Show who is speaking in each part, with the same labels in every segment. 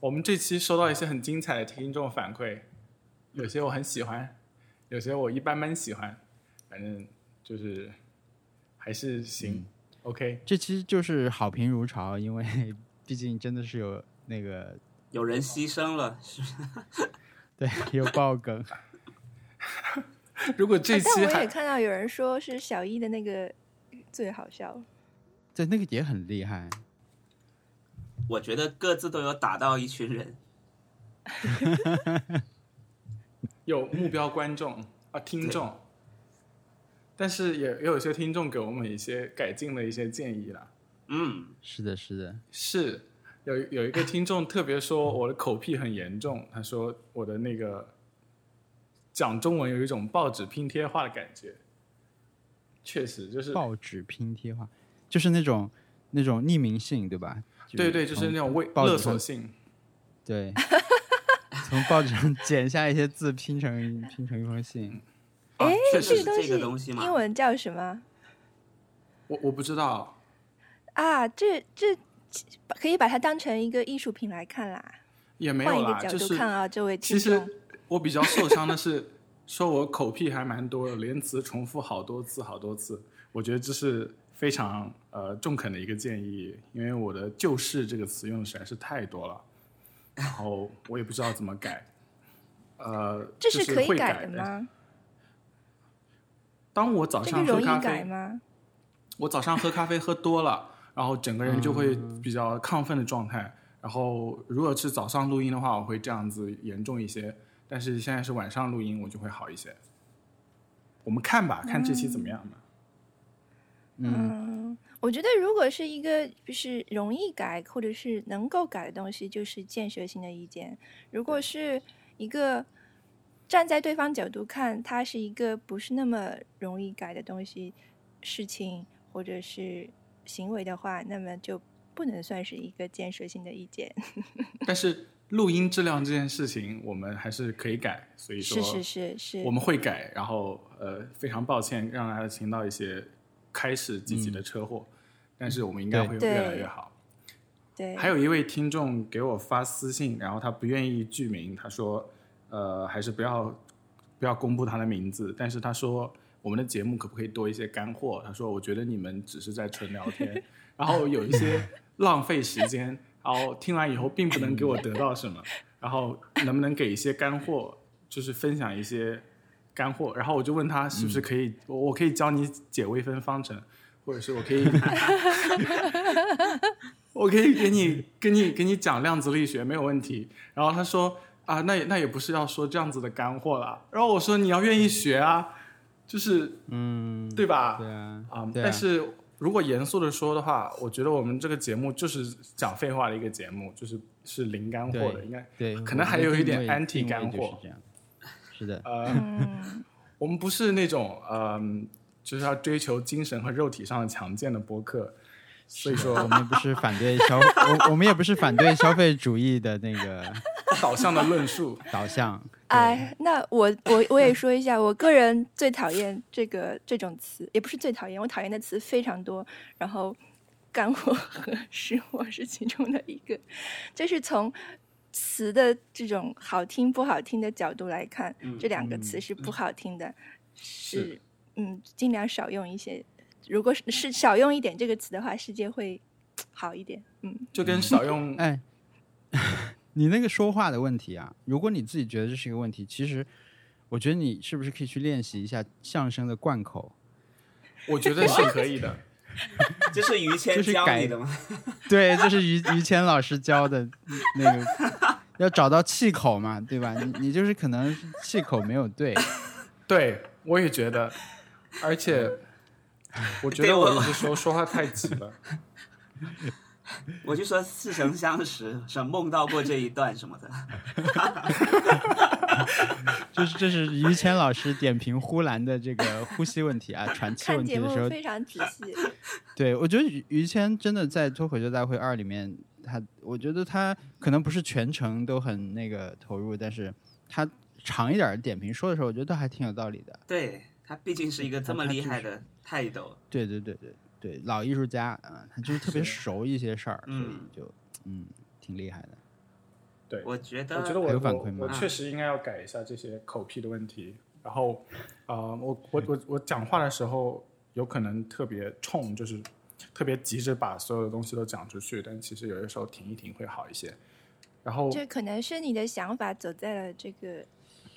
Speaker 1: 我们这期收到一些很精彩的听众反馈，有些我很喜欢，有些我一般般喜欢，反正就是还是行、o k
Speaker 2: 这期就是好评如潮，因为 毕竟真的是有那个
Speaker 3: 有人牺牲了，是
Speaker 2: 对 有爆梗，
Speaker 1: 如果这
Speaker 4: 哎
Speaker 1: 期
Speaker 4: 但我
Speaker 1: 还
Speaker 4: 也看到有人说是小一的那个最好笑，
Speaker 2: 对那个也很厉害。
Speaker 3: 我觉得各自都有打到一群人。
Speaker 1: 有目标观众啊听众，但是也也有一些听众给我们一些改进的一些建议啦。
Speaker 3: 嗯，
Speaker 2: 是的，是的，
Speaker 1: 是有有一个听众特别说我的口癖很严重，他说我的那个讲中文有一种报纸拼贴画的感觉，确实就是
Speaker 2: 报纸拼贴画，就是那种那种匿名信，对吧？
Speaker 1: 对对，就是
Speaker 2: 从
Speaker 1: 那种为
Speaker 2: 报纸
Speaker 1: 勒索
Speaker 2: 上
Speaker 1: 性，
Speaker 2: 对， 从报纸上剪下一些字拼成拼成一封信。
Speaker 3: 啊
Speaker 4: 哎、
Speaker 3: 确实
Speaker 4: 这
Speaker 3: 是
Speaker 4: 东
Speaker 3: 这
Speaker 4: 西
Speaker 3: 个东西嘛
Speaker 4: 英。文叫什么
Speaker 1: 我我不知道，
Speaker 4: 啊？这这可以把它当成一个艺术品来看啦。
Speaker 1: 也没
Speaker 4: 换
Speaker 1: 有
Speaker 4: 一个
Speaker 1: 啦，
Speaker 4: 角
Speaker 1: 就
Speaker 4: 度
Speaker 1: 是
Speaker 4: 看啊，这位
Speaker 1: 其
Speaker 4: 听
Speaker 1: 实
Speaker 4: 众，
Speaker 1: 我比较受伤的是，说我口癖还蛮多的，连词重复好多次好多次。我觉得这是非常呃中肯的一个建议，因为我的“就是”这个词用的实在是太多了，然后我也不知道怎么改。呃，
Speaker 4: 这
Speaker 1: 就是
Speaker 4: 可以
Speaker 1: 会
Speaker 4: 改
Speaker 1: 改
Speaker 4: 的？吗？
Speaker 1: 当我早
Speaker 4: 这个
Speaker 1: 上喝
Speaker 4: 容易
Speaker 1: 咖
Speaker 4: 改
Speaker 1: 啡，
Speaker 4: 吗？
Speaker 1: 我早上喝咖啡喝多了，然后整个人就会
Speaker 4: 嗯
Speaker 1: 比较亢奋的状态。然后如果是早上录音的话，我会这样子严重一些，但是现在是晚上录音，我就会好一些。我们看吧，看这期怎么样吧。
Speaker 2: 嗯，
Speaker 4: 嗯，我觉得如果是一个就是容易改或者是能够改的东西，就是建设性的意见；如果是一个站在对方角度看，它是一个不是那么容易改的东西、事情或者是行为的话，那么就不能算是一个建设性的意见。
Speaker 1: 但是录音质量这件事情，我们还是可以改，所以说
Speaker 4: 是是是是，
Speaker 1: 我们会改。然后呃，非常抱歉让大家听到一些开始几集的车祸，但是我们应该
Speaker 2: 对
Speaker 1: 会越来
Speaker 4: 嗯对
Speaker 1: 越好。
Speaker 4: 对，
Speaker 1: 还有一位听众给我发私信，然后他不愿意具名，他说，呃，还是不要不要公布他的名字，但是他说我们的节目可不可以多一些干货？他说我觉得你们只是在纯聊天， 然后有一些浪费时间，然后听完以后并不能给我得到什么，然后能不能给一些干货，就是分享一些干货？然后我就问他是不是可以，我我可以教你解微分方程，或者是我可以我可以给 你给你给你讲量子力学没有问题。然后他说啊，那也那也不是要说这样子的干货啦。然后我说你要愿意学啊，就是
Speaker 2: 嗯，
Speaker 1: 对吧？
Speaker 2: 对啊，
Speaker 1: 啊、
Speaker 2: 对啊
Speaker 1: 但是如果严肃的说的话，我觉得我们这个节目就是讲废话的一个节目，就是是零干货的，
Speaker 2: 对
Speaker 1: 应该
Speaker 2: 对，
Speaker 1: 可能
Speaker 2: 我
Speaker 1: 还
Speaker 2: 们的
Speaker 1: 有一
Speaker 2: 定
Speaker 1: 点
Speaker 2: 位
Speaker 1: anti
Speaker 2: 定位
Speaker 1: 干
Speaker 2: 就
Speaker 1: 货
Speaker 2: 是这样。是的，
Speaker 1: 呃，
Speaker 4: 嗯，
Speaker 1: 我们不是那种嗯、就是要追求精神和肉体上的强健的播客，所以说
Speaker 2: 我们也不是反对消，我我们也不是反对消费主义的那个
Speaker 1: 导向的论述。
Speaker 2: 导向。
Speaker 4: 哎，那我我我也说一下，我个人最讨厌这个这种词，也不是最讨厌，我讨厌的词非常多，然后干货和湿货是其中的一个，就是从词的这种好听不好听的角度来看，
Speaker 3: 嗯
Speaker 4: 这两个词是不好听的，是嗯，尽量少用一些。如果是是少用一点这个词的话，世界会好一点。嗯，
Speaker 1: 就跟少用
Speaker 2: 哎， 你那个说话的问题啊，如果你自己觉得这是一个问题，其实我觉得你是不是可以去练习一下相声的贯口？
Speaker 1: 我觉得是可以的。
Speaker 3: 这是于谦
Speaker 2: 就是
Speaker 3: 教
Speaker 2: 改
Speaker 3: 你的吗？
Speaker 2: 对，这是于于谦老师教的那个，要找到气口嘛，对吧？你你就是可能气口没有对，
Speaker 1: 对，我也觉得，而且我觉
Speaker 3: 对
Speaker 1: 得
Speaker 3: 我
Speaker 1: 我有些时候说话太急 了。
Speaker 3: 我就说似曾相识，什么梦到过这一段什么的。
Speaker 2: 就是这是于谦老师点评呼兰的这个呼吸问题啊、喘气
Speaker 4: 看
Speaker 2: 问题
Speaker 4: 节
Speaker 2: 的时
Speaker 4: 目
Speaker 2: 候，啊
Speaker 4: 非常仔细。
Speaker 2: 对我觉得于于谦真的在《脱口秀大会二》里面，他我觉得他可能不是全程都很那个投入，但是他长一点儿的点评说的时候，我觉得还挺有道理的。
Speaker 3: 对他毕竟是一个这么厉害的泰斗，
Speaker 2: 对对对对对，老艺术嗯家啊、他就是特别熟一些事儿，所以
Speaker 3: 嗯
Speaker 2: 就嗯挺厉害的。
Speaker 1: 对，
Speaker 3: 我觉得
Speaker 1: 我觉得
Speaker 2: 还
Speaker 1: 我
Speaker 2: 有反
Speaker 1: 我
Speaker 2: 馈吗
Speaker 1: 我确实应该要改一下这些口癖的问题。然后，呃，我我我我讲话的时候有可能特别冲，就是特别急着把所有的东西都讲出去，但其实有的时候停一停会好一些。然后
Speaker 4: 这可能是你的想法走在了这个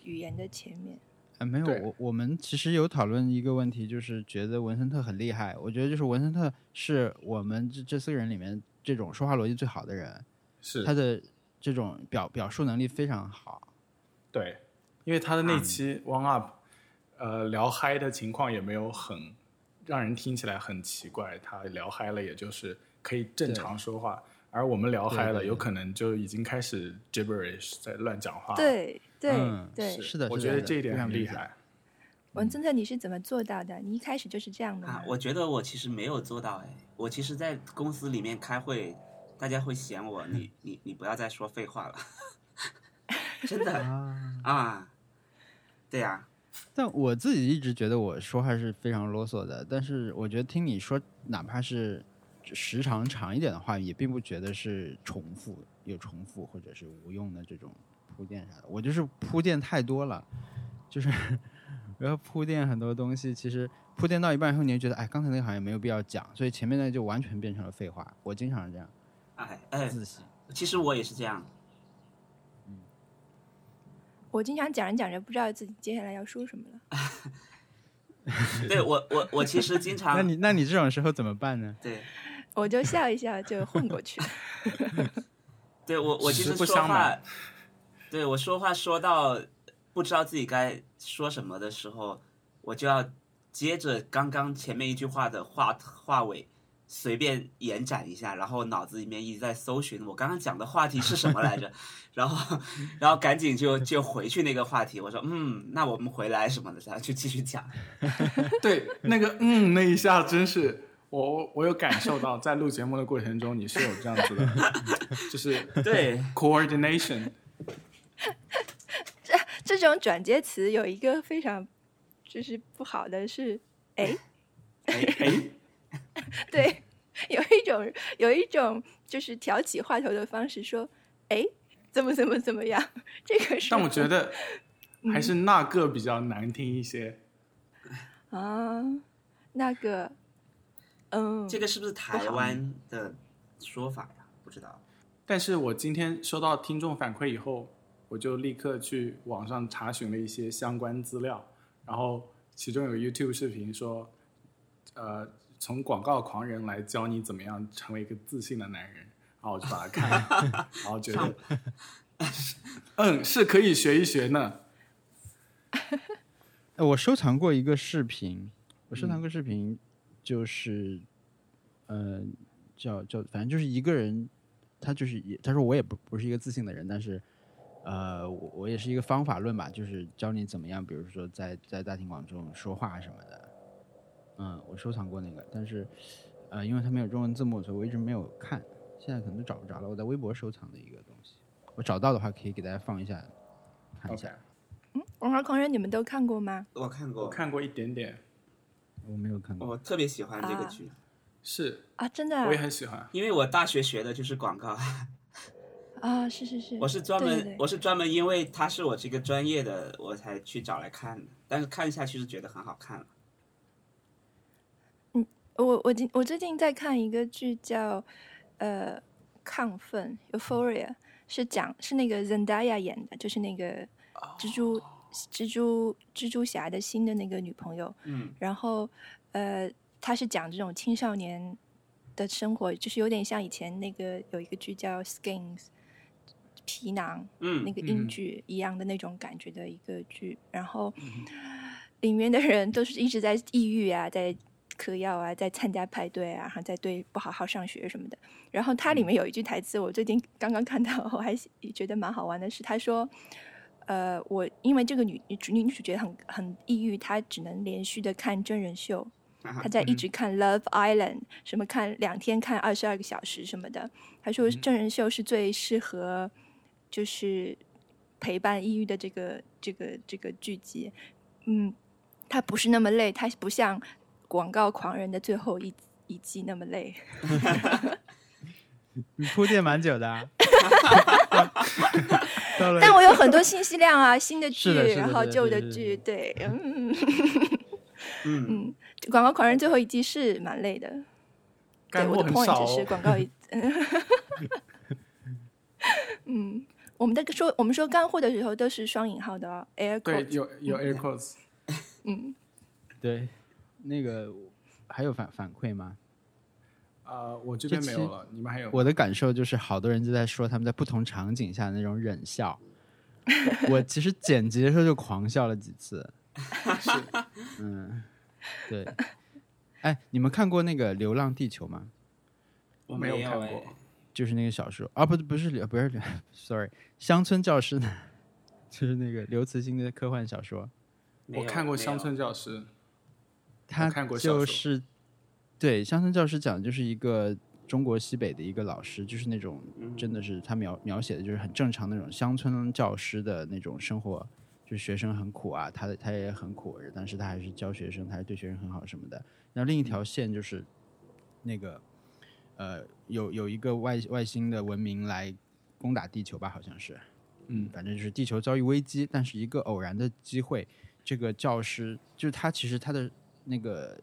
Speaker 4: 语言的前面。
Speaker 2: 啊，没有，
Speaker 1: 对
Speaker 2: 我我们其实有讨论一个问题，就是觉得文森特很厉害。我觉得就是文森特是我们这这四个人里面这种说话逻辑最好的人，
Speaker 1: 是
Speaker 2: 他的这种表表述能力非常好。
Speaker 1: 对，因为他的那期 One Up，、呃，聊嗨的情况也没有很让人听起来很奇怪，他聊嗨了也就是可以正常说话，而我们聊
Speaker 2: 对
Speaker 1: 嗨了
Speaker 2: 对
Speaker 1: 有
Speaker 2: 对
Speaker 1: 可能就已经开始 gibberish 在乱讲话了。
Speaker 4: 对对、
Speaker 2: 嗯
Speaker 4: 对，
Speaker 2: 是的
Speaker 1: 我
Speaker 2: 是
Speaker 1: 觉
Speaker 2: 的
Speaker 1: 得
Speaker 2: 是的
Speaker 1: 这一点
Speaker 2: 非常
Speaker 1: 很
Speaker 2: 理
Speaker 1: 厉
Speaker 2: 解
Speaker 1: 害。
Speaker 4: 文森特，你是怎么做到的？你一开始就是这样的吗？
Speaker 3: 啊，我觉得我其实没有做到哎，我其实，在公司里面开会，大家会嫌我，你你你不要再说废话了， 真的
Speaker 2: 啊，
Speaker 3: 啊，对啊呀、
Speaker 2: 但我自己一直觉得我说话是非常啰嗦的，但是我觉得听你说，哪怕是时长长一点的话，也并不觉得是重复，有重复或者是无用的这种铺垫啥的。我就是铺垫太多了，就是 我要铺垫很多东西，其实铺垫到一半以后，你就觉得哎，刚才那个好像也没有必要讲，所以前面那就完全变成了废话。我经常是这样，
Speaker 3: 哎哎，
Speaker 2: 自习。
Speaker 3: 其实我也是这样，
Speaker 4: 我经常讲着讲着，不知道自己接下来要说什么了。
Speaker 3: 对我我我其实经
Speaker 2: 那
Speaker 3: 常
Speaker 2: 你那你这种时候怎么办呢？
Speaker 3: 对
Speaker 4: 我就笑一笑就混过去。
Speaker 3: 对我我其
Speaker 1: 实
Speaker 3: 实
Speaker 1: 不
Speaker 3: 说
Speaker 1: 相
Speaker 3: 话
Speaker 1: 瞒，
Speaker 3: 对我说话说到不知道自己该说什么的时候，我就要接着刚刚前面一句话的话话尾。随便延展一下，然后脑子里面一直在搜寻我刚刚讲的话题是什么来 着，然后，然后赶紧就就回去那个话题，我说嗯，那我们回来什么的，然后就继续讲。
Speaker 1: 对，那个嗯那一下真是我我我有感受到，在录节目的过程中你是有这样子的， 就是
Speaker 3: 对
Speaker 1: coordination。
Speaker 4: 这种转接词有一个非常就是不好的是，哎，
Speaker 3: 哎哎，
Speaker 4: 对，有一种有一种就是挑起话头的方式说，哎，怎么怎么怎么样， 这个是。
Speaker 1: 但我觉得还是那个比较难听一些。
Speaker 4: 啊，那个，嗯，
Speaker 3: 这个是不是台湾的说法呀？不知道。
Speaker 1: 但是我今天收到听众反馈以后，我就立刻去网上查询了一些相关资料，然后其中有个 YouTube 视频说，呃，从广告狂人来教你怎么样成为一个自信的男人，然后我就把它看了，然后觉得， 嗯，是可以学一学呢。
Speaker 2: 哎，我收藏过一个视频，我收藏过视频，就是，呃，叫叫，反正就是一个人，他就是也，他说我也不不是一个自信的人，但是，呃，我我也是一个方法论吧，就是教你怎么样，比如说在在大庭广众说话什么的，嗯，我收藏过那个，但是，呃，因为它没有中文字幕，所以我一直没有看，现在可能都找不着了。我在微博收藏的一个东西，我找到的话可以给大家放一下，看一下
Speaker 1: OK，
Speaker 4: 文化狂人》你们都看过吗？
Speaker 3: 我看过，
Speaker 1: 我看过一点点，
Speaker 2: 我没有看过。
Speaker 3: 我特别喜欢这个剧，
Speaker 1: 是
Speaker 4: 啊，真的啊
Speaker 1: 我也很喜欢。
Speaker 3: 因为我大学学的就是广 告，
Speaker 4: 啊，是是是，
Speaker 3: 我是专门
Speaker 4: 对对对
Speaker 3: 我是专门因为它是我这个专业的，我才去找来看的。但是看下去是觉得很好看了。
Speaker 4: 我我今我最近在看一个剧叫呃《亢奋》（Euphoria），是讲是那个 Zendaya 演的，就是那个
Speaker 1: 哦
Speaker 4: 蜘蛛、蜘蛛蜘蛛侠的新的那个女朋友。
Speaker 3: 嗯，
Speaker 4: 然后呃，她是讲这种青少年的生活，就是有点像以前那个有一个剧叫《Skins》皮囊，
Speaker 3: 嗯
Speaker 4: 那个英剧一样的那种感觉的一个剧，然后
Speaker 3: 嗯
Speaker 4: 里面的人都是一直在抑郁啊，在嗑药啊，在参加派对啊，然后在对不好好上学什么的。然后
Speaker 3: 嗯
Speaker 4: 它里面有一句台词，我最近刚刚看到，我还觉得蛮好玩的是，他说。呃，我因为这个女女主女主角很很抑郁，她只能连续的看真人秀，
Speaker 3: 啊
Speaker 4: 他在一直看《Love Island》，什么看两天看二十二个小时什么的。他说真人秀是最适合就是陪伴抑郁的这个这个这个剧集。嗯，它不是那么累，它不像《广告狂人》的最后一一季那么累。
Speaker 2: 你铺垫蛮久的、啊，到了
Speaker 4: 但我有很多信息量啊，新的剧，
Speaker 2: 是的是的
Speaker 4: 然后
Speaker 2: 是的
Speaker 4: 旧的
Speaker 2: 是的
Speaker 4: 剧，对，嗯，
Speaker 3: 嗯，
Speaker 4: 《广告狂人》最后一季是蛮累的，对，
Speaker 1: 干
Speaker 4: 我
Speaker 1: 货
Speaker 4: 的
Speaker 1: 很
Speaker 4: point
Speaker 1: 少
Speaker 4: 只是
Speaker 1: 哦。
Speaker 4: 广告一，嗯，我们在说我们说干货的时候都是双引号的哦，air
Speaker 1: 对，
Speaker 4: quote，
Speaker 1: 有有 air quotes，
Speaker 4: 嗯，
Speaker 2: 对那个还有反反馈吗？
Speaker 1: 呃，我这边
Speaker 2: 这
Speaker 1: 没
Speaker 2: 期
Speaker 1: 有了，你们还有吗？
Speaker 2: 我的感受就是，好多人就在说他们在不同场景下那种忍 笑。我其实剪辑的时候就狂笑了几次。嗯，对。哎，你们看过那个《流浪地球》吗？
Speaker 3: 我
Speaker 1: 没有
Speaker 3: 有
Speaker 1: 看
Speaker 3: 哎
Speaker 1: 过
Speaker 2: 就是那个小说啊，不不是流不是流 ，sorry，乡村教师呢， 就是那个刘慈欣的科幻小说。
Speaker 3: 没
Speaker 1: 我
Speaker 3: 有
Speaker 1: 看过《
Speaker 3: 没
Speaker 1: 乡
Speaker 3: 有
Speaker 1: 村教师》，
Speaker 2: 他
Speaker 1: 看过小
Speaker 2: 就
Speaker 1: 说
Speaker 2: 是对乡村教师讲的就是一个中国西北的一个老师，就是那种
Speaker 1: 嗯
Speaker 2: 真的是他描描写的就是很正常那种乡村教师的那种生活，就是学生很苦啊，他的他也很苦，但是他还是教学生，他还是对学生很好什么的。然后
Speaker 1: 嗯
Speaker 2: 另一条线就是那个呃，有有一个外外星的文明来攻打地球吧，好像是，
Speaker 1: 嗯
Speaker 2: 反正就是地球遭遇危机，但是一个偶然的机会，这个教师就是他，其实他的那个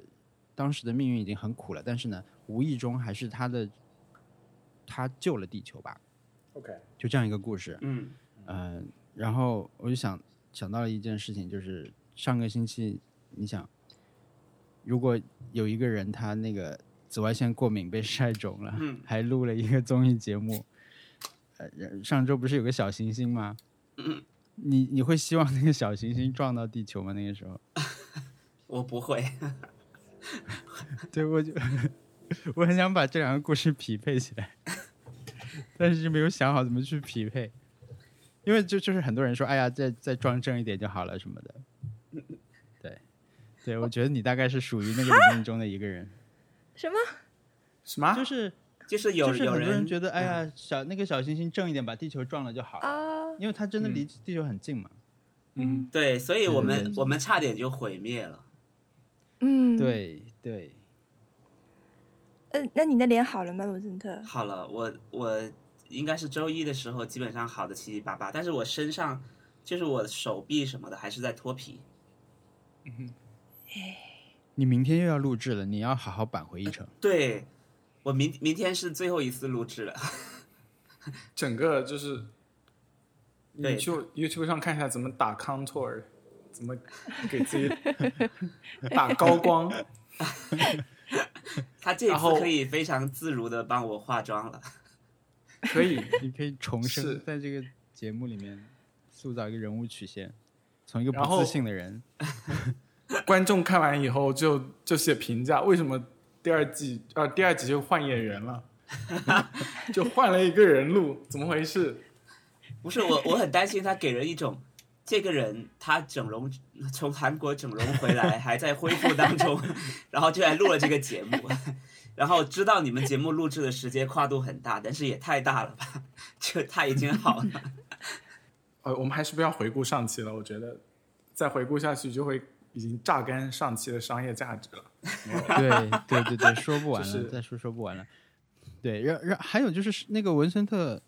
Speaker 2: 当时的命运已经很苦了，但是呢，无意中还是他的他救了地球吧，
Speaker 1: OK，
Speaker 2: 就这样一个故事。
Speaker 3: 嗯
Speaker 2: 嗯，然后我就想想到了一件事情，就是上个星期，你想，如果有一个人他那个紫外线过敏被晒肿了，
Speaker 3: 嗯
Speaker 2: 还录了一个综艺节目，呃，然上周不是有个小行星吗？你你会希望那个小行星撞到地球吗？那个时候，
Speaker 3: 我不会，
Speaker 2: 对我就 我很想把这两个故事匹配起来，但是就没有想好怎么去匹配，因为就就是很多人说，哎呀，再再装正一点就好了什么的。嗯对，对我觉得你大概是属于那个理论中的一个人，
Speaker 4: 什么？
Speaker 1: 什么？
Speaker 2: 就是
Speaker 3: 就是有
Speaker 2: 就是
Speaker 3: 有
Speaker 2: 很多啊人
Speaker 3: 人
Speaker 2: 觉得，哎呀，小那个小行星正一点，把地球撞了就好了，
Speaker 4: 啊，
Speaker 2: 因为它真的离地球很近嘛。
Speaker 1: 嗯，
Speaker 3: 对，所以我们
Speaker 2: 嗯
Speaker 3: 我们差点就毁灭了。
Speaker 4: 嗯，，
Speaker 2: 对对，
Speaker 4: 嗯，那你的脸好了吗，罗森特？
Speaker 3: 好了，我我应该是周一的时候基本上好的七七八八，但是我身上就是我手臂什么的还是在脱皮。
Speaker 2: 你明天又要录制了，你要好好扳回一城。
Speaker 3: 对，我明明天是最后一次录制了。
Speaker 1: 整个就是，
Speaker 3: 对
Speaker 1: 你去 YouTube 上看一下怎么打 contour，怎么给自 己打高光。
Speaker 3: 他这一
Speaker 1: 然
Speaker 3: 次
Speaker 1: 后
Speaker 3: 可以非常自如的帮我化妆了。
Speaker 1: 可以，
Speaker 2: 你可以重
Speaker 1: 是
Speaker 2: 生，在这个节目里面塑造一个人物曲线，从一个
Speaker 1: 然
Speaker 2: 不
Speaker 1: 后
Speaker 2: 自信 的人，
Speaker 1: 观众看完以后就就写评价，为什么第二季呃第二集就换演员了， 就换了一个人录，怎么回事？
Speaker 3: 不是我，我很担心他给人一种，这个人他整容从韩国整容回来，还在恢复当中， 然后就来录了这个节目， 然后知道你们节目录制的时间跨度很大，但是也太大了吧， 就他已经好了，
Speaker 1: 呃，我们还是不要回顾上期了，我觉得再回顾下去就会已经榨干上期的商业价值了。
Speaker 2: 对对对对，说不完了，
Speaker 1: 就是
Speaker 2: 再说说不完了。对，然然还有就是那个文森特，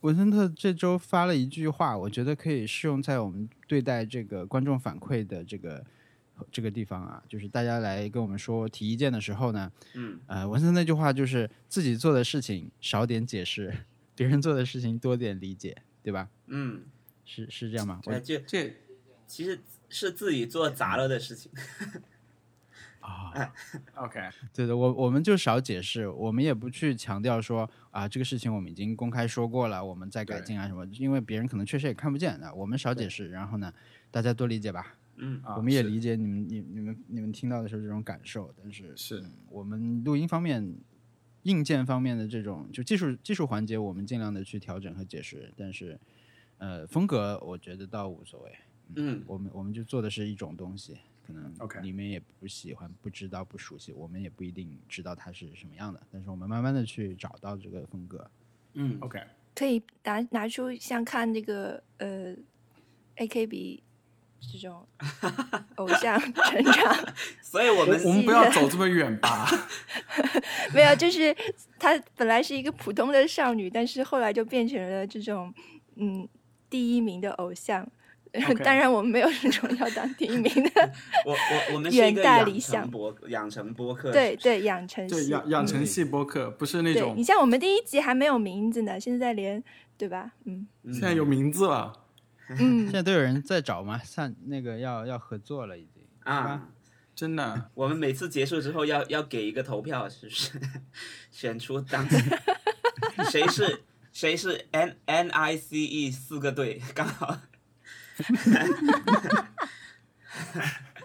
Speaker 2: 文森特这周发了一句话，我觉得可以适用在我们对待这个观众反馈的这个这个地方啊，就是大家来跟我们说提意见的时候呢，
Speaker 3: 嗯，
Speaker 2: 呃，文森特那句话就是自己做的事情少点解释，别人做的事情多点理解，对吧？
Speaker 3: 嗯，
Speaker 2: 是是这样吗？我
Speaker 3: 对，就
Speaker 1: 这
Speaker 3: 其实是自己做砸了的事情，
Speaker 2: 啊、
Speaker 1: OK，啊
Speaker 2: 对的，我我们就少解释，我们也不去强调说啊这个事情我们已经公开说过了，我们再改进啊什么，因为别人可能确实也看不见的，我们少解释，然后呢，大家多理解吧。
Speaker 3: 嗯，
Speaker 1: 啊
Speaker 2: 我们也
Speaker 1: 是
Speaker 2: 理解你们、你、你们、你们听到的时候这种感受，但是
Speaker 1: 是
Speaker 2: 我们录音方面、硬件方面的这种就技术技术环节，我们尽量的去调整和解释，但是呃风格我觉得倒无所谓，
Speaker 3: 嗯，
Speaker 2: 我们我们就做的是一种东西，可能
Speaker 1: OK
Speaker 2: 你们也不喜欢、不知道、不熟悉，我们也不一定知道它是什么样的，但是我们慢慢的去找到这个风格。
Speaker 3: 嗯，
Speaker 1: OK，
Speaker 4: 可以拿拿出像看那个呃，A K B 这 种偶像成长。
Speaker 3: 所以我们
Speaker 1: 我们不要走这么远吧。
Speaker 4: 没有，就是她本来是一个普通的少女，但是后来就变成了这种嗯第一名的偶像。
Speaker 1: OK
Speaker 4: 当然，我们没有这种要当第一名的，
Speaker 3: 我我我们是一个
Speaker 4: 远大
Speaker 3: 养
Speaker 4: 理想
Speaker 3: 成播养成播客，
Speaker 4: 对对，养成
Speaker 1: 对，
Speaker 4: 系
Speaker 1: 养养成系播客不是那
Speaker 4: 对
Speaker 1: 种
Speaker 4: 你像我们第一集还没有名字呢，现在连对吧？嗯
Speaker 3: 嗯
Speaker 1: 现在有名字了。
Speaker 4: 嗯
Speaker 2: 现，在都有人在找嘛，像那个要要合作了已经。
Speaker 3: 啊。
Speaker 1: 真的，
Speaker 3: 我们每次结束之后要要给一个投票，是不是？ 选出当 谁是谁是 N N I C E 四个队， 刚好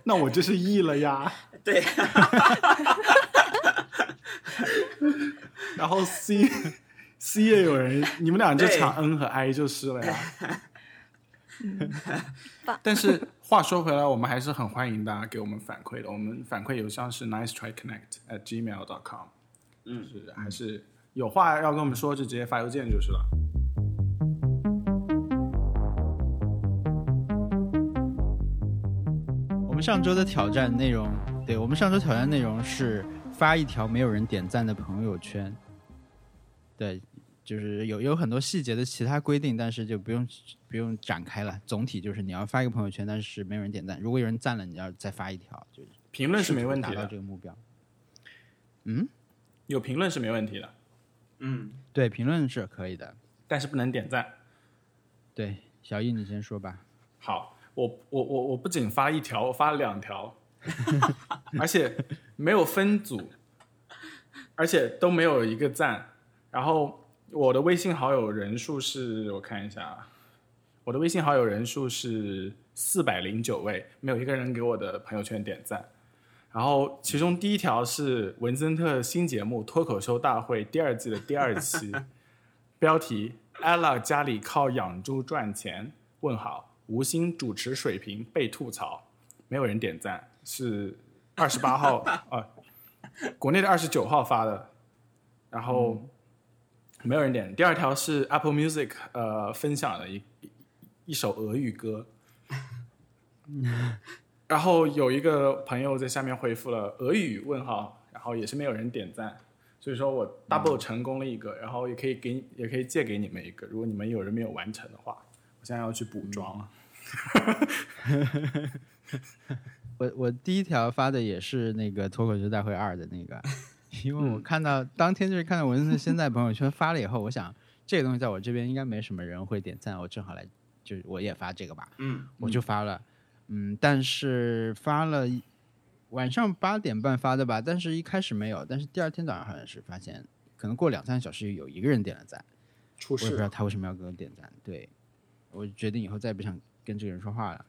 Speaker 1: 那我就是 E 了呀。
Speaker 3: 对，
Speaker 1: 然后 C C 也有人，你们俩就
Speaker 3: 对
Speaker 1: 抢 N 和 I 就是了呀
Speaker 4: 嗯。
Speaker 1: 但是话说回来，我们还是很欢迎大家给我们反馈的。我们反馈邮箱是 nice try connect at gmail dot com，
Speaker 3: 嗯
Speaker 1: 就是还是有话要跟我们说，就直接发邮件就是了。
Speaker 2: 我们上周的挑战内容，对我们上周挑战内容是发一条没有人点赞的朋友圈。对，就是有有很多细节的其他规定，但是就不用不用展开了。总体就是你要发一个朋友圈，但是没有人点赞。如果有人赞了，你要再发一条，就是
Speaker 1: 评论是没问
Speaker 2: 达
Speaker 1: 题
Speaker 2: 到
Speaker 1: 的
Speaker 2: 这，个目标。
Speaker 1: 有评论是没问题的，
Speaker 3: 嗯，
Speaker 2: 对，评论是可以的。
Speaker 1: 但是不能点赞。
Speaker 2: 对，小易你先说吧。
Speaker 1: 好，我我我我不仅发一条，我发了两条，而且没有分组，而且都没有一个赞。然后我的微信好友人数是我看一下，啊，我的微信好友人数是四百零九位，没有一个人给我的朋友圈点赞。然后，其中第一条是文森特新节目《脱口秀大会》第二季的第二期，标题：ella 家里靠养猪赚钱？问号，吴昕主持水平被吐槽，没有人点赞，是二十八号啊、国内的二十九号发的，然后、没有人点。第二条是 Apple Music 呃分享了一一一首俄语歌，然后有一个朋友在下面回复了俄语问号，然后也是没有人点赞。所以说我 double 成功了一个，然后也可以给你，也可以借给你们一个。如果你们有人没有完成的话，我现在要去补妆了。
Speaker 2: 我我第一条发的也是那个脱口秀大会二的那个，因为
Speaker 1: 嗯
Speaker 2: 我看到、当天就是看到文森特先在朋友圈发了以后，我想这个东西在我这边应该没什么人会点赞，我正好来就是我也发这个吧，
Speaker 3: 嗯，
Speaker 2: 我就发了，嗯，但是发了一晚上八点半发的吧，但是一开始没有，但是第二天早上好像是发现，可能过两三个小时有一个人点了赞，
Speaker 1: 出
Speaker 2: 我也不知
Speaker 1: 事，
Speaker 2: 道他为什么要给我点赞。对，我决定以后再也不想跟这个人说话了。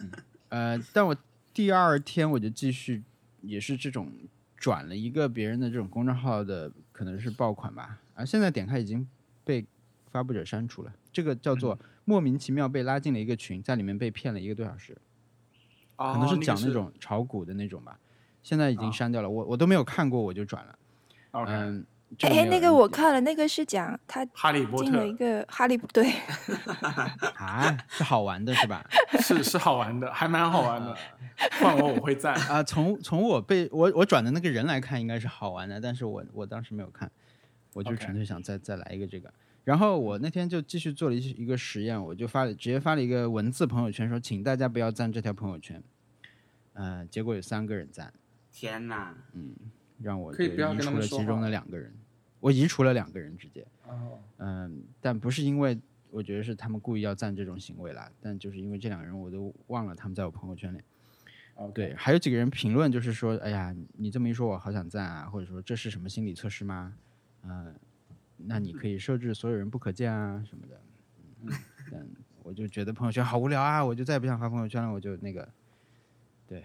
Speaker 2: 嗯、呃，但我第二天我就继续，也是这种转了一个别人的这种公众号的，可能是爆款吧。而现在点开已经被发布者删除了，这个叫做莫名其妙被拉进了一个群，在里面被骗了一个多小时。
Speaker 1: 可
Speaker 2: 可能是哦讲那 种炒股的那种吧。现在已经删掉了，我我都没有看过，我就转了。
Speaker 1: OK，
Speaker 2: 嗯，这没
Speaker 4: 哎，
Speaker 2: 有
Speaker 4: 那个
Speaker 2: 人
Speaker 4: 我
Speaker 2: 点
Speaker 4: 看了，那个是讲他
Speaker 1: 哈利波
Speaker 4: 进了一
Speaker 1: 特
Speaker 4: 个哈利，对，
Speaker 2: 啊，是好玩的是吧？
Speaker 1: 是是好玩的，还蛮好玩的。换我我会赞。
Speaker 2: 啊、从从我被我我转的那个人来看，应该是好玩的，但是我我当时没有看，我就
Speaker 1: OK
Speaker 2: 纯粹想再再来一个这个。然后我那天就继续做了一一个实验，我就发了直接发了一个文字朋友圈，说请大家不要赞这条朋友圈。呃，结果有三个人赞，
Speaker 3: 天哪，
Speaker 2: 让我
Speaker 1: 可以
Speaker 2: 就
Speaker 1: 不要
Speaker 2: 移
Speaker 1: 跟他
Speaker 2: 除
Speaker 1: 们
Speaker 2: 了
Speaker 1: 说
Speaker 2: 其中
Speaker 1: 话
Speaker 2: 的两个人，我移除了两个人直接。
Speaker 1: 哦，
Speaker 2: 嗯，但不是因为我觉得是他们故意要赞这种行为啦，但就是因为这两个人我都忘了他们在我朋友圈里。
Speaker 1: OK
Speaker 2: 对，还有几个人评论就是说，哎呀，你这么一说，我好想赞啊，或者说这是什么心理测试吗？嗯、那你可以设置所有人不可见啊什么的。嗯，但我就觉得朋友圈好无聊啊，我就再也不想发朋友圈了，我就那个，对，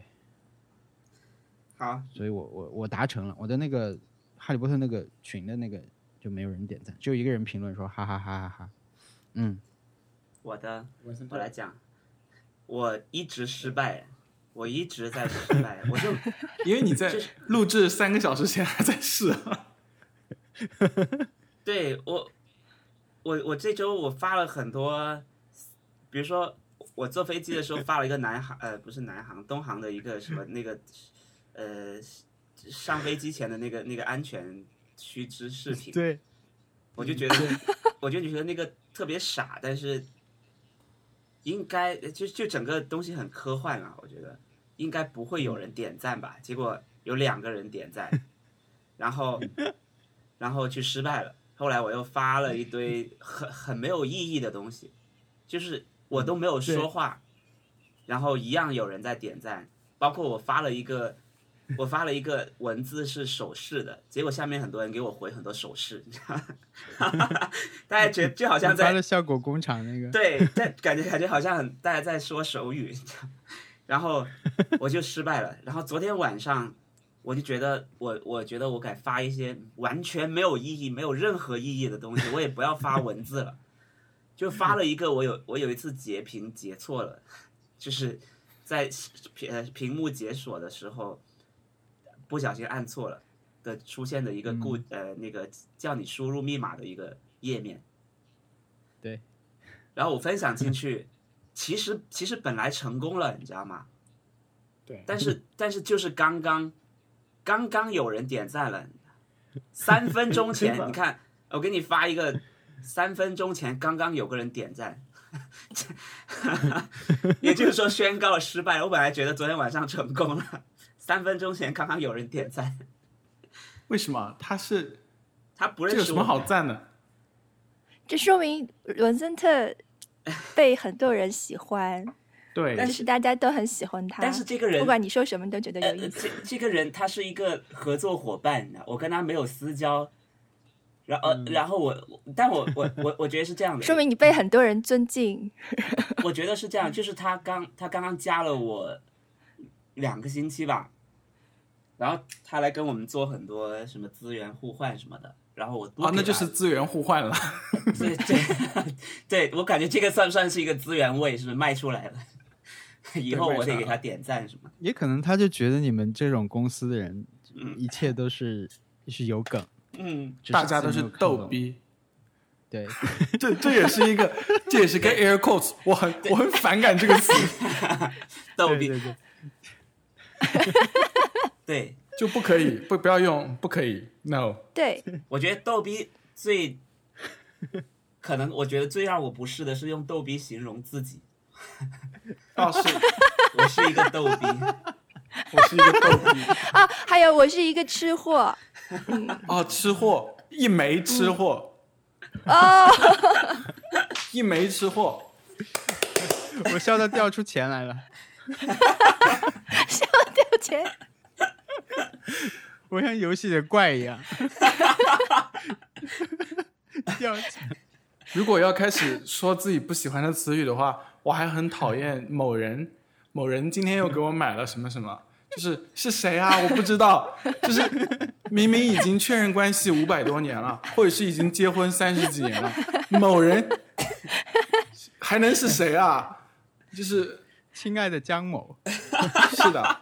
Speaker 3: 好，
Speaker 2: 所以我我我达成了我的那个哈利波特那个群的那个就没有人点赞，只有一个人评论说哈哈哈哈哈。嗯，
Speaker 3: 我的
Speaker 1: 文森特
Speaker 3: 我来讲，我一直失败，我一直在失败，我就
Speaker 1: 因为你在 录制三个小时前还在试啊。
Speaker 3: 对我，我我这周我发了很多，比如说我坐飞机的时候发了一个南航，呃，不是南航，东航的一个什么那个，呃，上飞机前的那个那个安全须知视频，
Speaker 2: 对，
Speaker 3: 我就觉得，我就觉得那个特别傻，但是应该就就整个东西很科幻啊，我觉得应该不会有人点赞吧？结果有两个人点赞，然后然后去失败了。后来我又发了一堆很很没有意义的东西，就是我都没有说话，然后一样有人在点赞。包括我发了一个，我发了一个文字是手势的，结果下面很多人给我回很多手势，你知道吗？ 大家觉得就好像在
Speaker 2: 发了效果工厂那个，
Speaker 3: 对，但感觉感觉好像很大家在说手语， 然后我就失败了。 然后昨天晚上我就觉得我我觉得我该发一些完全没有意义、没有任何意义的东西，我也不要发文字了， 就发了一个我有我有一次截屏截错了，就是在屏呃屏幕解锁的时候不小心按错了的出现的一个固、呃那个叫你输入密码的一个页面。然后我分享进去，其实其实本来成功了，你知道吗？
Speaker 1: 对，
Speaker 3: 但是但是就是刚刚刚刚有人点赞了，三分钟
Speaker 1: 真的
Speaker 3: 前你看我给你发一个，三分钟前刚刚有个人点赞， 也就是说宣告失败。我本来觉得昨天晚上成功了，三分钟前刚刚有人点赞，
Speaker 1: 为什么他是
Speaker 3: 他不
Speaker 1: 这
Speaker 3: 认
Speaker 1: 有
Speaker 3: 识
Speaker 1: 什
Speaker 3: 我，
Speaker 1: 么好赞的？
Speaker 4: 这说明文森特被很多人喜欢，
Speaker 1: 对，
Speaker 4: 就是大家都很喜欢他。
Speaker 3: 但是这个人
Speaker 4: 不管你说什么，都觉得有
Speaker 3: 呃
Speaker 4: 意思。
Speaker 3: 这这个人他是一个合作伙伴，你知道我跟他没有私交，然后、然后我，我但我我我我觉得是这样的，
Speaker 4: 说明你被很多人尊敬。
Speaker 3: 我觉得是这样，就是他刚他刚刚加了我两个星期吧，然后他来跟我们做很多什么资源互换什么的，然后我多
Speaker 1: 啊，
Speaker 3: 给
Speaker 1: 那就
Speaker 3: 他
Speaker 1: 是资源互换了。
Speaker 3: 对对 对，我感觉这个算不算是一个资源位，是不是卖出来了？ 以后我得给他点赞什么的。
Speaker 2: 也可能他就觉得你们这种公司的人，
Speaker 3: 嗯
Speaker 2: 一切都是是有梗，
Speaker 3: 嗯，
Speaker 2: 只
Speaker 1: 大家都
Speaker 2: 自己
Speaker 1: 是
Speaker 2: 没有看
Speaker 1: 逗
Speaker 2: 懂，
Speaker 1: 逼，
Speaker 2: 对，
Speaker 1: 这这也是一个，这也是跟 air quotes，我很我很反感这个词，
Speaker 3: 逗
Speaker 2: 对
Speaker 3: 逼
Speaker 2: 对对，
Speaker 3: 对，
Speaker 1: 就不可以，不不要用，不可以，no，
Speaker 4: 对，
Speaker 3: 我觉得逗逼最可能，我觉得最让我不适的是用逗逼形容自己，
Speaker 1: 哦， 是
Speaker 3: 我是一个逗逼。
Speaker 1: 我是一个逗逼，
Speaker 4: 啊，还有我是一个吃货
Speaker 1: 哦，吃货，一枚吃货，
Speaker 4: 哦，
Speaker 1: 一枚吃货，
Speaker 2: 我笑到掉出钱来了，
Speaker 4: 笑掉钱。
Speaker 2: 我像游戏里的怪一 样，掉钱，
Speaker 1: 如果要开始说自己不喜欢的词语的话，我还很讨厌某人，某人今天又给我买了什么什么，就是是谁啊？我不知道，就是明明已经确认关系五百多年了，或者是已经结婚三十几年了，某人还能是谁啊？就是
Speaker 2: 亲爱的江某，
Speaker 1: 是的，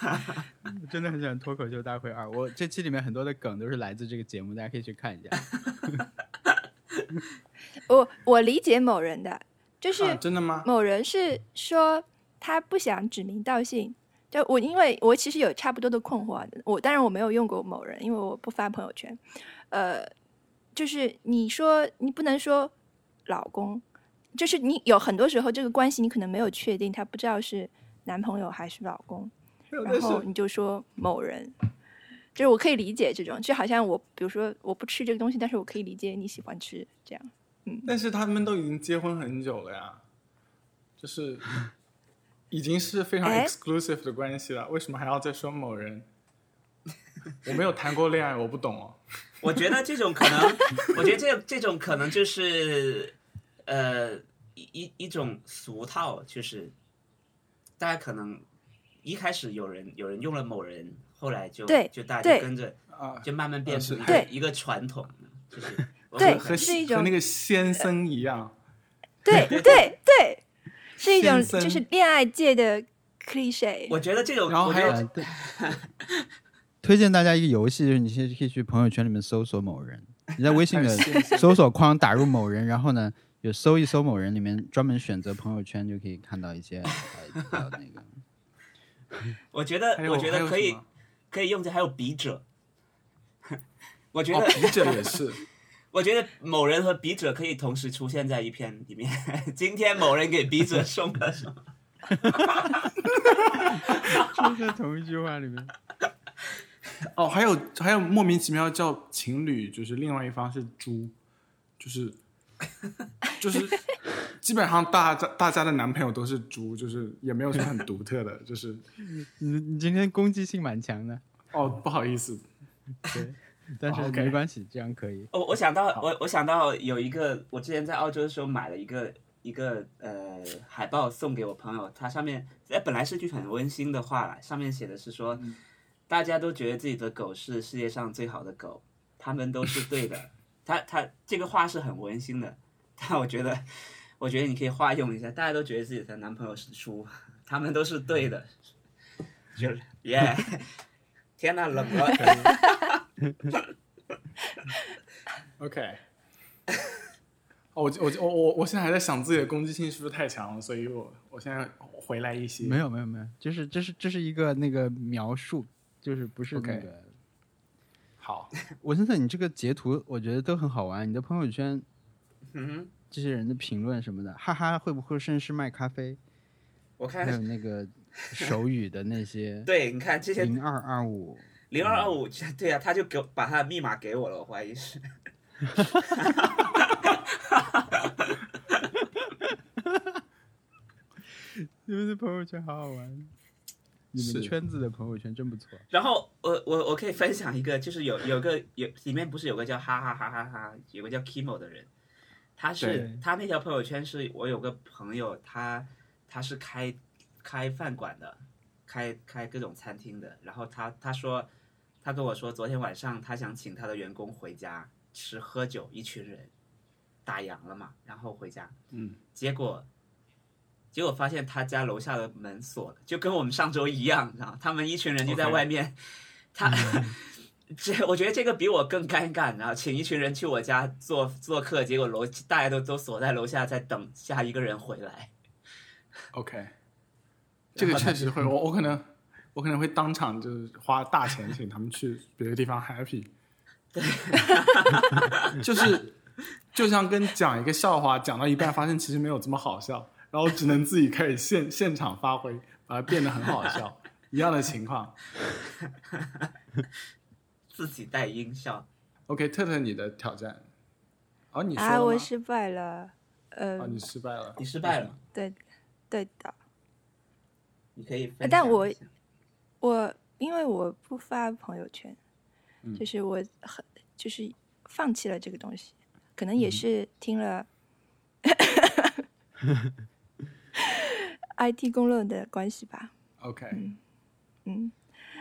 Speaker 2: 我真的很喜欢脱口秀大会二，我这期里面很多的梗都是来自这个节目，大家可以去看一下，
Speaker 4: 我我理解某人的，就是
Speaker 1: 啊、真的吗？
Speaker 4: 某人是说他不想指名道姓。就我，因为我其实有差不多的困惑，啊我当然我没有用过某人，因为我不发朋友圈。呃，就是你说你不能说老公，就是你有很多时候这个关系你可能没有确定，他不知道是男朋友还是老公，然
Speaker 1: 但
Speaker 4: 后
Speaker 1: 是
Speaker 4: 你就说某人，就是我可以理解这种，就好像我比如说我不吃这个东西，但是我可以理解你喜欢吃这样。
Speaker 1: 但是他们都已经结婚很久了呀，就是已经是非常
Speaker 4: 哎
Speaker 1: exclusive 的关系了，为什么还要再说某人？我没有谈过恋爱，我不懂哦。
Speaker 3: 我觉得这种可能，我觉得这这种可能就是，呃，一一一种俗套，就是大家可能一开始有人有人用了某人，后来就
Speaker 4: 对
Speaker 3: 就大家
Speaker 4: 对
Speaker 3: 就跟着
Speaker 1: 啊，
Speaker 3: 就慢慢变成
Speaker 1: 是
Speaker 3: 一个
Speaker 4: 对
Speaker 3: 一个传统，就是 我
Speaker 4: 对
Speaker 1: 和
Speaker 3: 很
Speaker 4: 是一
Speaker 1: 和
Speaker 4: 种
Speaker 1: 那个先生一样，
Speaker 4: 对对对，是一种
Speaker 1: 先生
Speaker 4: 就是恋爱界的 cliche。
Speaker 3: 我觉得这种，
Speaker 1: 然后
Speaker 3: 我觉
Speaker 1: 还有
Speaker 3: 得
Speaker 2: 呃对推荐大家一个游戏，就是你 先可以去朋友圈里面搜索某人，你在微信的
Speaker 1: 还有信息
Speaker 2: 搜索框打入某人，然后呢，有搜一搜某人里面专门选择朋友圈就可以看到一些 呃比较那个
Speaker 3: 我觉得
Speaker 1: 还有
Speaker 3: 我觉
Speaker 1: 还
Speaker 3: 得
Speaker 1: 有
Speaker 3: 可
Speaker 1: 什
Speaker 3: 以
Speaker 1: 么
Speaker 3: 可以用这，还有笔者， 我觉
Speaker 1: 哦
Speaker 3: 得，
Speaker 1: 笔者也是，
Speaker 3: 我觉得某人和笔者可以同时出现在一篇里面。 今天某人给笔者送了什么？
Speaker 2: 就 在同一句话里面。
Speaker 1: 哦，还有还有莫名其妙叫情侣，就是另外一方是猪，就是就是基本上大家大家的男朋友都是猪，就是也没有什么很独特的，就是
Speaker 2: 你你今天攻击性蛮强的，
Speaker 1: 哦不好意思，
Speaker 2: 对， 但是
Speaker 1: 哦 OK
Speaker 2: 没关系，这样可以。
Speaker 3: 哦我我想到我我想到有一个，我之前在澳洲的时候买了一个一个呃海报送给我朋友，它上面呃本来是句很温馨的话啦，上面写的是说，大家都觉得自己的狗是世界上最好的狗，他们都是对的。他他这个话是很温馨的，但我觉得我觉得你可以化用一下，大家都觉得自己的男朋友是猪，他们都是对的， 就是耶。天呐，冷了。
Speaker 1: OK 哦。我我我我我现在还在想自己的攻击性是不是太强了，所以我我现在回来一些。
Speaker 2: 没有没有没有，就是这是这是一个那个描述，就是不是
Speaker 1: OK
Speaker 2: 那个。
Speaker 1: 好，
Speaker 2: 我现在你这个截图我觉得都很好玩，你的朋友圈
Speaker 3: 嗯哼，
Speaker 2: 这些人的评论什么的，哈哈，会不会绅士卖咖 啡？
Speaker 3: 我
Speaker 2: 还
Speaker 3: 看
Speaker 2: 有那个手语的那 些
Speaker 3: 对，你看这些
Speaker 2: 零二二五，
Speaker 3: 零二二五， 对呀、啊，他就给我把他的密码给我了，我怀疑是。
Speaker 2: 你们的朋友圈好好玩，你
Speaker 1: 是
Speaker 2: 们圈子的朋友圈真不错。
Speaker 3: 然后我我我可以分享一个，就是有有个有里面不是有个叫哈哈哈哈哈，有个叫 Kimo 的人，他是
Speaker 2: 对
Speaker 3: 他那条朋友圈是我有个朋友，他他是开开饭馆的，开开各种餐厅的，然后他他说他跟我说昨天晚上他想请他的员工回家吃喝酒，一群人打烊了嘛，然后回家，
Speaker 1: 嗯，
Speaker 3: 结果结果发现他家楼下的门锁了，就跟我们上周一样，然后他们一群人就在
Speaker 1: OK
Speaker 3: 外面他。 这我觉得这个比我更尴尬，然后请一群人去我家做做客，结果楼大家都都锁在楼下，在等下一个人回来。
Speaker 1: OK，这个确实会，我我可能我可能会当场就是花大钱请他们去别的地方 happy，就是就像跟讲一个笑话讲到一半，发现其实没有这么好笑，然后只能自己开始现现场发挥，把它变得很好笑，一样的情况。
Speaker 3: 自己带音效，
Speaker 1: OK，特特，你的挑战，哦，你说了
Speaker 4: 啊，
Speaker 1: 吗
Speaker 4: 我失败了，呃，
Speaker 1: 哦，你失败了，
Speaker 3: 你失败了，
Speaker 4: 对，对的，
Speaker 3: 你可以分享一下。
Speaker 4: 呃但我我因为我不发朋友圈，
Speaker 1: 嗯
Speaker 4: 就是我很就是放弃了这个东西，可
Speaker 1: 嗯
Speaker 4: 能也是听 了 IT 公论的关系吧，
Speaker 1: OK，
Speaker 4: 嗯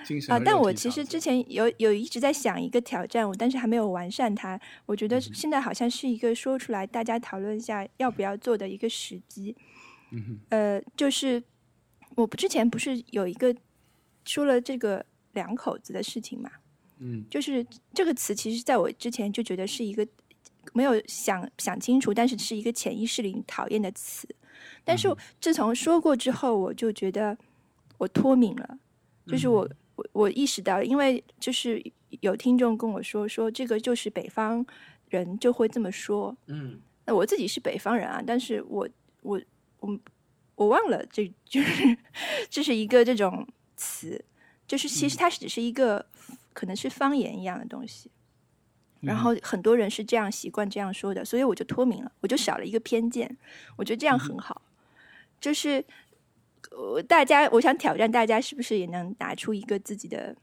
Speaker 1: 精神
Speaker 4: 啊、
Speaker 1: 和
Speaker 4: 但
Speaker 1: 肉
Speaker 4: 我
Speaker 1: 体
Speaker 4: 其实
Speaker 1: 强
Speaker 4: 之前有有一直在想一个挑战，我但是还没有完善它。我
Speaker 1: 嗯
Speaker 4: 觉得现在好像是一个说出来大家讨论一下要不要做的一个时机。
Speaker 1: 嗯
Speaker 4: 呃，就是我不之前不是有一个说了这个两口子的事情嘛，
Speaker 1: 嗯
Speaker 4: 就是这个词，其实在我之前就觉得是一个没有想想清楚，但是是一个潜意识里你讨厌的词。但是自从说过之后，我就觉得我脱敏了，就是我、我我意识到，因为就是有听众跟我说说这个就是北方人就会这么说。
Speaker 3: 嗯，
Speaker 4: 那我自己是北方人啊，但是我我我我忘了这就是 这是一个这种词，就是其实它只是一个可能是方言一样的东西。然后很多人是这样习惯这样说的，所以我就脱敏了，我就少了一个偏见，我觉得这
Speaker 1: 嗯
Speaker 4: 样很好。就是我大家，我想挑战大家，是不是也能拿出一个自己的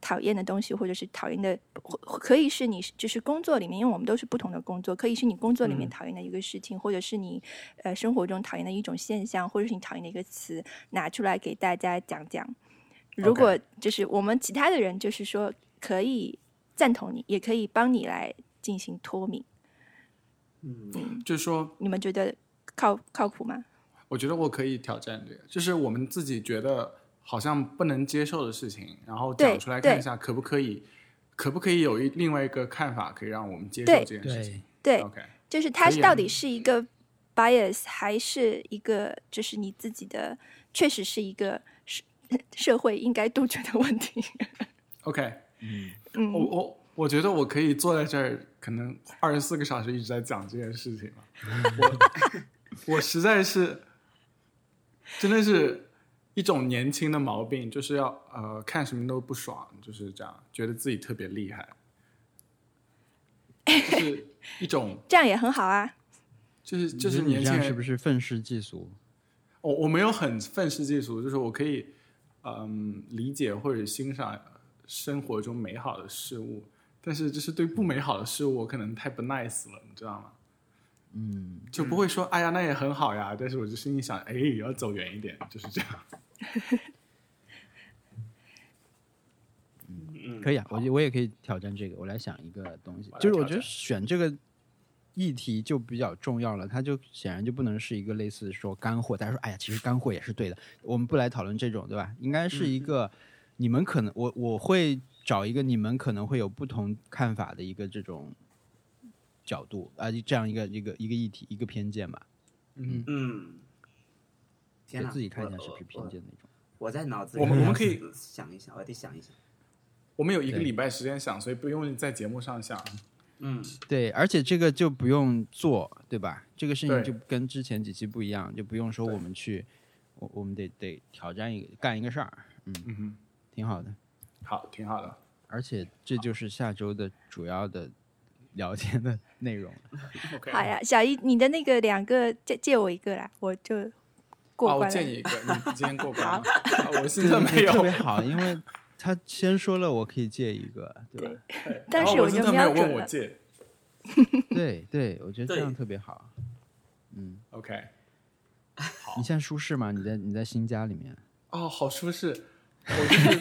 Speaker 4: 讨厌的东西，或者是讨厌的，或可以是你就是工作里面，因为我们都是不同的工作，可以是你工作里面
Speaker 1: 嗯
Speaker 4: 讨厌的一个事情，或者是你呃生活中讨厌的一种现象，或者是你讨厌的一个词，拿出来给大家讲讲。如
Speaker 1: OK
Speaker 4: 果就是我们其他的人，就是说可以赞同你，也可以帮你来进行脱敏。
Speaker 1: 嗯，就是说
Speaker 4: 你们觉得靠靠谱吗？
Speaker 1: 我觉得我可以挑战这个，就是我们自己觉得好像不能接受的事情，然后
Speaker 4: 对
Speaker 1: 讲出来看
Speaker 4: 对
Speaker 1: 一下可不可以，可不可以有一另外一个看法，可以让我们接受
Speaker 4: 对
Speaker 1: 这件事情。
Speaker 4: 对
Speaker 1: OK，
Speaker 4: 就是它
Speaker 1: 可
Speaker 4: 是
Speaker 1: 以啊
Speaker 4: 到底是一个 bias 还是一个就是你自己的，确实是一个社 社会应该杜绝的问题。
Speaker 1: OK，
Speaker 5: 嗯，
Speaker 1: 我
Speaker 4: 嗯，
Speaker 1: 我我觉得我可以坐在这儿，可能二十四个小时一直在讲这件事情了。 我我实在是真的是一种年轻的毛病，就是要呃看什么都不爽，就是这样，觉得自己特别厉害，就是一种
Speaker 4: 这样也很好啊。
Speaker 1: 就是就
Speaker 2: 你觉
Speaker 1: 是
Speaker 2: 得你
Speaker 1: 年
Speaker 2: 这
Speaker 1: 轻
Speaker 2: 样
Speaker 1: 人
Speaker 2: 是不是愤世嫉俗？
Speaker 1: 我我没有很愤世嫉俗，就是我可以嗯理解或者欣赏生活中美好的事物，但是就是对不美好的事物，我可能太不 nice 了，你知道吗？
Speaker 2: 嗯，
Speaker 1: 就不会说、哎呀那也很好呀，但是我就心里想哎要走远一点，就是这样。
Speaker 3: 嗯，
Speaker 2: 可以啊，我我也可以挑战这个。我来想一个东西
Speaker 1: 我，来
Speaker 2: 就是我
Speaker 1: 挑
Speaker 2: 觉得选这个议题就比较重要了，它就显然就不能是一个类似说干货，大家说哎呀，其实干货也是对的，我们不来讨论这种，对吧？应该
Speaker 3: 嗯
Speaker 2: 是一个你们可能我我会找一个你们可能会有不同看法的一个这种角度啊，这样一个一个一个议题一个偏见吧，
Speaker 1: 嗯，
Speaker 3: 嗯，天
Speaker 2: 给
Speaker 3: 哪，
Speaker 2: 自己看一下
Speaker 3: 我
Speaker 2: 是不是偏。见
Speaker 3: 我
Speaker 2: 那种。
Speaker 3: 我在脑子里，
Speaker 1: 我们我们可以
Speaker 3: 想一想，我得想一想。
Speaker 1: 我们有一个
Speaker 2: 对
Speaker 1: 礼拜时间想，所以不用在节目上想。
Speaker 3: 嗯，
Speaker 2: 对，而且这个就不用做，对吧？这个事情
Speaker 1: 对
Speaker 2: 就跟之前几期不一样，就不用说我们去，我我们得得挑战一个干一个事儿，
Speaker 1: 嗯哼，
Speaker 2: 挺好的。
Speaker 1: 好，挺好的。
Speaker 2: 而且这就是下周的主要的聊天的内容了。
Speaker 1: OK，
Speaker 4: 好呀，小一，你的那个两个借借我一个啦，我就过
Speaker 1: 啊，我
Speaker 4: 关了。
Speaker 1: 建议一个，你今天过关了，啊我现在没
Speaker 2: 对特别
Speaker 1: 有，
Speaker 2: 好，因为他先说了我可以借一个，对吧？
Speaker 4: 但
Speaker 1: 然
Speaker 4: 是
Speaker 1: 啊后我
Speaker 4: 就
Speaker 1: 现在没
Speaker 4: 瞄
Speaker 1: 有
Speaker 4: 准
Speaker 1: 问我
Speaker 4: 了，
Speaker 1: 借。
Speaker 2: 对对，我觉得这
Speaker 3: 对
Speaker 2: 样特别好。嗯，
Speaker 1: OK，
Speaker 2: 你现在舒适吗？你在你在新家里面，
Speaker 1: 哦，好舒适，我就是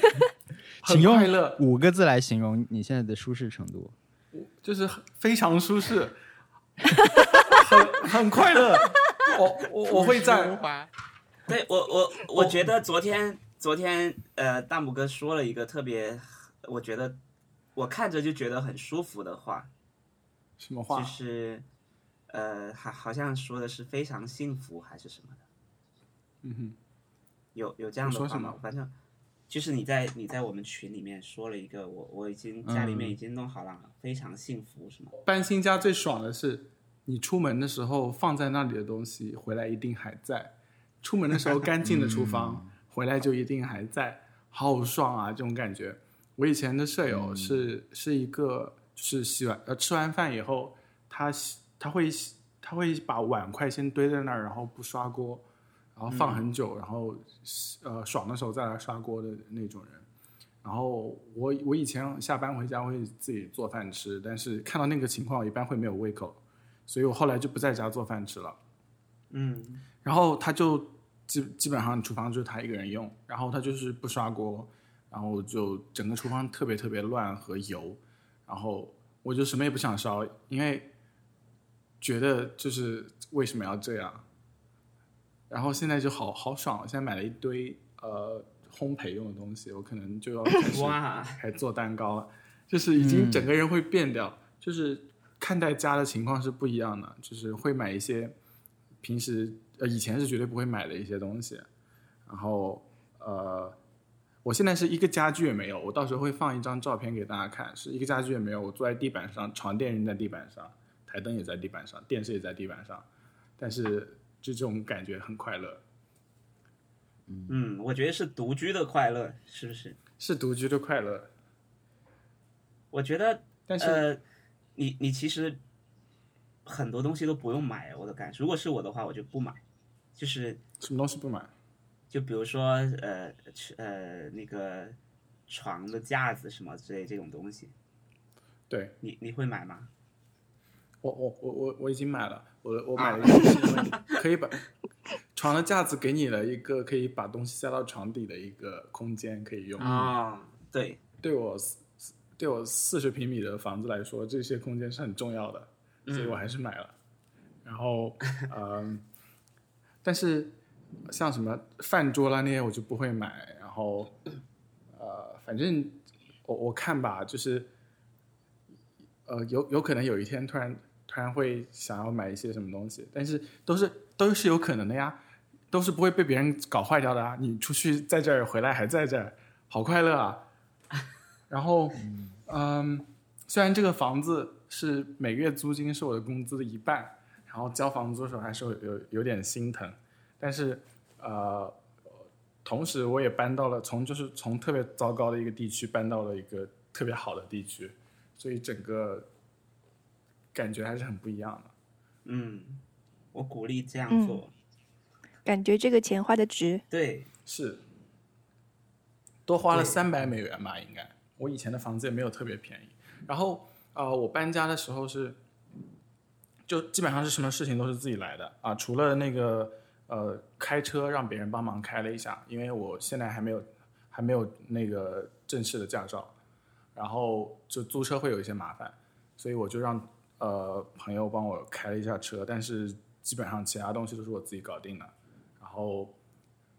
Speaker 2: 请
Speaker 1: 很
Speaker 2: 用
Speaker 1: 快乐，
Speaker 2: 五个字来形容你现在的舒适程度。
Speaker 1: 就是很非常舒适，很很快 乐。我我我会在
Speaker 3: 对我我我觉得昨天昨天呃大拇哥说了一个特别，我觉得我看着就觉得很舒服的话，
Speaker 1: 什么
Speaker 3: 就
Speaker 1: 话？
Speaker 3: 是呃好好像说的是非常幸福还是什么的，
Speaker 1: 嗯
Speaker 3: 有有这样
Speaker 1: 你说
Speaker 3: 的话
Speaker 1: 什
Speaker 3: 吗
Speaker 1: 么？
Speaker 3: 反正就是你在你在我们群里面说了一个，我我已经家里面
Speaker 2: 嗯
Speaker 3: 已经弄好了，非常幸福什么
Speaker 1: 哼，搬新家最爽的是，你出门的时候放在那里的东西，回来一定还在；出门的时候干净的厨房，回来就一定还在，好爽啊！这种感觉。我以前的舍友是、是一个，就是洗完呃吃完饭以后，他洗他会洗他会把碗筷先堆在那儿，然后不刷锅，然后放很久，然后呃爽的时候再来刷锅的那种人。然后我我以前下班回家会自己做饭吃，但是看到那个情况，我一般会没有胃口，所以我后来就不在家做饭吃了。
Speaker 3: 嗯
Speaker 1: 然后他就基基本上厨房就是他一个人用，然后他就是不刷锅，然后就整个厨房特别特别乱和油，然后我就什么也不想烧，因为觉得就是为什么要这样，然后现在就好好爽，啊我现在买了一堆呃烘焙用的东西，我可能就要开始
Speaker 3: 哇
Speaker 1: 还做蛋糕了，就是已经整个人会变掉，就是看待家的情况是不一样的，就是会买一些平时呃以前是绝对不会买的一些东西，然后呃，我现在是一个家具也没有，我到时候会放一张照片给大家看，是一个家具也没有，我坐在地板上，床垫扔在地板上，台灯也在地板上，电视也在地板上，但是就这种感觉很快乐，
Speaker 3: 嗯，我觉得是独居的快乐，是不是？
Speaker 1: 是独居的快乐，
Speaker 3: 我觉得
Speaker 1: 但是、
Speaker 3: 呃，你你其实很多东西都不用买，我的感受。如果是我的话，我就不买，就是
Speaker 1: 什么东西不买？
Speaker 3: 就比如说呃吃呃那个床的架子什么之类这种东西，
Speaker 1: 对
Speaker 3: 你你会买吗？
Speaker 1: 我我我我我已经买了，我我买了一个是因为可以把床的架子给你了一个可以把东西塞到床底的一个空间可以用。
Speaker 3: 啊、对，
Speaker 1: 对我四对我四十平米的房子来说，这些空间是很重要的，所以我还是买了。然后，嗯、 但是像什么饭桌啦那些我就不会买。然后，呃，反正我我看吧，就是，呃，有有可能有一天突然突然会想要买一些什么东西，但是都是都是有可能的呀，都是不会被别人搞坏掉的啊。你出去在这儿，回来还在这儿，好快乐啊！然后，嗯，虽然这个房子是每个月租金是我的工资的一半，然后交房租的时候还是有有有点心疼，但是呃，同时我也搬到了从就是从特别糟糕的一个地区搬到了一个特别好的地区，所以整个感觉还是很不一样的。
Speaker 3: 嗯，我鼓励这样
Speaker 4: 嗯
Speaker 3: 做。
Speaker 4: 感觉这个钱花的值。
Speaker 3: 对，
Speaker 1: 是，多花了
Speaker 3: 对
Speaker 1: 三百美元吧，应该。我以前的房子也没有特别便宜。然后，呃，我搬家的时候是，就基本上是什么事情都是自己来的啊，除了那个呃开车让别人帮忙开了一下，因为我现在还没有还没有那个正式的驾照，然后就租车会有一些麻烦，所以我就让呃朋友帮我开了一下车，但是基本上其他东西都是我自己搞定的。然后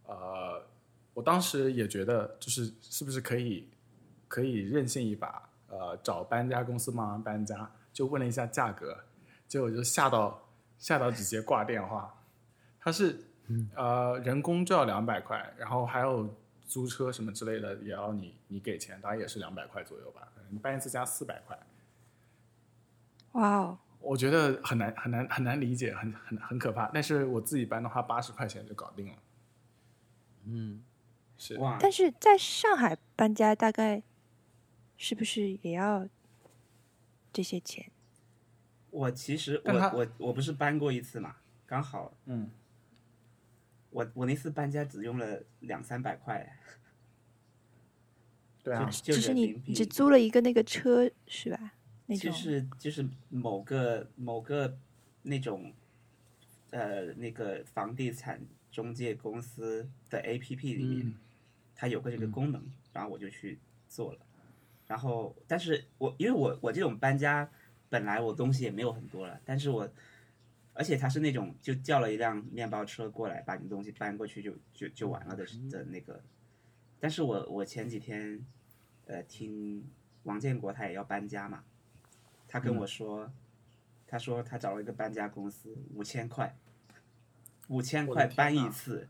Speaker 1: 呃，我当时也觉得，就是是不是可以可以任性一把，呃，找搬家公司帮忙搬家，就问了一下价格，结果就吓到吓到直接挂电话。他是呃人工就要两百块，然后还有租车什么之类的也要你你给钱，大概也是两百块左右吧，你搬一次家四百块。
Speaker 4: 哇哦，
Speaker 1: 我觉得很难很难很难理解，很很很可怕。但是我自己搬的话，八十块钱就搞定了。
Speaker 2: 嗯，
Speaker 1: 是
Speaker 3: 哇，
Speaker 4: 但是在上海搬家大概是不是也要这些钱？
Speaker 3: 我其实我
Speaker 1: 但他
Speaker 3: 我我不是搬过一次嘛，刚好
Speaker 1: 嗯，
Speaker 3: 我我那次搬家只用了两三百块，
Speaker 1: 对啊，
Speaker 3: 就
Speaker 4: 只
Speaker 3: 就是人
Speaker 4: 你
Speaker 3: 民币，
Speaker 4: 只租了一个那个车是吧？那
Speaker 3: 就
Speaker 4: 种
Speaker 3: 是就是某个某个那种呃那个房地产中介公司的 A P P 里面，
Speaker 1: 嗯
Speaker 3: 它有个
Speaker 4: 嗯
Speaker 3: 这个功能，然后我就去做了。然后，但是我因为我我这种搬家，本来我东西也没有很多了，但是我而且他是那种就叫了一辆面包车过来，把你东西搬过去就就就完了的
Speaker 4: 嗯
Speaker 3: 的那个。但是我我前几天呃听王建国他也要搬家嘛，他跟
Speaker 1: 嗯
Speaker 3: 我说，他说他找了一个搬家公司，五千块，五千
Speaker 1: 我的
Speaker 3: 块
Speaker 1: 天
Speaker 3: 搬
Speaker 1: 呐嗯
Speaker 3: 一次。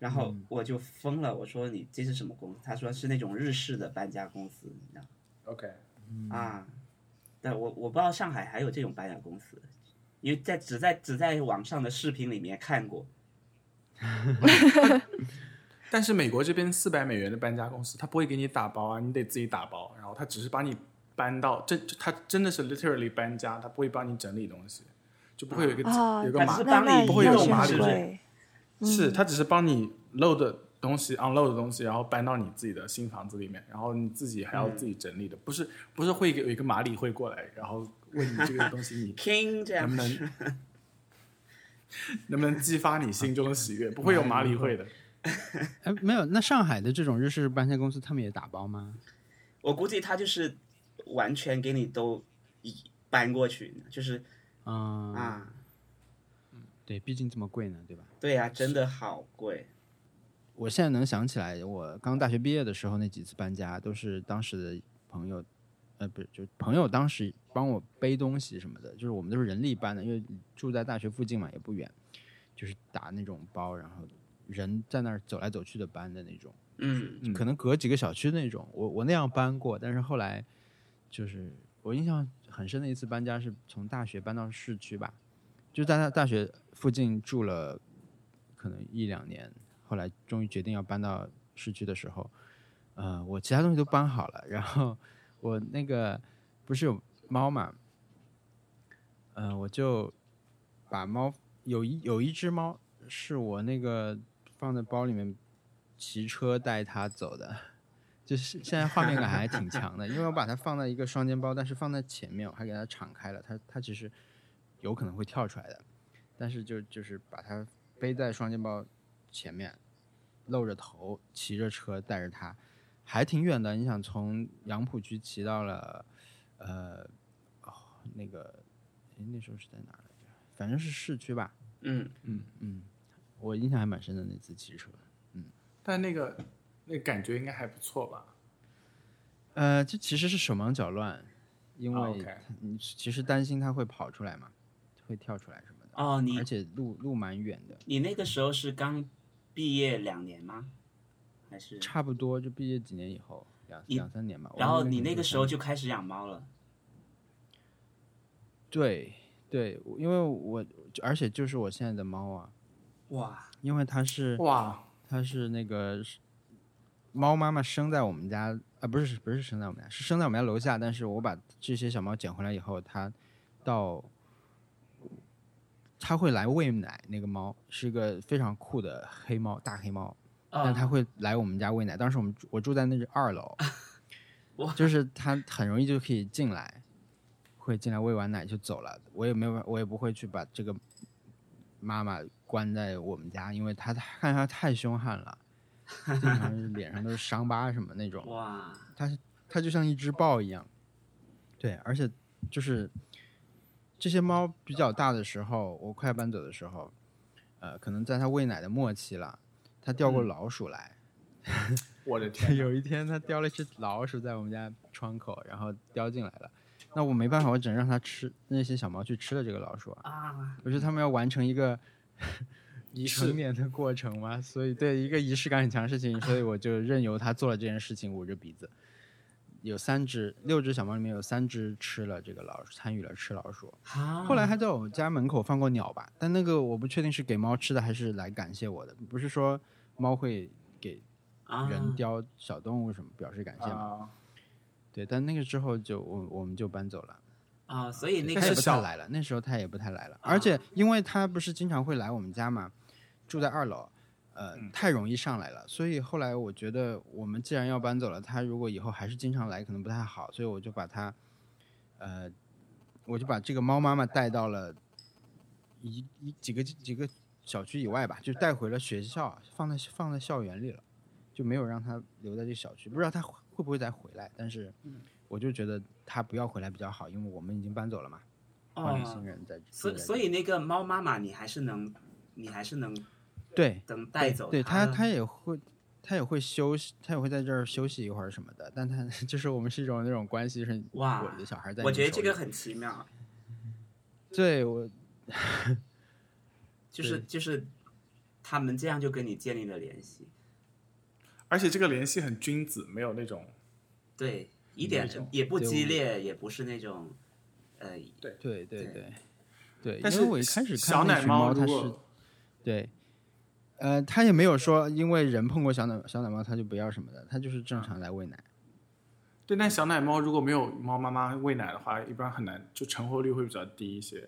Speaker 3: 然后我就疯了，我说你这是什么公司？他说是那种日式的搬家公司，你知道吗
Speaker 1: OK，嗯
Speaker 3: 啊，但我我不知道上海还有这种搬家公司，因为在只在只在网上的视频里面看过。
Speaker 1: 嗯但是美国这边四百美元的搬家公司，他不会给你打包啊，你得自己打包，然后他只是把你搬到真，他真的是 literally 搬家，他不会帮你整理东西，就不会有一个、
Speaker 4: 哦，
Speaker 1: 有一个
Speaker 3: 啊
Speaker 1: 码
Speaker 3: 它只是，嗯
Speaker 4: 那
Speaker 3: 帮
Speaker 4: 那
Speaker 3: 你
Speaker 1: 不会
Speaker 4: 那
Speaker 1: 有
Speaker 4: 是
Speaker 1: 马
Speaker 4: 很
Speaker 1: 里
Speaker 4: 贵
Speaker 1: 是他只是帮你 load 的东西 unload 的东西，然后搬到你自己的新房子里面，然后你自己还要自己整理的，不是不是会有一个马里会过来，然后问你这个东西 你
Speaker 3: King 这
Speaker 1: 能
Speaker 3: 样
Speaker 1: 不能能不能激发你心中的喜悦，不会有马里会的。
Speaker 2: 哎，没有，那上海的这种日式搬家公司，他们也打包吗？
Speaker 3: 我估计他就是完全给你都一搬过去，就是
Speaker 2: 嗯，
Speaker 3: 啊，
Speaker 2: 对，毕竟这么贵呢，对吧？
Speaker 3: 对呀、真的好贵。
Speaker 2: 我现在能想起来，我刚大学毕业的时候那几次搬家，都是当时的朋友，呃，不是，就朋友当时帮我背东西什么的，就是我们都是人力搬的，因为住在大学附近嘛，也不远，就是打那种包，然后人在那儿走来走去的搬的那种，
Speaker 3: 嗯，
Speaker 1: 嗯
Speaker 2: 可能隔几个小区那种。我我那样搬过，但是后来就是我印象很深的一次搬家是从大学搬到市区吧，就在大大学附近住了可能一两年，后来终于决定要搬到市区的时候，呃，我其他东西都搬好了，然后我那个不是有猫嘛，呃，我就把猫有一有一只猫是我那个放在包里面骑车带它走的，就是现在画面感还挺强的，因为我把它放在一个双肩包，但是放在前面，我还给它敞开了，它它其实有可能会跳出来的，但是就就是把它背在双肩包前面，露着头骑着车带着它，还挺远的，你想从杨浦区骑到了呃哦那个诶那时候是在哪儿来着？反正是市区吧，
Speaker 3: 嗯，
Speaker 2: 嗯，我印象还蛮深的那次骑车。
Speaker 1: 但那个那个感觉应该还不错吧？
Speaker 2: 呃，这其实是手忙脚乱，因
Speaker 1: 啊
Speaker 2: 为
Speaker 1: OK
Speaker 2: 它你其实担心它会跑出来嘛，会跳出来什么的。
Speaker 3: 哦，你
Speaker 2: 而且路路蛮远的，
Speaker 3: 你那个时候是刚毕业两年吗？还是？
Speaker 2: 差不多就毕业几年以后，两
Speaker 3: 你
Speaker 2: 两三年吧。我
Speaker 3: 然后
Speaker 2: 应该
Speaker 3: 你
Speaker 2: 可能
Speaker 3: 那
Speaker 2: 就
Speaker 3: 个
Speaker 2: 三
Speaker 3: 时候
Speaker 2: 年
Speaker 3: 就开始养猫了。
Speaker 2: 对对，因为我而且就是我现在的猫啊，
Speaker 3: 哇，
Speaker 2: 因为它是
Speaker 1: 哇，
Speaker 2: 它是那个是猫妈妈生在我们家啊、不是不是生在我们家，是生在我们家楼下。但是我把这些小猫捡回来以后，它到它会来喂奶。那个猫是一个非常酷的黑猫，大黑猫，但它会来我们家喂奶。当时我们住我住在那是二楼
Speaker 3: 哇，
Speaker 2: 就是它很容易就可以进来，会进来喂完奶就走了。我也没有，我也不会去把这个妈妈关在我们家，因为它看它太凶悍了，经常是脸上都是伤疤什么那种。
Speaker 3: 哇，
Speaker 2: 它就像一只豹一样。对，而且就是这些猫比较大的时候，我快搬走的时候，呃，可能在它喂奶的末期了，它叼过老鼠来。，
Speaker 1: 我的天
Speaker 2: 有一天，它叼了一只老鼠在我们家窗口，然后叼进来了。那我没办法，我只能让它吃那些小猫去吃了这个老鼠啊。
Speaker 3: 啊，
Speaker 2: 我觉得它们要完成一个
Speaker 1: 仪
Speaker 2: 成
Speaker 1: 式
Speaker 2: 年的过程嘛，所以对一个仪式感很强的事情，所以我就任由他做了这件事情，捂着鼻子。有三只，六只小猫里面有三只吃了这个老鼠，参与了吃老鼠。
Speaker 3: 啊
Speaker 2: 后来还在我家门口放过鸟吧，但那个我不确定是给猫吃的还是来感谢我的，不是说猫会给
Speaker 3: 啊
Speaker 2: 人叼小动物什么表示感谢嘛？
Speaker 1: 啊，
Speaker 2: 对，但那个之后就我我们就搬走了。
Speaker 3: 啊，所以那
Speaker 2: 他也
Speaker 3: 个
Speaker 2: 不
Speaker 1: 是小啊
Speaker 2: 太来了，那时候他也不太来了，而且因为他不是经常会来我们家嘛，住在二楼，呃，
Speaker 1: 嗯
Speaker 2: 太容易上来了，所以后来我觉得我们既然要搬走了，他如果以后还是经常来，可能不太好，所以我就把他，呃，我就把这个猫妈妈带到了一一几个几个小区以外吧，就带回了学校，放在放在校园里了，就没有让它留在这个小区，不知道它会会不会再回来，但是
Speaker 1: 嗯
Speaker 2: 我就觉得它不要回来比较好，因为我们已经搬走了嘛，换了
Speaker 3: 哦
Speaker 2: 新，人在住在这里。
Speaker 3: 所所以那个猫妈妈你还是能，你还是能
Speaker 2: 对
Speaker 3: 能带走
Speaker 2: 对它
Speaker 3: 它的
Speaker 2: 它也会。它也会休息，它也会在这儿休息一会儿什么的，但它就是我们是一种那种关系，就是
Speaker 3: 哇
Speaker 2: 我的小孩在
Speaker 3: 我
Speaker 2: 你
Speaker 3: 觉得
Speaker 2: 手
Speaker 3: 这个
Speaker 2: 里
Speaker 3: 很奇妙，
Speaker 2: 对我
Speaker 3: 就是就是他们这样就跟你建立了联系，
Speaker 1: 而且这个联系很君子，没有那种
Speaker 3: 对，一
Speaker 1: 那
Speaker 3: 点
Speaker 1: 种
Speaker 3: 也不
Speaker 2: 对
Speaker 3: 激
Speaker 2: 我
Speaker 3: 烈，也不是那种呃
Speaker 2: 对对
Speaker 3: 对
Speaker 2: 对对，
Speaker 1: 但
Speaker 2: 因
Speaker 1: 是
Speaker 2: 为我一开始
Speaker 1: 小
Speaker 2: 看那
Speaker 1: 奶
Speaker 2: 群猫，
Speaker 1: 如
Speaker 2: 它
Speaker 1: 果
Speaker 2: 是对，呃，它也没有说因为人碰过小奶小奶猫，它就不要什么的，它就是正常来喂奶。
Speaker 1: 对，但小奶猫如果没有猫妈妈喂奶的话，一般很难，就成活率会比较低一些。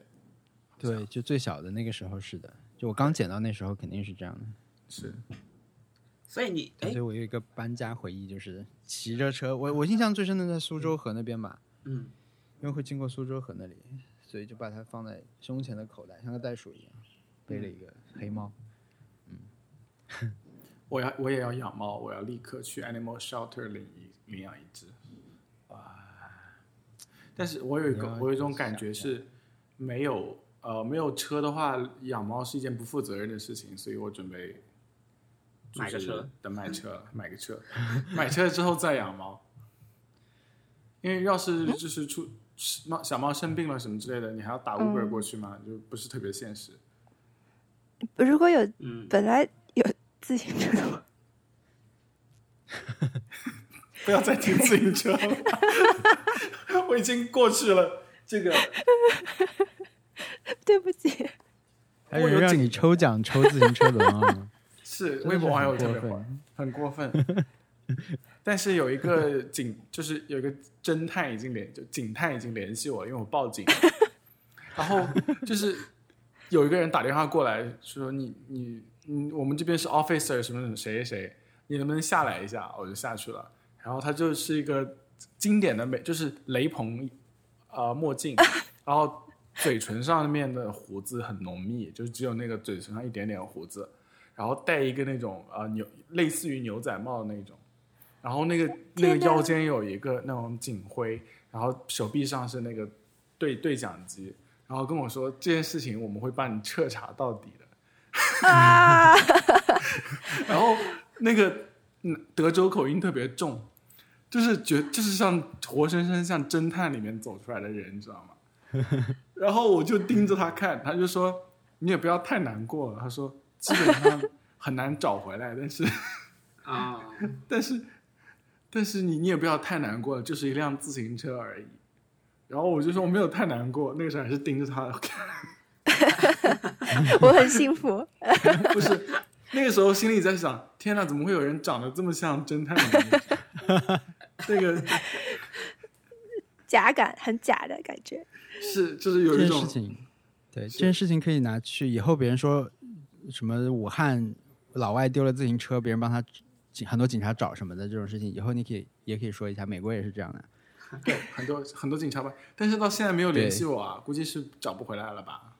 Speaker 3: 啊
Speaker 2: 对，就最小的那个时候是的，就我刚捡到那时候肯定是这样的。
Speaker 1: 是，
Speaker 3: 所以你
Speaker 2: 对
Speaker 3: 哎
Speaker 2: 所以，我有一个搬家回忆，就是骑着车，我我印象最深的在苏州河那边吧，
Speaker 3: 嗯，
Speaker 2: 因为会经过苏州河那里，所以就把它放在胸前的口袋，像个袋鼠一样，背了一个黑猫。
Speaker 1: 我要我也要养猫，我要立刻去 animal shelter 领一领养一只。哇！但是我有一个
Speaker 2: 你要
Speaker 1: 我有一种感觉是，没有呃没有车的话，养猫是一件不负责任的事情，所以我准备就是
Speaker 3: 买个车，
Speaker 1: 等买车 了，买个车，买车之后再养猫。因为要
Speaker 3: 嗯
Speaker 1: 是就是出猫小猫生病了什么之类的，你还要打
Speaker 3: 嗯
Speaker 1: Uber 过去嘛，就不是特别现实。
Speaker 4: 如果有
Speaker 3: 嗯，
Speaker 4: 本来有自行车 的话，
Speaker 1: 不要再提自行车了， 我已经过去了。这个
Speaker 4: 对不 起，
Speaker 2: 还有人让你抽奖抽自行车轮啊！
Speaker 1: 是
Speaker 2: 真的
Speaker 1: 微博
Speaker 2: 是
Speaker 1: 网友
Speaker 2: 很
Speaker 1: 特别
Speaker 2: 过
Speaker 1: 火，很过分。但是有一个警， 就是有一个侦探已经联，就警探已经联系我，因为我报 警了。然后就是有一个人打电话过来说你你你，我们这边是 officer 什么什么谁谁谁，你能不能下来一下？我就下去了。然后他就是一个经典的美，就是雷朋，呃，墨镜， 然后嘴唇上面的胡子很浓密，就是只有那个嘴唇上一点点胡子，然后戴一个那种呃牛类似于牛仔帽的那种，然后那个那个
Speaker 4: 天哪
Speaker 1: 腰间有一个那种警徽，然后手臂上是那个对对讲机，然后跟我说这件事情我们会帮你彻查到底的。
Speaker 4: 啊，
Speaker 1: 然后那个嗯德州口音特别重，就是觉就是像活生生像侦探里面走出来的人，你知道吗？然后我就盯着他看，他就说你也不要太难过了，他说基本上很难找回来，但是
Speaker 3: 啊，
Speaker 1: 但是但是你你也不要太难过了，就是一辆自行车而已。然后我就说我没有太难过，那个时候还是盯着他看，
Speaker 4: 我很幸福。
Speaker 1: 不是 那个时候心里在想，天哪，怎么会有人长得这么像侦探的名字？那个
Speaker 4: 假感很假的感觉，
Speaker 1: 是就是有
Speaker 2: 这
Speaker 1: 一
Speaker 2: 件事
Speaker 1: 种
Speaker 2: 情，对
Speaker 1: 是
Speaker 2: 这件事情可以拿去以后别人说什么武汉老外丢了自行车，别人帮他警很多警察找什么的这种事情，以后你可以也可以说一下，美国也是这样的。
Speaker 1: 对很多很多警察吧，但是到现在没有联
Speaker 2: 对
Speaker 1: 系我啊，估计是找不回来了吧？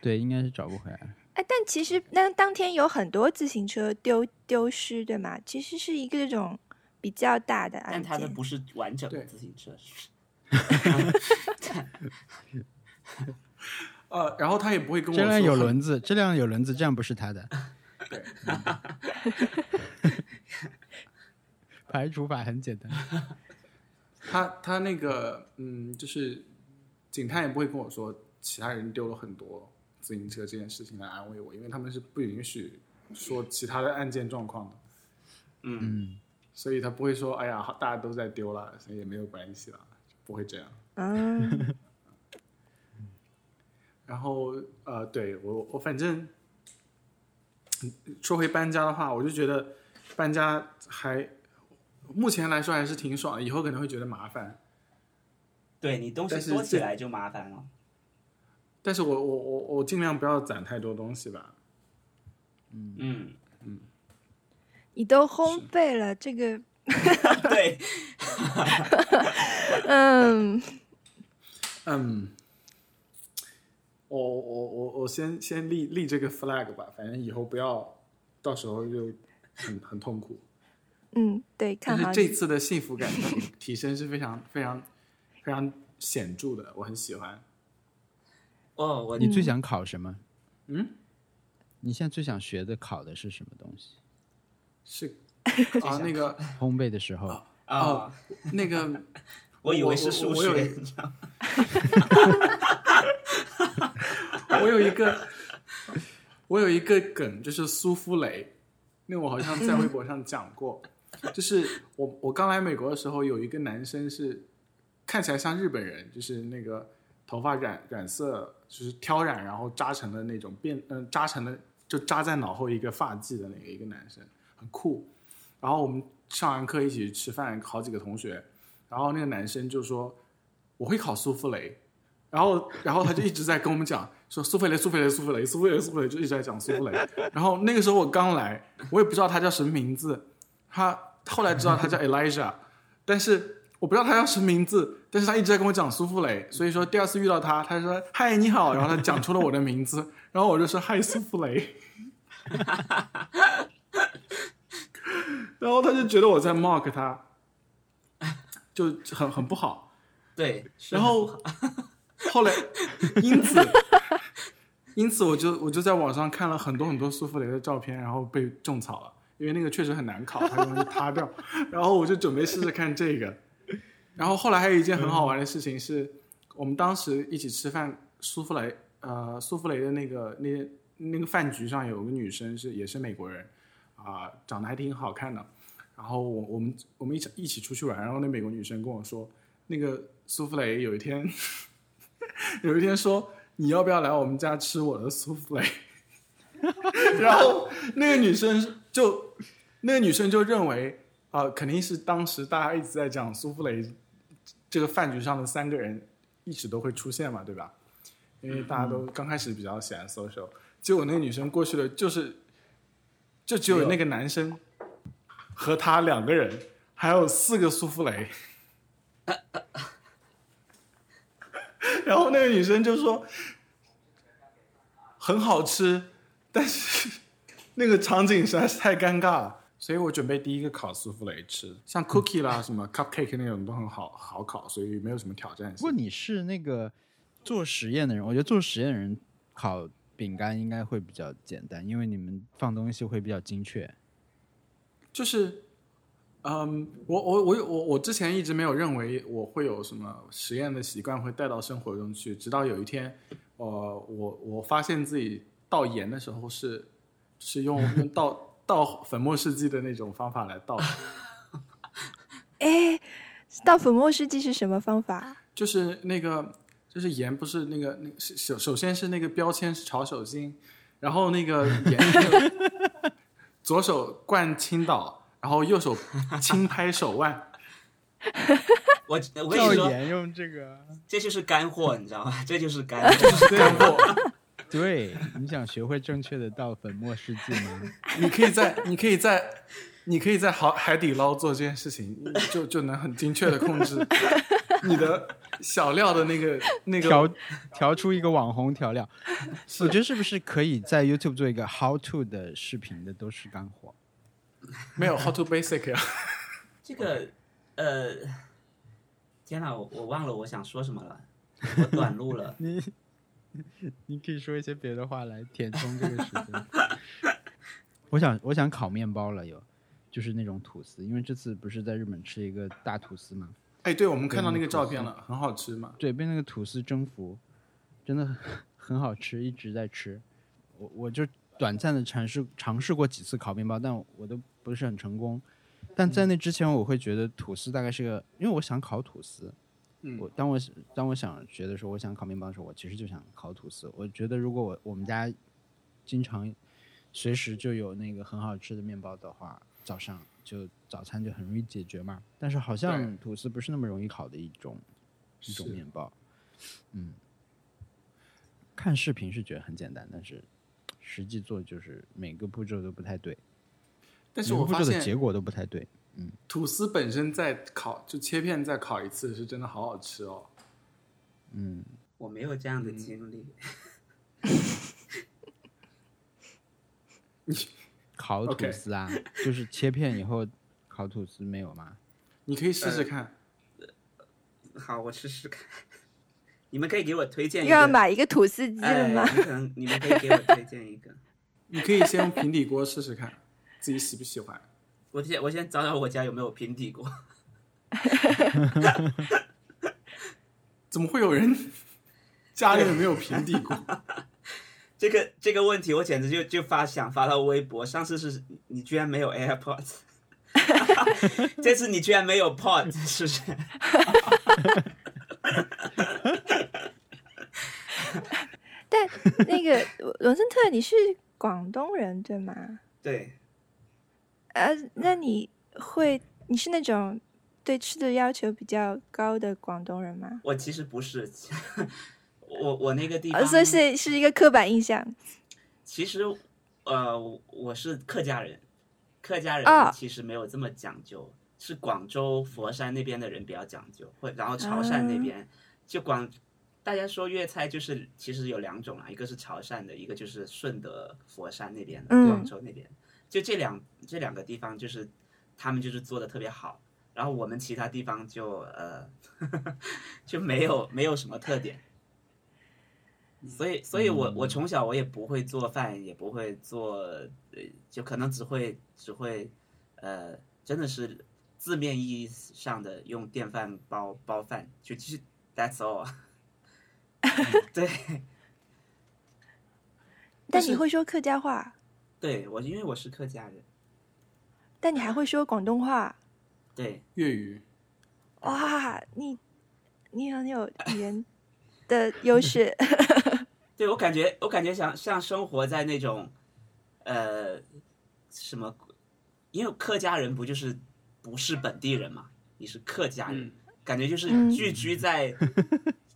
Speaker 2: 对，应该是找不回来了。
Speaker 4: 哎，但其实那当天有很多自行车丢丢失，对吗？其实是一个这种比较大的案
Speaker 3: 但他的
Speaker 4: 件。
Speaker 3: 不是完整的
Speaker 1: 对
Speaker 3: 自行车，
Speaker 1: 呃，然后他也不会跟我
Speaker 2: 这
Speaker 1: 说
Speaker 2: 辆有
Speaker 1: 很
Speaker 2: 轮子，这辆有轮子，这样不是他的。
Speaker 1: 对，
Speaker 2: 排除法很简单。
Speaker 1: 他他那个嗯，就是警探也不会跟我说其他人丢了很多自行车这件事情来安慰我，因为他们是不允许说其他的案件状况的，
Speaker 3: 嗯，
Speaker 2: 嗯，
Speaker 1: 所以他不会说哎呀大家都在丢了，所以也没有关系了，不会这样。
Speaker 4: 嗯，
Speaker 1: 然后呃，对我我反正说回搬家的话，我就觉得搬家还目前来说还是挺爽的，以后可能会觉得麻烦。
Speaker 3: 对你东西
Speaker 1: 但是
Speaker 3: 多起
Speaker 1: 这
Speaker 3: 来就麻烦了。
Speaker 1: 但是我我我我尽量不要攒太多东西吧。
Speaker 3: 嗯，
Speaker 4: 你都烘焙了，这个
Speaker 3: 对，
Speaker 4: 嗯，
Speaker 1: 嗯，我我我我先先立立这个 flag 吧，反正以后不要到时候就很很痛 苦。
Speaker 4: 嗯，对，看
Speaker 1: 但是
Speaker 4: 好
Speaker 1: 这
Speaker 4: 你
Speaker 1: 次的幸福感的提升是非常非常非常显著的，我很喜欢。
Speaker 3: 哦，我
Speaker 2: 你最想考什么？
Speaker 1: 嗯。
Speaker 2: 你现在最想学的考的是什么东西？
Speaker 1: 是
Speaker 3: 想
Speaker 1: 啊，那个
Speaker 2: 烘焙的时候，
Speaker 3: 哦，
Speaker 1: 那个，
Speaker 3: 我以为是
Speaker 1: 我
Speaker 3: 数
Speaker 1: 我我有
Speaker 3: 学，你知道吗？
Speaker 1: 我有一个，我有一个梗，就是苏芙蕾，那我好像在微博上讲过，就是我我刚来美国的时候，有一个男生是看起来像日本人，就是那个头发染染色，就是挑染然后扎成的那种变，嗯、扎成的就扎在脑后一个发髻的那个一个男生，很酷。然后我们上完课一起吃饭，好几个同学，然后那个男生就说我会考苏芙蕾，然后然后他就一直在跟我们讲说苏芙蕾苏芙蕾苏芙蕾苏芙蕾苏芙蕾，就一直在讲苏芙蕾。然后那个时候我刚来，我也不知道他叫什么名字，他后来知道他叫 Elijah，但 是我不知道他叫什么名字，但是他一直在跟我讲苏芙蕾，所以说第二次遇到他，他说嗨你好，然后他讲出了我的名字，然后我就说嗨苏芙蕾。 然后他就觉得我在 mock 他，就很很不好。
Speaker 3: 对，是
Speaker 1: 然后 后来，因此，因此我就我就在网上看了很多很多苏芙蕾的照片，然后被种草了，因为那个确实很难烤，它容易塌掉。然后我就准备试试看这个。然后后来还有一件很好玩的事情是，我们当时一起吃饭，苏芙蕾呃苏芙蕾的那个那那个饭局上有个女生是也是美国人，啊、长得还挺好看的。然后我我们我们一起一起出去玩，然后那美国女生跟我说，那个苏芙蕾有一天有一天说你要不要来我们家吃我的苏芙蕾？ 然后那个女生就那个女生就认为啊、肯定是当时大家一直在讲苏芙蕾这个饭局上的三个人一直都会出现嘛，对吧？因为大家都刚开始比较喜欢 social，结果那个女生过去了，就是就只有那个男生和他两个人，还有四个苏芙蕾。 然后那个女生就说很好吃，但是那个场景实在是太尴尬了，所以我准备第一个烤苏芙蕾吃，像 cookie 啦、什么 cupcake 那种都很好好烤，所以没有什么挑战
Speaker 2: 不过
Speaker 1: 性。
Speaker 2: 你是那个做实验的人，我觉得做实验的人烤饼干应该会比较简单，因为你们放东西会比较精确。
Speaker 1: 就是嗯，我我我有我我之前一直没有认为我会有什么实验的习惯会带到生活中去，直到有一天，呃，我我发现自己倒盐的时候是是用用倒倒粉末试剂的那种方法来倒，
Speaker 4: 哎，倒粉末试剂是什么方
Speaker 3: 哎
Speaker 4: 法？
Speaker 1: 就是那个就是盐不是那个那个是首首先是那个标签是潮手心，然后那个盐左手灌青岛，然后右手轻拍手腕。
Speaker 3: 我我跟
Speaker 2: 造
Speaker 3: 你说，
Speaker 2: 盐用这 个，
Speaker 3: 这就是干货，你知道吗？这就是干货。
Speaker 1: 干货。
Speaker 2: 对，你想学会正确的倒粉末试剂吗？
Speaker 1: 你可以在，你可以在，你可以在海海底捞做这件事情，就就能很精确的控制你的小料的那个那个
Speaker 2: 调调出一个网红调料，我觉得是不是可以在 YouTube 做一个 How to 的视频的，都是干货。
Speaker 1: 没有 how to basic 呀、
Speaker 3: 这个，呃，天哪，我我忘了我想说什么了，我短路了。
Speaker 2: 你你可以说一些别的话来填充这个时间。我想我想烤面包了，有就是那种吐司，因为这次不是在日本吃一个大吐司嘛，
Speaker 1: 哎，对，我们看到那个照片
Speaker 2: 嗯
Speaker 1: 了，很好吃嘛。
Speaker 2: 对，被那个吐司征服，真的很很好吃，一直在吃。我我就短暂的尝试尝试过几次烤面包，但我都不是很成功。
Speaker 1: 嗯
Speaker 2: 但在那之前，我会觉得吐司大概是个，因为我想烤吐司。
Speaker 1: 嗯
Speaker 2: 我当我当我想学的时候，我想烤面包的时候，我其实就想烤吐司。我觉得如果我我们家经常随时就有那个很好吃的面包的话，早上就早餐就很容易解决嘛。但是好像
Speaker 1: 对
Speaker 2: 吐司不是那么容易烤的一种一种
Speaker 1: 是
Speaker 2: 面包。嗯，看视频是觉得很简单，但是实际做就是每个步骤都不太对，
Speaker 1: 但
Speaker 2: 每
Speaker 1: 是
Speaker 2: 个
Speaker 1: 我
Speaker 2: 步
Speaker 1: 发
Speaker 2: 骤的结
Speaker 1: 现
Speaker 2: 果都不太对。
Speaker 1: 吐司本身再烤，就切片再烤一次，是真的好好吃哦。
Speaker 2: 嗯，
Speaker 3: 我没有这样的经历，
Speaker 2: 烤吐
Speaker 1: OK
Speaker 2: 司啊，就是切片以后烤吐司没有吗？
Speaker 1: 你可以试试看，
Speaker 3: 好，我试试看。你们可以给我推荐
Speaker 4: 又
Speaker 3: 一个
Speaker 4: 要买一个吐司机了
Speaker 3: 哎，
Speaker 4: 吗？
Speaker 3: 你可能你们可以给我推荐一个。
Speaker 1: 你可以先用平底锅试试看，自己喜不喜欢。
Speaker 3: 我先我先找找我家有没有平底锅。
Speaker 1: 怎么会有人 家里没有平底锅？
Speaker 3: 这个这个问题，我简直就就发想发到微博。上次是你居然没有 AirPods，这次你居然没有 Pod，是不是？
Speaker 4: 但那个 罗森特，你是广东人对吗？
Speaker 3: 对，
Speaker 4: 呃，那你会你是那种对吃的要求比较高的广东人吗？
Speaker 3: 我其实不是， 我我那个地
Speaker 4: 呃，
Speaker 3: 方，
Speaker 4: 所以是是一个刻板印象。
Speaker 3: 其实呃，我是客家人，客家
Speaker 4: 啊
Speaker 3: 人其实没有这么讲究，是广州、佛山那边的人比较讲究，或然后潮汕那边、就广。大家说粤菜就是其实有两种啦，啊一个是潮汕的，一个就是顺德、佛山那边的，
Speaker 4: 嗯
Speaker 3: 广州那边。就这两这两个地方，就是他们就是做的特别好，然后我们其他地方就呃 就没有没有什么特点。所以，所以我我从小我也不会做饭，也不会做，呃，就可能只会只会，呃，真的是字面意义上的用电饭煲煲饭，就就是 that's all。对
Speaker 4: 但
Speaker 1: 是
Speaker 4: 你会说客家话，
Speaker 3: 对，我因为我是客家人，
Speaker 4: 但你还会说广东 话，
Speaker 3: 对
Speaker 1: 粤语。
Speaker 4: 哇，你你很有语言的优势。
Speaker 3: 对，我感觉我感觉像像生活在那种，呃，什么，因为客家人不就是不是本地人嘛，你是客家人，
Speaker 1: 嗯
Speaker 3: 感觉就是
Speaker 4: 嗯
Speaker 3: 聚居在，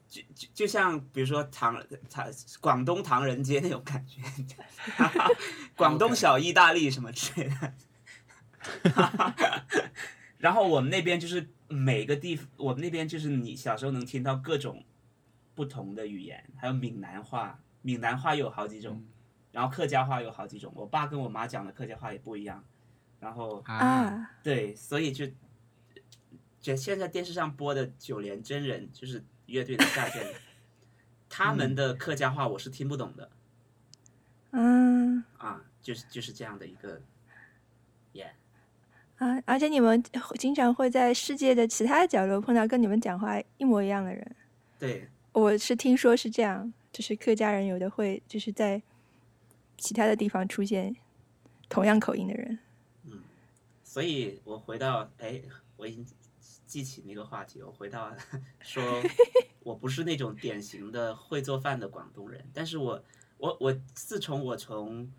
Speaker 3: 就就就像比如说唐唐广东唐人街那种感觉，广东
Speaker 1: OK
Speaker 3: 小意大利什么之类的。然后我们那边就是每个地，我们那边就是你小时候能听到各种不同的语言，还有闽南话，闽南话有好几种，然后客家话有好几种。我爸跟我妈讲的客家话也不一样，然后
Speaker 2: 啊，
Speaker 4: 啊，
Speaker 3: 对，所以就这现在电视上播的九连真人就是乐队的夏天，他们的客家话我是听不懂的
Speaker 4: 嗯
Speaker 3: 啊，就是就是这样的一个，yeah，
Speaker 4: 啊，而且你们经常会在世界的其他角落碰到跟你们讲话一模一样的人。
Speaker 3: 对，
Speaker 4: 我是听说是这样，就是客家人有的会就是在其他的地方出现同样口音的人。
Speaker 3: 所以我回到哎，我已经记起那个话题，我回到说，我不是那种典型的会做饭的广东人，但是我我我自从我从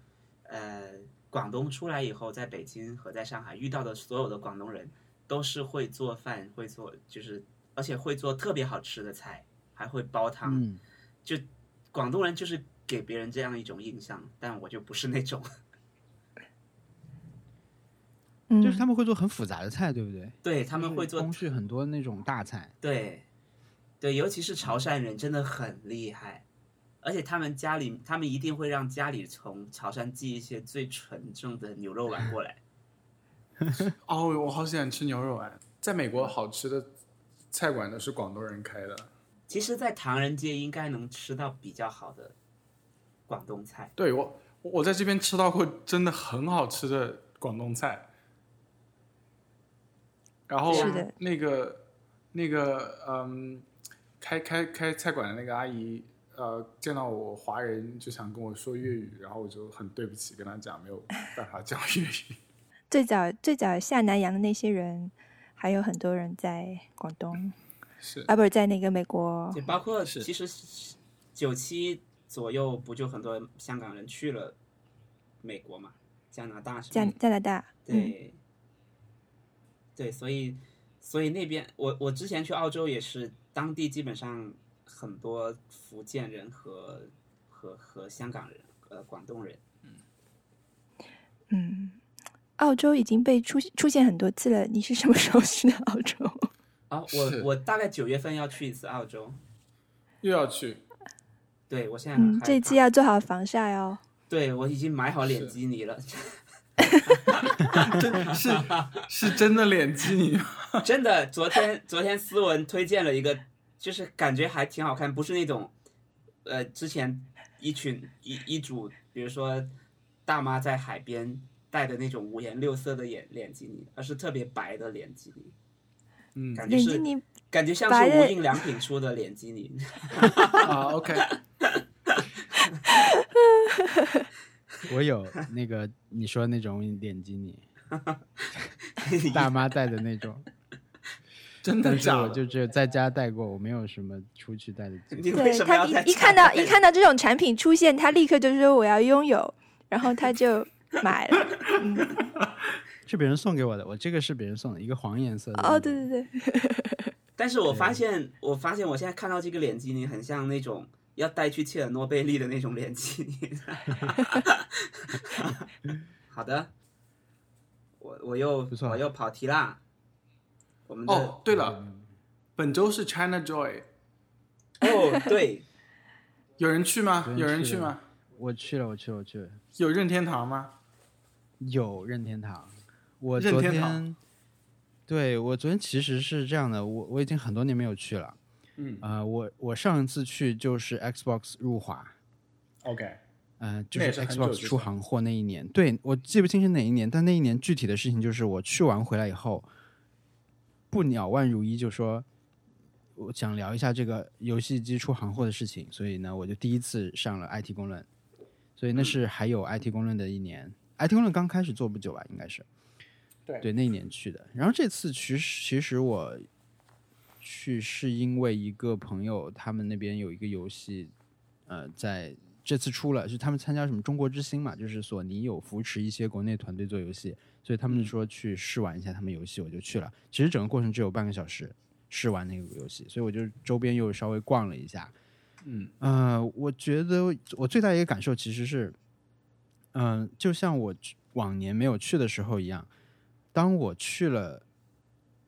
Speaker 3: 呃广东出来以后，在北京和在上海遇到的所有的广东人都是会做饭，会做就是而且会做特别好吃的菜，还会煲汤，
Speaker 2: 嗯，
Speaker 3: 就广东人就是给别人这样一种印象，但我就不是那种。
Speaker 4: 嗯，
Speaker 2: 就是他们会做很复杂的菜，对不对？
Speaker 3: 对他们会做
Speaker 2: 工序很多那种 大菜，
Speaker 3: 对，对，尤其是潮汕人真的很厉害，而且他们家里，他们一定会让家里从潮汕寄一些最纯正的牛肉丸过来。
Speaker 1: 哦，我好想吃牛肉丸。在美国，好吃的菜馆都是广东人开的。
Speaker 3: 其实，在唐人街应该能吃到比较好的广东菜。
Speaker 1: 对我，我在这边吃到过真的很好吃的广东菜。然后
Speaker 4: 是的
Speaker 1: 那个那个嗯，开开开菜馆的那个阿姨，呃，见到我华人就想跟我说粤语，然后我就很对不起跟她讲没有办法讲粤语。
Speaker 4: 最早最早下南洋的那些人，还有很多人在广东，
Speaker 1: 是
Speaker 4: 啊，不是在那个美国
Speaker 3: 就。包括
Speaker 1: 是
Speaker 3: 其实九七左右，不就很多香港人去了美国嘛，加拿大什
Speaker 4: 加
Speaker 3: 么的。
Speaker 4: 加拿大，嗯，
Speaker 3: 对，对，所以所以那边我我之前去澳洲也是，当地基本上很多福建人和和和香港人，呃，广东人，
Speaker 4: 嗯，澳洲已经被出出现很多次了。你是什么时候去的澳洲？
Speaker 3: 啊，
Speaker 1: 哦是
Speaker 3: 我我大概九月份要去一次澳洲，
Speaker 1: 又要去，
Speaker 3: 对我现在很
Speaker 4: 嗯，
Speaker 3: 害
Speaker 4: 这次
Speaker 3: 怕
Speaker 4: 要做好防晒哦。
Speaker 3: 对我已经买好脸
Speaker 1: 是
Speaker 3: 基尼了，
Speaker 1: 真是是真的脸基尼吗？
Speaker 3: 真的，昨天昨天思文推荐了一个，就是感觉还挺好看，不是那种，呃，之前一群一一组，比如说大妈在海边戴的那种五颜六色的眼脸基尼，而是特别白的脸基尼，
Speaker 1: 嗯
Speaker 3: 感觉
Speaker 4: 眼睛
Speaker 3: 是
Speaker 4: 你
Speaker 3: 感觉像
Speaker 4: 白
Speaker 3: 是
Speaker 4: 的
Speaker 3: 无印良品出的脸基尼，
Speaker 1: 啊，OK，
Speaker 2: 我有那个你说那种脸 基尼，大妈戴的那种，
Speaker 1: 真的
Speaker 2: 但是
Speaker 1: 假
Speaker 2: 我
Speaker 1: 的？
Speaker 2: 就只有在家戴过，我没有什么出去戴的经历。
Speaker 3: 你 为
Speaker 4: 对
Speaker 3: 什么
Speaker 4: 他
Speaker 3: 要在
Speaker 4: 一一
Speaker 3: 家
Speaker 4: 看到
Speaker 3: 戴
Speaker 4: 一看到这种产品出现，他立刻就说我要拥有，然后他就买了。 嗯，
Speaker 2: 是别人送给我的，我这个是别人送的，一个黄颜色的。
Speaker 4: 哦，对对对，
Speaker 3: 但是我发现，我发现我现在看到这个脸基尼很像那种要带去切尔诺贝利的那种脸 基尼。好的，我我又
Speaker 2: 不错
Speaker 3: 我又跑题啦。我们的
Speaker 1: 哦，对了，本周是 China Joy，
Speaker 3: 哦对，
Speaker 1: 有人去吗？有
Speaker 2: 有
Speaker 1: 人
Speaker 2: 人去
Speaker 1: 去吗？
Speaker 2: 我去了，我去了，我去了。
Speaker 1: 有任天堂吗？
Speaker 2: 有任天堂，我
Speaker 1: 任
Speaker 2: 昨
Speaker 1: 天
Speaker 2: 天，
Speaker 1: 堂
Speaker 2: 对我昨天其实是这样的，我我已经很多年没有去了。
Speaker 1: 嗯
Speaker 2: 呃，我我上一次去就是 Xbox 入华，
Speaker 1: ，OK，
Speaker 2: 呃，就
Speaker 1: 那也是
Speaker 2: 是
Speaker 1: 很久
Speaker 2: Xbox
Speaker 1: 之
Speaker 2: 出
Speaker 1: 前
Speaker 2: 行货那一年，对我记不清是哪一年，但那一年具体的事情就是我去完回来以后，不鸟万如一就说，我想聊一下这个游戏机出行货的事情，所以呢，我就第一次上了 IT 公论，所
Speaker 1: 嗯
Speaker 2: 以那是还有 IT 公论的一年、i t 公论刚开始做不久吧，应该是，
Speaker 1: 对
Speaker 2: 对，那一年去的。然后这次其实其实我去是因为一个朋友，他们那边有一个游戏，呃，在这次出了，是他们参加什么中国之星嘛，就是索尼有扶持一些国内团队做游戏，所以他们说去试玩一下他们游戏，我就去了。其实整个过程只有半个小时试玩那个游戏，所以我就周边又稍微逛了一下。
Speaker 1: 嗯，
Speaker 2: 呃，我觉得我最大一个感受其实是，嗯、就像我去往年没有去的时候一样，当我去了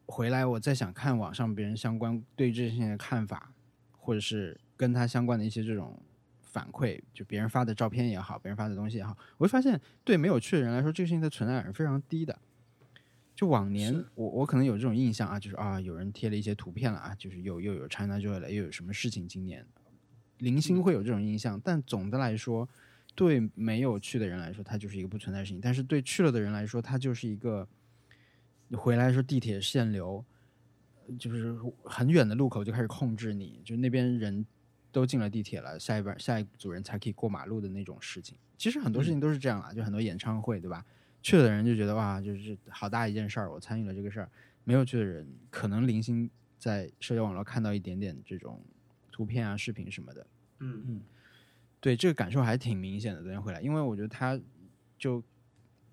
Speaker 2: 回来，我再想看网上别人相关对这些的看法，或者是跟他相关的一些这种反馈，就别人发的照片也好，别人发的东西也好，我会发现对没有去的人来说，这个事情的存在感是非常低的。就往年
Speaker 1: 是
Speaker 2: 我我可能有这种印象啊，就是啊有人贴了一些图片了啊，就是又又有 China Joy 了，又有什么事情今年，零星会有这种印象，但总的来说，对没有去的人来说，它就是一个不存在的事情；但是对去了的人来说，它就是一个你回来的时候地铁限流，就是很远的路口就开始控制你，就那边人都进了地铁了，下一班下一组人才可以过马路的那种事情。其实很多事情都是这样啊，就很多演唱会对吧？去了的人就觉得哇，就是好大一件事儿，我参与了这个事儿。没有去的人，可能零星在社交网络看到一点点这种图片啊、视频什么的，
Speaker 3: 嗯
Speaker 2: 对这个感受还挺明显的。昨天回来，因为我觉得他就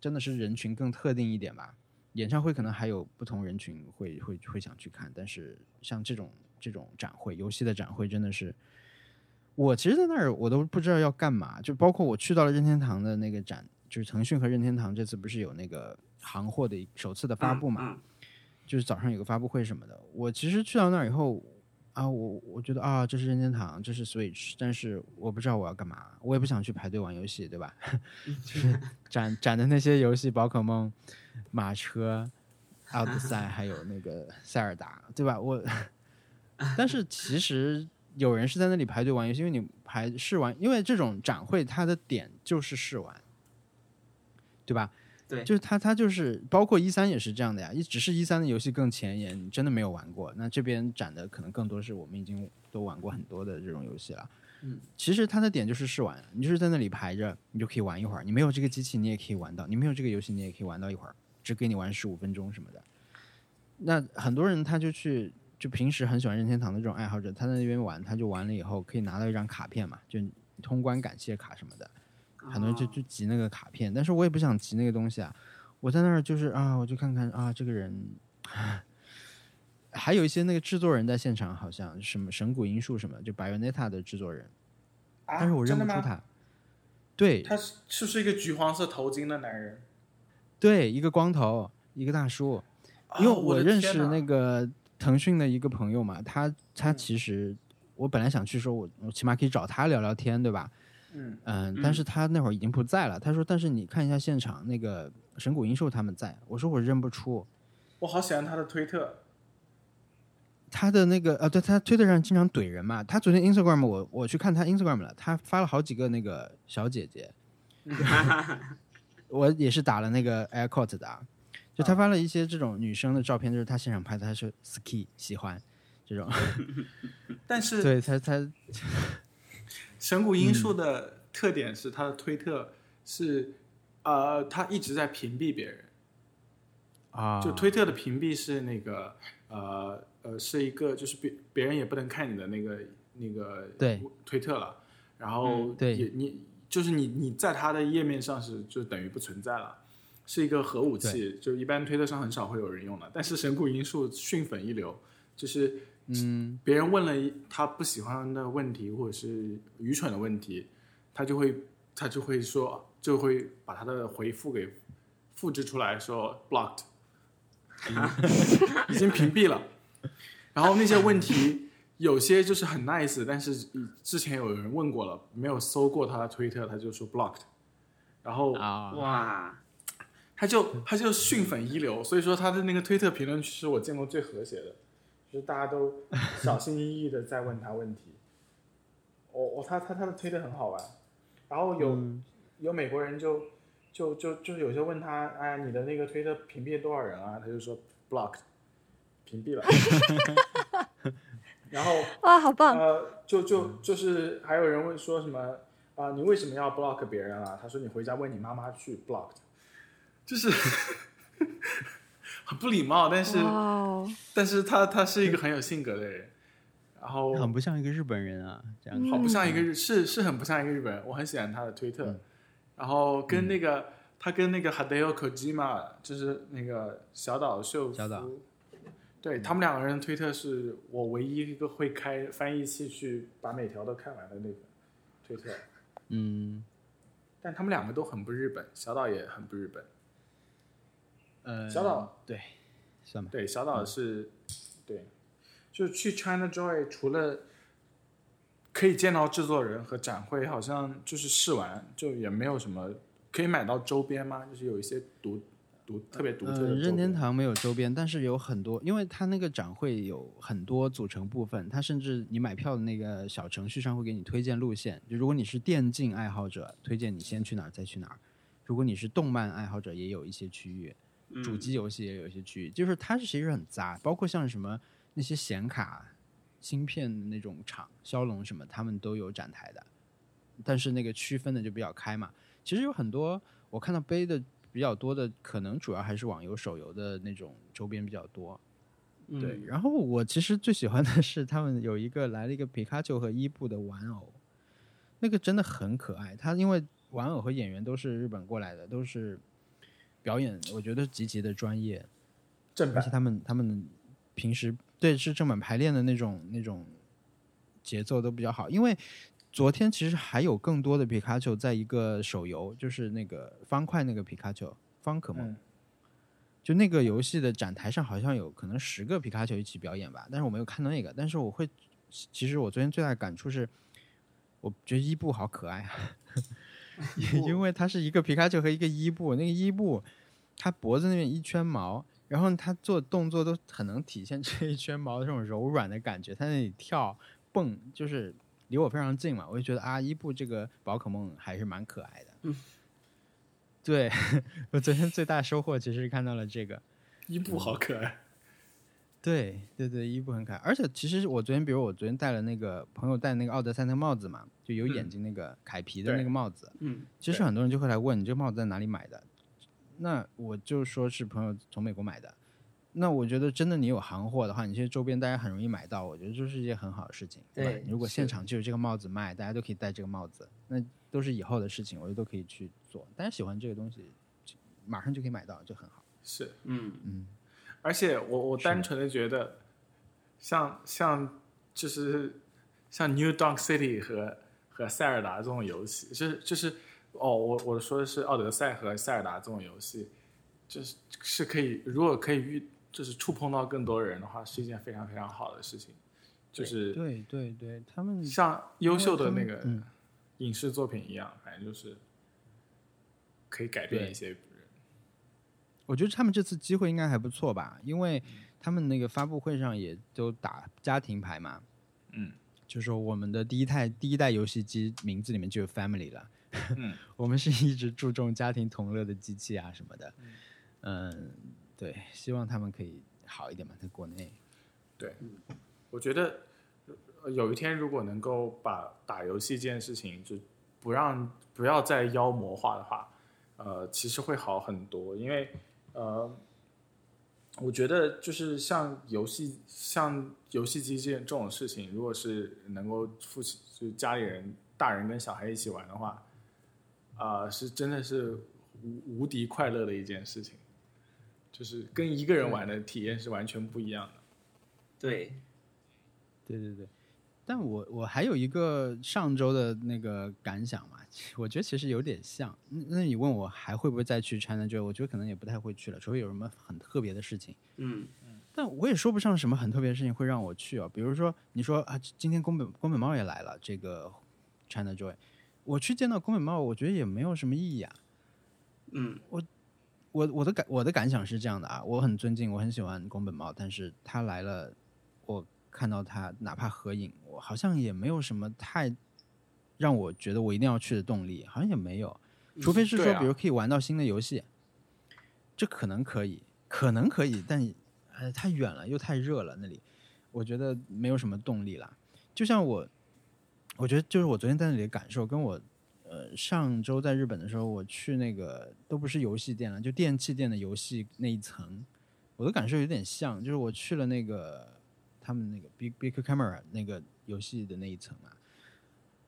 Speaker 2: 真的是人群更特定一点吧。演唱会可能还有不同人群会会会想去看，但是像这种这种展会，游戏的展会真的是，我其实在那儿我都不知道要干嘛。就包括我去到了任天堂的那个展，就是腾讯和任天堂这次不是有那个行货的一首次的发布嘛？
Speaker 3: 嗯
Speaker 2: 就是早上有个发布会什么的。我其实去到那儿以后啊，我我觉得啊，这是任天堂，这是 Switch，但是我不知道我要干嘛，我也不想去排队玩游戏，对吧？ 就是展展的那些游戏，宝可梦、马车、奥德赛，还有那个塞尔达，对吧？我，但是其实。有人是在那里排队玩游戏，因为你排试玩，因为这种展会它的点就是试玩，对吧？
Speaker 3: 对
Speaker 2: 就是它它就是包括一三也是这样的呀，一只是一三的游戏更前沿，你真的没有玩过。那这边展的可能更多是我们已经都玩过很多的这种游戏了。
Speaker 3: 嗯，
Speaker 2: 其实它的点就是试玩，你就是在那里排着，你就可以玩一会儿。你没有这个机器，你也可以玩到；你没有这个游戏，你也可以玩到一会儿，只给你玩十五分钟什么的。那很多人他就去，就平时很喜欢任天堂的这种爱好者，他在那边玩，他就玩了以后可以拿到一张卡片嘛，就通关感谢卡什么的。很多人就
Speaker 3: 哦
Speaker 2: 就集那个卡片，但是我也不想集那个东西啊。我在那儿就是啊，我就看看啊，这个人， 还有一些那个制作人在现场，好像什么神谷英树什么，就 Bayonetta 的制作人，
Speaker 1: 啊
Speaker 2: 但是我认不出。他。对
Speaker 1: 他是是不是一个橘黄色头巾的男人？
Speaker 2: 对，一个光头，一个大叔，啊因为
Speaker 1: 哦我
Speaker 2: 我
Speaker 1: 的
Speaker 2: 认
Speaker 1: 天
Speaker 2: 识
Speaker 1: 哪嗯
Speaker 2: 那个腾讯的一个朋友嘛，他他其实我本来想去说我，我起码可以找他聊聊天，对吧？
Speaker 1: 嗯
Speaker 2: 嗯，
Speaker 3: 嗯
Speaker 2: 但是他那会儿已经不在了。他说：“但是你看一下现场，那个神谷英树他们在。”我说：“我认不出
Speaker 1: 我好喜欢他的推特。
Speaker 2: 他的那个啊，对他推特上经常怼人嘛。他昨天 Instagram 我我去看他 Instagram 了，他发了好几个那个小姐 姐，我也是打了那个 air quote 的啊，就他发了一些这种女生的照片，就是他现场拍的，他是 ski 喜欢这种，
Speaker 1: 但是
Speaker 2: 对他他
Speaker 1: 神谷英树的特点是他的推特是，呃，他一直在屏蔽别人。
Speaker 2: 啊，
Speaker 1: 就推特的屏蔽是那个呃呃是一个就是别别人也不能看你的那个那个
Speaker 2: 对
Speaker 1: 推特了，然后
Speaker 3: 嗯
Speaker 2: 对
Speaker 1: 也你就是你你在它的页面上是就等于不存在了。是一个核武器，就一般推特上很少会有人用的。但是神谷英树迅粉一流，就是
Speaker 2: 嗯
Speaker 1: 别人问了一他不喜欢的问题或者是愚蠢的问题，他就会他就会说就会把他的回复给复制出来说 blocked，已经屏蔽了。然后那些问题有些就是很 nice，但是之前有人问过了，没有搜过他的推特，他就说 blocked。然后
Speaker 2: 啊
Speaker 3: 哇，
Speaker 1: 他就他就训粉一流，所以说他的那个推特评论区是我见过最和谐的，就是大家都小心翼翼的在问他问题。我、我、他他他的推特很好玩，然后有、有美国人就就就就有些问他，哎，你的那个推特屏蔽了多少人啊？他就说 block，屏蔽了。然后
Speaker 4: 哇，好棒！
Speaker 1: 呃，就就就是还有人问说什么啊、你为什么要 block 别人啊？他说你回家问你妈妈去 block，就是 很不礼貌，但是
Speaker 4: 哇哦，
Speaker 1: 但是他他是一个很有性格的人，然后
Speaker 2: 很不像一个日本人啊，这样子
Speaker 1: 好不像一个日是是很不像一个日本人，我很喜欢他的推特，
Speaker 2: 嗯
Speaker 1: 然后跟那个、他跟那个 Hideo Kojima 就是那个小岛秀夫
Speaker 2: 小岛嗯
Speaker 1: 对他们两个人的推特是我唯一一个会开翻译器去把每条都看完的那个推特，
Speaker 2: 嗯
Speaker 1: 但他们两个都很不日本，小岛也很不日本。
Speaker 2: 呃，
Speaker 1: 小岛
Speaker 2: 对，算吧，嗯
Speaker 1: 对，小岛是，对，就是去 China Joy 除了可以见到制作人和展会，好像就是试玩就也没有什么可以买到周边吗？就是有一些独独特别独特的
Speaker 2: 呃。
Speaker 1: 周
Speaker 2: 任天
Speaker 1: 边。
Speaker 2: 堂没有周边，但是有很多，因为它那个展会有很多组成部分，它甚至你买票的那个小程序上会给你推荐路线。就如果你是电竞爱好者，推荐你先去哪儿再去哪儿；如果你是动漫爱好者，也有一些区域。
Speaker 3: 嗯
Speaker 2: 主机游戏也有一些区域，就是它是其实很杂，包括像什么那些显卡、芯片的那种厂，骁龙什么，他们都有展台的，但是那个区分的就比较开嘛。其实有很多我看到背的比较多的，可能主要还是网游、手游的那种周边比较多。
Speaker 3: 嗯
Speaker 2: 对，然后我其实最喜欢的是他们有一个来了一个皮卡丘和伊布的玩偶，那个真的很可爱。他因为玩偶和演员都是日本过来的，都是表演，我觉得极其的专业，
Speaker 5: 正
Speaker 2: 而且
Speaker 5: 版
Speaker 2: 他们他们平时对是正版排练的那种那种节奏都比较好。因为昨天其实还有更多的皮卡丘在一个手游，就是那个方块那个皮卡丘方可梦。
Speaker 5: 嗯
Speaker 2: 就那个游戏的展台上好像有可能十个皮卡丘一起表演吧，但是我没有看到那个。但是我会，其其实我昨天最大的感触是，我觉得伊布好可爱啊，也 因为它是一个皮卡丘和一个伊布，那个伊布它脖子那边一圈毛，然后它做动作都很能体现这一圈毛的这种柔软的感觉，它那里跳蹦就是离我非常近嘛，我就觉得啊，伊布这个宝可梦还是蛮可爱的。嗯，对， 我昨天最大收获其实是看到了这个，
Speaker 1: 伊布好可爱，
Speaker 2: 对对对，伊布很可爱，而且其实我昨天，比如我昨天戴了那个朋友戴那个奥德赛那个帽子嘛，就有眼睛那个凯皮的那个帽子，
Speaker 3: 嗯，
Speaker 2: 其实
Speaker 5: 对
Speaker 2: 很多人就会来问你这个帽子在哪里买的，那我就说是朋友从美国买的，那我觉得真的你有行货的话，你这些周边大家很容易买到，我觉得这是一件很好的事情，对吧
Speaker 5: 对？
Speaker 2: 如果
Speaker 5: 是
Speaker 2: 现场就有这个帽子卖，大家都可以戴这个帽子，那都是以后的事情，我觉得都可以去做，大家喜欢这个东西，马上就可以买到，就很好。
Speaker 1: 是，
Speaker 3: 嗯
Speaker 2: 嗯，
Speaker 1: 而且我我
Speaker 2: 是
Speaker 1: 单纯的觉得，像像就是像 New Donk City 和和塞尔达这种游戏，就是就是哦，我我说的是奥德赛和塞尔达这种游戏，就是是可以如果可以遇就是触碰到更多人的话，是一件非常非常好的事情，就是
Speaker 2: 对对对，他们
Speaker 1: 像优秀的那个
Speaker 2: 嗯
Speaker 1: 影视作品一样，反正就是可以改变一些人。
Speaker 2: 我觉得他们这次机会应该还不错吧，因为他们那个发布会上也都打家庭牌嘛，
Speaker 1: 嗯，
Speaker 2: 就说我们的第一代第一代游戏机名字里面就有 family 了，
Speaker 1: 嗯，
Speaker 2: 我们是一直注重家庭同乐的机器啊什么的，嗯，对，希望他们可以好一点嘛，在国内，
Speaker 1: 我觉得呃有一天如果能够把打游戏这件事情就不让不要再妖魔化的话，呃，其实会好很多，因为呃，我觉得就是像游戏像游戏机这这种事情，如果是能够父亲就家里人大人跟小孩一起玩的话，啊、是真的是无无敌快乐的一件事情，就是跟一个人玩的体验是完全不一样的。
Speaker 3: 对，
Speaker 2: 对对对，但我我还有一个上周的那个感想嘛，我觉得其实有点像。那那你问我还会不会再去 China Joy？我觉得可能也不太会去了，除非有什么很特别的事情。
Speaker 3: 嗯
Speaker 2: 但我也说不上什么很特别的事情会让我去啊。比如说，你说啊，今天宫本宫本茂也来了，这个 China Joy，我去见到宫本茂，我觉得也没有什么意义啊。
Speaker 3: 嗯
Speaker 2: 我我的感我的感想是这样的啊，我很尊敬，我很喜欢宫本茂，但是他来了，我看到他哪怕合影，我好像也没有什么太让我觉得我一定要去的动力，好像也没有，除非是
Speaker 1: 对
Speaker 2: 说
Speaker 1: 啊
Speaker 2: 比如可以玩到新的游戏，这可能可以，可能可以，但呃太远了又太热了那里，我觉得没有什么动力啦。就像我，我觉得就是我昨天在那里的感受，跟我呃上周在日本的时候，我去那个都不是游戏店了，就电器店的游戏那一层，我的感受有点像，就是我去了那个他们那个 Big Big Camera 那个游戏的那一层嘛，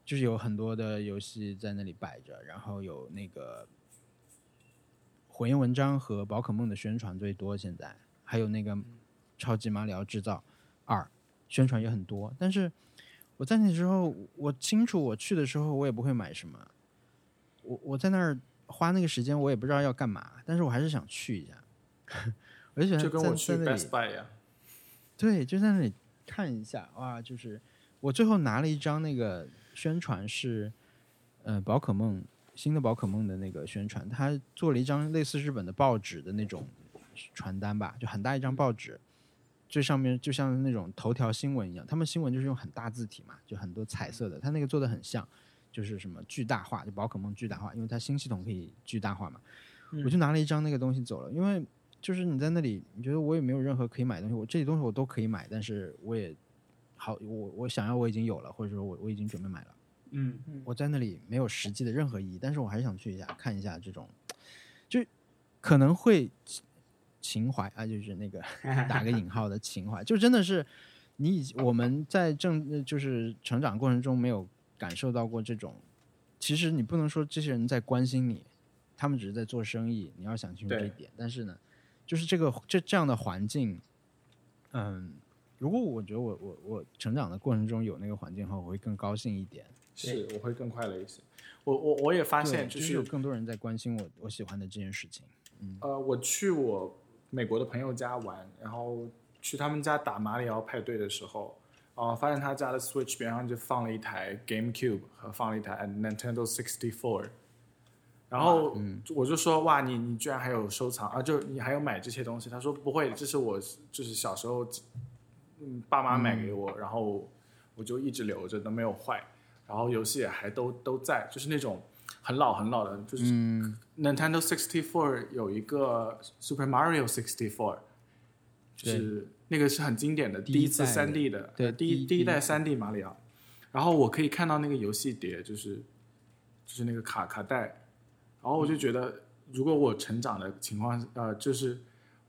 Speaker 2: 就是有很多的游戏在那里摆着，然后有那个火焰文章和宝可梦的宣传最多，现在还有那个
Speaker 1: 嗯
Speaker 2: 超级马里奥制造二宣传也很多，但是我在那之后，我清楚我去的时候我也不会买什么，我我在那儿花那个时间我也不知道要干嘛，但是我还是想去一下， 我就觉得
Speaker 1: 就跟我
Speaker 2: 在
Speaker 1: 去
Speaker 2: 在那里
Speaker 1: Best Buy 一样。
Speaker 2: 对，就在那里看一下，哇，就是我最后拿了一张那个宣传是，呃，宝可梦新的宝可梦的那个宣传，他做了一张类似日本的报纸的那种传单吧，就很大一张报纸，最上面就像那种头条新闻一样，他们新闻就是用很大字体嘛，就很多彩色的，他那个做的很像，就是什么巨大化，就宝可梦巨大化，因为它新系统可以巨大化嘛，我就拿了一张那个东西走了，因为就是你在那里，你觉得我也没有任何可以买的东西，我这些东西我都可以买，但是我也好，我我想要我已经有了，或者说我我已经准备买了，
Speaker 3: 嗯嗯
Speaker 2: 我在那里没有实际的任何意义，但是我还是想去一下看一下这种，就可能会情怀啊，就是那个打个引号的情怀，就真的是你以我们在正呃就是成长过程中没有感受到过这种，其实你不能说这些人在关心你，他们只是在做生意，你要想清楚这一
Speaker 1: 对
Speaker 2: 点，但是呢，就是这个这这样的环境，嗯。如果我觉得我我我成长的过程中有那个环境的话，我会更高兴一点。
Speaker 1: 是我会更快乐一些。我我我也发
Speaker 2: 对
Speaker 1: 现，
Speaker 2: 就是有更多人在关心我我喜欢的这件事情。
Speaker 1: 呃，我去我美国的朋友家玩，然后去他们家打马里奥派对的时候，啊、发现他家的 Switch 边上就放了一台 GameCube 和放了一台呃 Nintendo 64。然后
Speaker 2: 嗯
Speaker 1: 我就说哇，你你居然还有收藏啊？就你还有买这些东西？他说不会，这是我就是小时候，嗯，爸妈买给我，然后我就一直留着，都没有坏。然后游戏也还都都在，就是那种很老很老的，就是
Speaker 2: 嗯，
Speaker 1: Nintendo 64有一个 Super Mario 64，就是那个是很经典的，
Speaker 2: 第
Speaker 1: 第
Speaker 2: 一
Speaker 1: 一次
Speaker 2: 代的
Speaker 1: 3D 的，
Speaker 2: 对
Speaker 1: 呃第
Speaker 2: 第一
Speaker 1: 第一
Speaker 2: 第
Speaker 1: 代
Speaker 2: 一
Speaker 1: 3D 马里奥。然后我可以看到那个游戏碟，就是就是那个卡卡带，然后我就觉得，如果我成长的情况，呃，就是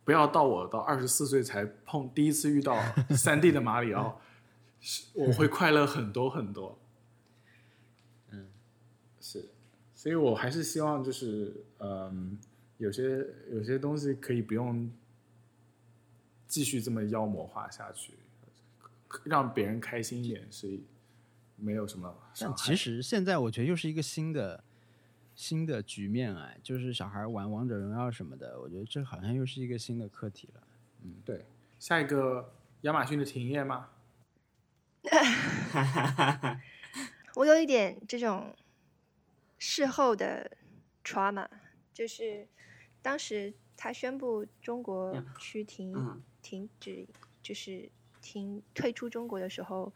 Speaker 1: 不要到我到二十四岁才碰第一次遇到 3D 的马里奥，是我会快乐很多很多。
Speaker 2: 嗯
Speaker 1: 是，所以我还是希望就是，嗯，有些有些东西可以不用继续这么妖魔化下去，让别人开心一点是没有什么伤
Speaker 2: 但
Speaker 1: 害。
Speaker 2: 其实现在我觉得又是一个新的新的局面哎，就是小孩玩王者荣耀什么的，我觉得这好像又是一个新的课题了。
Speaker 1: 对下一个亚马逊的停业吗？
Speaker 4: 我有一点这种事后的 trauma，就是当时他宣布中国
Speaker 3: 嗯
Speaker 4: 区停、
Speaker 3: 嗯
Speaker 4: 停止，就是停退出中国的时候，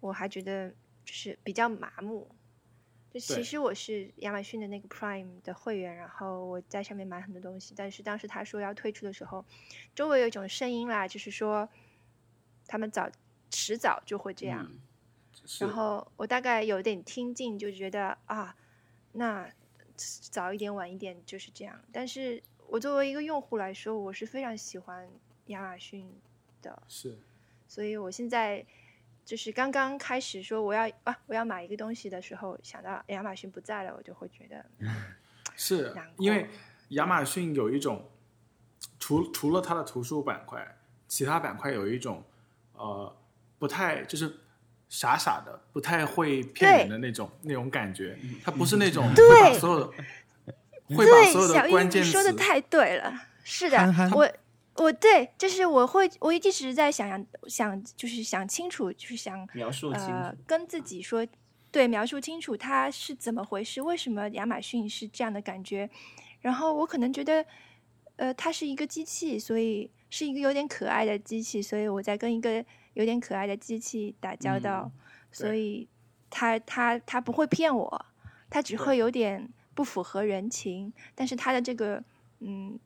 Speaker 4: 我还觉得就是比较麻木。就其
Speaker 1: 对
Speaker 4: 实我是亚马逊的那个 Prime 的会员，然后我在上面买很多东西，但是当时他说要退出的时候，周围有一种声音啦，就是说他们早迟早就会这样。
Speaker 3: 嗯
Speaker 1: 是
Speaker 4: 然后我大概有点听进，就觉得啊，那早一点晚一点就是这样。但是我作为一个用户来说，我是非常喜欢亚马逊的，
Speaker 1: 是
Speaker 4: 所以我现在就是刚刚开始说我要啊我要买一个东西的时候，想到哎亚马逊不在了，我就会觉得
Speaker 1: 是
Speaker 4: 难过
Speaker 1: 因为亚马逊有一种，除除了它的图书板块，其他板块有一种，呃，不太就是傻傻的，不太会骗人的那种那种感觉。它不是那种会把所有的会把所有
Speaker 4: 对，小
Speaker 1: 的
Speaker 4: 玉
Speaker 1: 关
Speaker 4: 你
Speaker 1: 键词
Speaker 4: 说的太对了，是的，
Speaker 2: 憨憨
Speaker 4: 我我对，就是我会我一直在想想就是想清楚，就是想
Speaker 3: 描述清
Speaker 4: 呃
Speaker 3: 楚，
Speaker 4: 跟自己说，对，描述清楚它是怎么回事，为什么亚马逊是这样的感觉。然后我可能觉得，呃，它是一个机器，所以是一个有点可爱的机器，所以我在跟一个有点可爱的机器打交
Speaker 3: 嗯
Speaker 4: 道，所
Speaker 1: 对
Speaker 4: 以它它它不会骗我，它只
Speaker 1: 对
Speaker 4: 会有点不符合人情，但是它的这个嗯。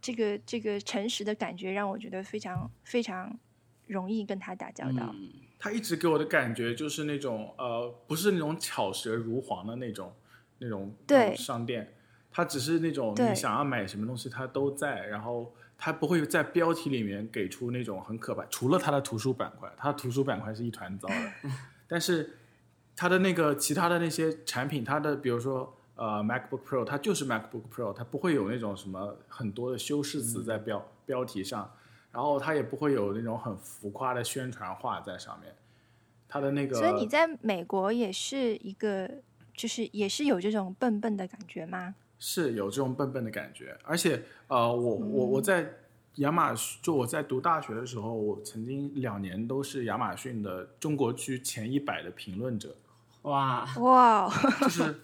Speaker 4: 这个这个诚实的感觉让我觉得非常非常容易跟他打交道。
Speaker 3: 嗯
Speaker 1: 他一直给我的感觉就是那种呃，不是那种巧舌如簧的那种那种
Speaker 4: 对
Speaker 1: 那种商店，它只是那种
Speaker 4: 对
Speaker 1: 你想要买什么东西它都在，然后它不会在标题里面给出那种很可怕，除了它的图书板块，它的图书板块是一团糟的， 但是它的那个其他的那些产品，它的比如说呃 MacBook Pro，它就是 MacBook Pro，它不会有那种什么很多的修饰词在
Speaker 4: 嗯
Speaker 1: 标、标题上，然后它也不会有那种很浮夸的宣传画在上面。它的那个，
Speaker 4: 所以你在美国也是一个，就是也是有这种笨笨的感觉吗？
Speaker 1: 是有这种笨笨的感觉，而且呃，我我
Speaker 4: 嗯
Speaker 1: 我在亚马逊，就我在读大学的时候，我曾经两年都是亚马逊的中国区前一百的评论者，
Speaker 3: 哇，
Speaker 4: 哇、
Speaker 1: 就是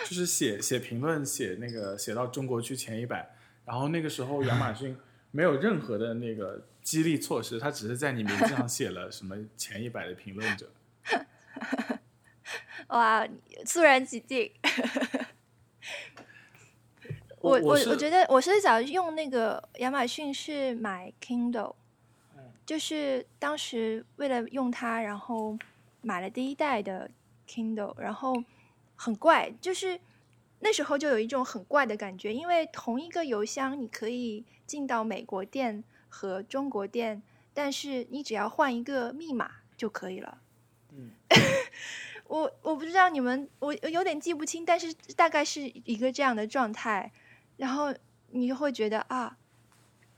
Speaker 1: 就是写写评论，写那个写到中国区前一百，然后那个时候亚马逊没有任何的那个激励措施，它只是在你名字上写了什么前一百的评论者，
Speaker 4: 哇，肃然起敬。 我
Speaker 1: 我
Speaker 4: 我
Speaker 1: 是
Speaker 4: 我觉得我是想用那个亚马逊是买 Kindle，就是
Speaker 1: 嗯
Speaker 4: 当时为了用它，然后买了第一代的 Kindle，然后很怪，就是那时候就有一种很怪的感觉，因为同一个邮箱你可以进到美国店和中国店，但是你只要换一个密码就可以了。
Speaker 1: 嗯，
Speaker 4: 我我不知道你们，我我有点记不清，但是大概是一个这样的状态，然后你就会觉得啊，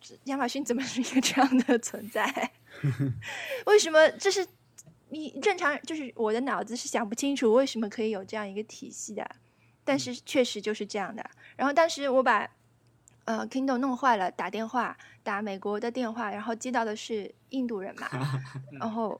Speaker 4: 这亚马逊怎么是一个这样的存在？ 为什么这是你正常？就是我的脑子是想不清楚为什么可以有这样一个体系的，但是确实就是这样的。然后当时我把呃 Kindle 弄坏了，打电话打美国的电话，然后接到的是印度人 嘛，
Speaker 1: 嗯
Speaker 4: 然后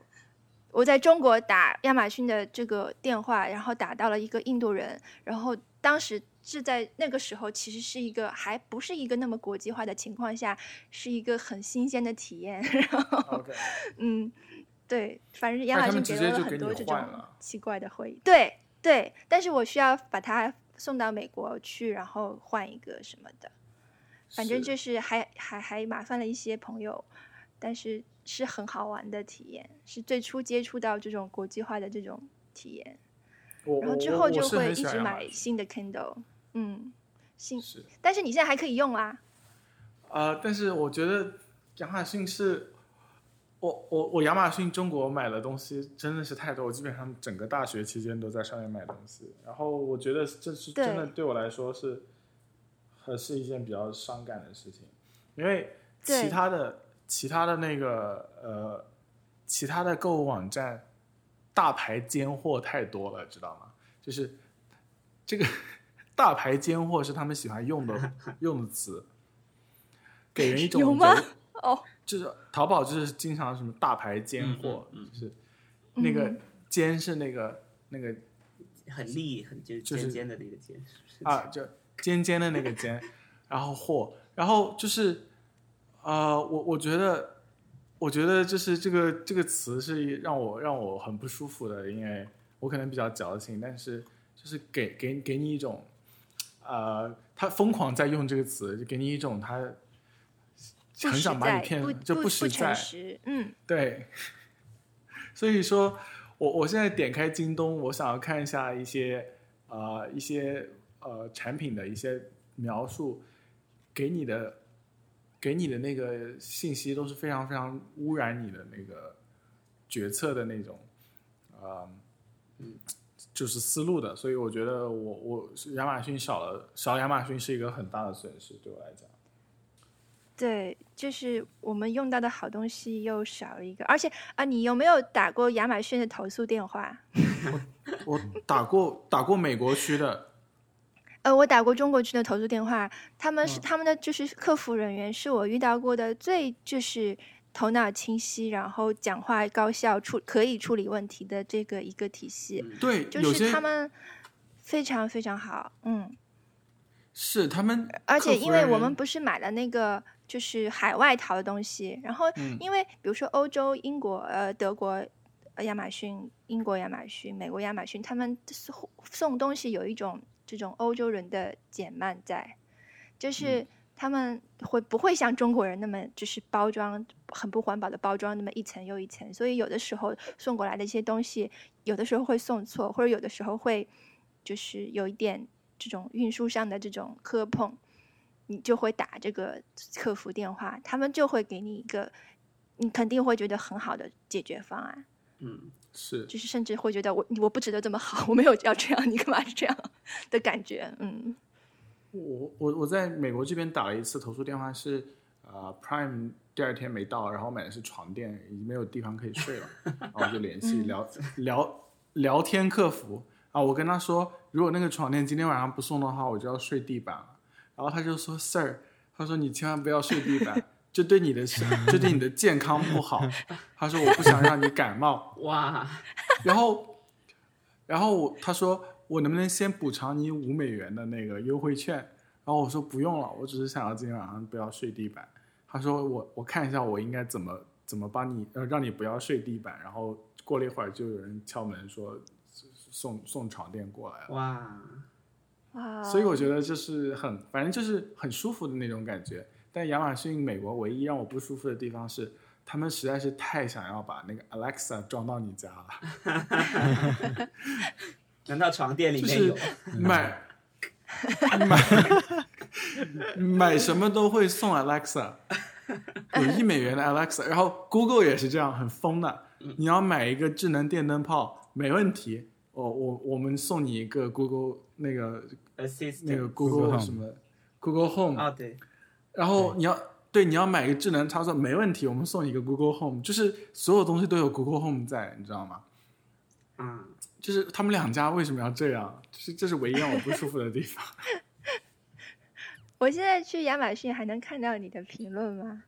Speaker 4: 我在中国打亚马逊的这个电话，然后打到了一个印度人，然后当时是在那个时候，其实是一个还不是一个那么国际化的情况下，是一个很新鲜的体验。然后，
Speaker 1: OK，
Speaker 4: 嗯，对，反正亚
Speaker 1: 那
Speaker 4: 马
Speaker 1: 他
Speaker 4: 逊
Speaker 1: 们
Speaker 4: 给
Speaker 1: 直接
Speaker 4: 了我
Speaker 1: 就
Speaker 4: 很
Speaker 1: 给
Speaker 4: 多
Speaker 1: 你
Speaker 4: 这种
Speaker 1: 换了
Speaker 4: 奇怪的回忆。对对，但是我需要把它送到美国去，然后换一个什么的。反正
Speaker 1: 是
Speaker 4: 就是还还还麻烦了一些朋友，但是是很好玩的体验，是最初接触到这种国际化的这种体验，
Speaker 1: 我
Speaker 4: 然后
Speaker 1: 我
Speaker 4: 之
Speaker 1: 我
Speaker 4: 后
Speaker 1: 我
Speaker 4: 就是会
Speaker 1: 很
Speaker 4: 一
Speaker 1: 喜欢
Speaker 4: 直
Speaker 1: 亚马
Speaker 4: 买
Speaker 1: 逊
Speaker 4: 新的 Kindle，嗯，新，
Speaker 1: 是
Speaker 4: 但是你现在还可以用啊，
Speaker 1: 呃，但是我觉得亚马逊是，我我我亚马逊中国买的东西真的是太多，我基本上整个大学期间都在上面买东西。然后我觉得这是
Speaker 4: 对
Speaker 1: 真的对我来说是，还是一件比较伤感的事情，因为
Speaker 4: 对
Speaker 1: 其他的其他的那个呃，其他的购物网站大牌奸货太多了，知道吗？就是这个 大牌奸货是他们喜欢用 的用的词，给人一种
Speaker 4: 有吗
Speaker 1: 人
Speaker 4: 哦，
Speaker 1: 就是淘宝就是经常什么大牌奸货，
Speaker 3: 嗯嗯嗯
Speaker 1: 就是那个
Speaker 4: 嗯
Speaker 1: 奸是那个那个
Speaker 3: 很利，很就是
Speaker 1: 就是
Speaker 3: 尖尖的那个尖。
Speaker 1: 啊，就尖尖的那个 尖，然后货，然后就是，呃，我我觉得，我觉得就是这个这个词是让我让我很不舒服的，因为我可能比较矫情，但是就是给给给你一种，呃，他疯狂在用这个词，就给你一种他
Speaker 4: 不
Speaker 1: 很
Speaker 4: 实
Speaker 1: 想把
Speaker 4: 在
Speaker 1: 你，骗
Speaker 4: 不，
Speaker 1: 就
Speaker 4: 不
Speaker 1: 实在
Speaker 4: 诚，实，嗯，
Speaker 1: 对，所以说我我现在点开京东，我想要看一下一些呃一些呃产品的一些描述，给你的给你的那个信息都是非常非常污染你的那个决策的那种，呃，
Speaker 4: 嗯
Speaker 1: 就是思路的。所以我觉得我我亚马逊少了少亚马逊是一个很大的损失，对我来讲。
Speaker 4: 对，就是我们用到的好东西又少了一个，而且啊，你有没有打过亚马逊的投诉电话？
Speaker 1: 我打过打过美国区的，
Speaker 4: 呃，我打过中国区的投诉电话，他们
Speaker 1: 嗯
Speaker 4: 是、他们的就是客服人员是我遇到过的最就是头脑清晰，然后讲话高效处可以处理问题的这个一个体系，
Speaker 1: 对，
Speaker 4: 嗯就
Speaker 1: 嗯有
Speaker 4: 是
Speaker 1: 些
Speaker 4: 他们非常非常好，嗯，
Speaker 1: 是他们，
Speaker 4: 而且
Speaker 1: 客服
Speaker 4: 因为
Speaker 1: 人
Speaker 4: 我
Speaker 1: 员
Speaker 4: 们不是买了那个就是海外淘的东西，然后
Speaker 1: 嗯
Speaker 4: 因为比如说欧洲、英国、呃德国、呃亚马逊、英国亚马逊、美国亚马逊，他们送送东西有一种这种欧洲人的减慢在，就是他们会不会像中国人那么就是包装很不环保的包装那么一层又一层，所以有的时候送过来的一些东西，有的时候会送错，或者有的时候会就是有一点这种运输上的这种磕碰，你就会打这个客服电话，他们就会给你一个，你肯定会觉得很好的解决方案，
Speaker 3: 嗯，
Speaker 1: 是
Speaker 4: 就是甚至会觉得我我不值得这么好，我没有要这样，你干嘛这样的感觉？嗯，
Speaker 1: 我我我在美国这边打了一次投诉电话是，呃，Prime 第二天没到，然后买的是床垫，已经没有地方可以睡了，然后我就联系聊聊聊天客服啊，我跟他说，如果那个床垫今天晚上不送的话，我就要睡地板了。然后他就说，Sir，他说你千万不要睡地板，这对你的这对你的健康不好。他说我不想让你感冒。
Speaker 3: 哇，
Speaker 1: 然后，然后我他说我能不能先补偿你五美元的那个优惠券？然后我说不用了，我只是想要今天晚上不要睡地板。他说我我看一下我应该怎么怎么帮你呃让你不要睡地板。然后过了一会儿就有人敲门说送送床垫过来了。
Speaker 3: 哇，
Speaker 4: 哇，
Speaker 1: 所以我觉得就是很，反正就是很舒服的那种感觉。但亚马逊美国唯一让我不舒服的地方是，他们实在是太想要把那个 Alexa 装到你家了，
Speaker 3: 难道床垫里
Speaker 1: 就
Speaker 3: 面
Speaker 1: 是
Speaker 3: 有？
Speaker 1: 买
Speaker 2: 嗯
Speaker 1: 买 买什么都会送 Alexa，有一美元的 Alexa，然后 Google 也是这样，很疯的。你要买一个智能电灯泡，没问题，我我我们送你一个 Google 那个
Speaker 3: assistant
Speaker 1: 那个
Speaker 2: Google
Speaker 1: Google
Speaker 2: Home
Speaker 1: 什么 Google Home，、
Speaker 3: 哦，对，
Speaker 1: 然后你要对你要买个智能插座没问题，我们送你一个 Google Home，就是所有东西都有 Google Home 在，你知道吗？
Speaker 3: 嗯，
Speaker 1: 就是他们两家为什么要这样？就是这是唯一让我不舒服的地方。
Speaker 4: 我现在去亚马逊还能看到你的评论吗？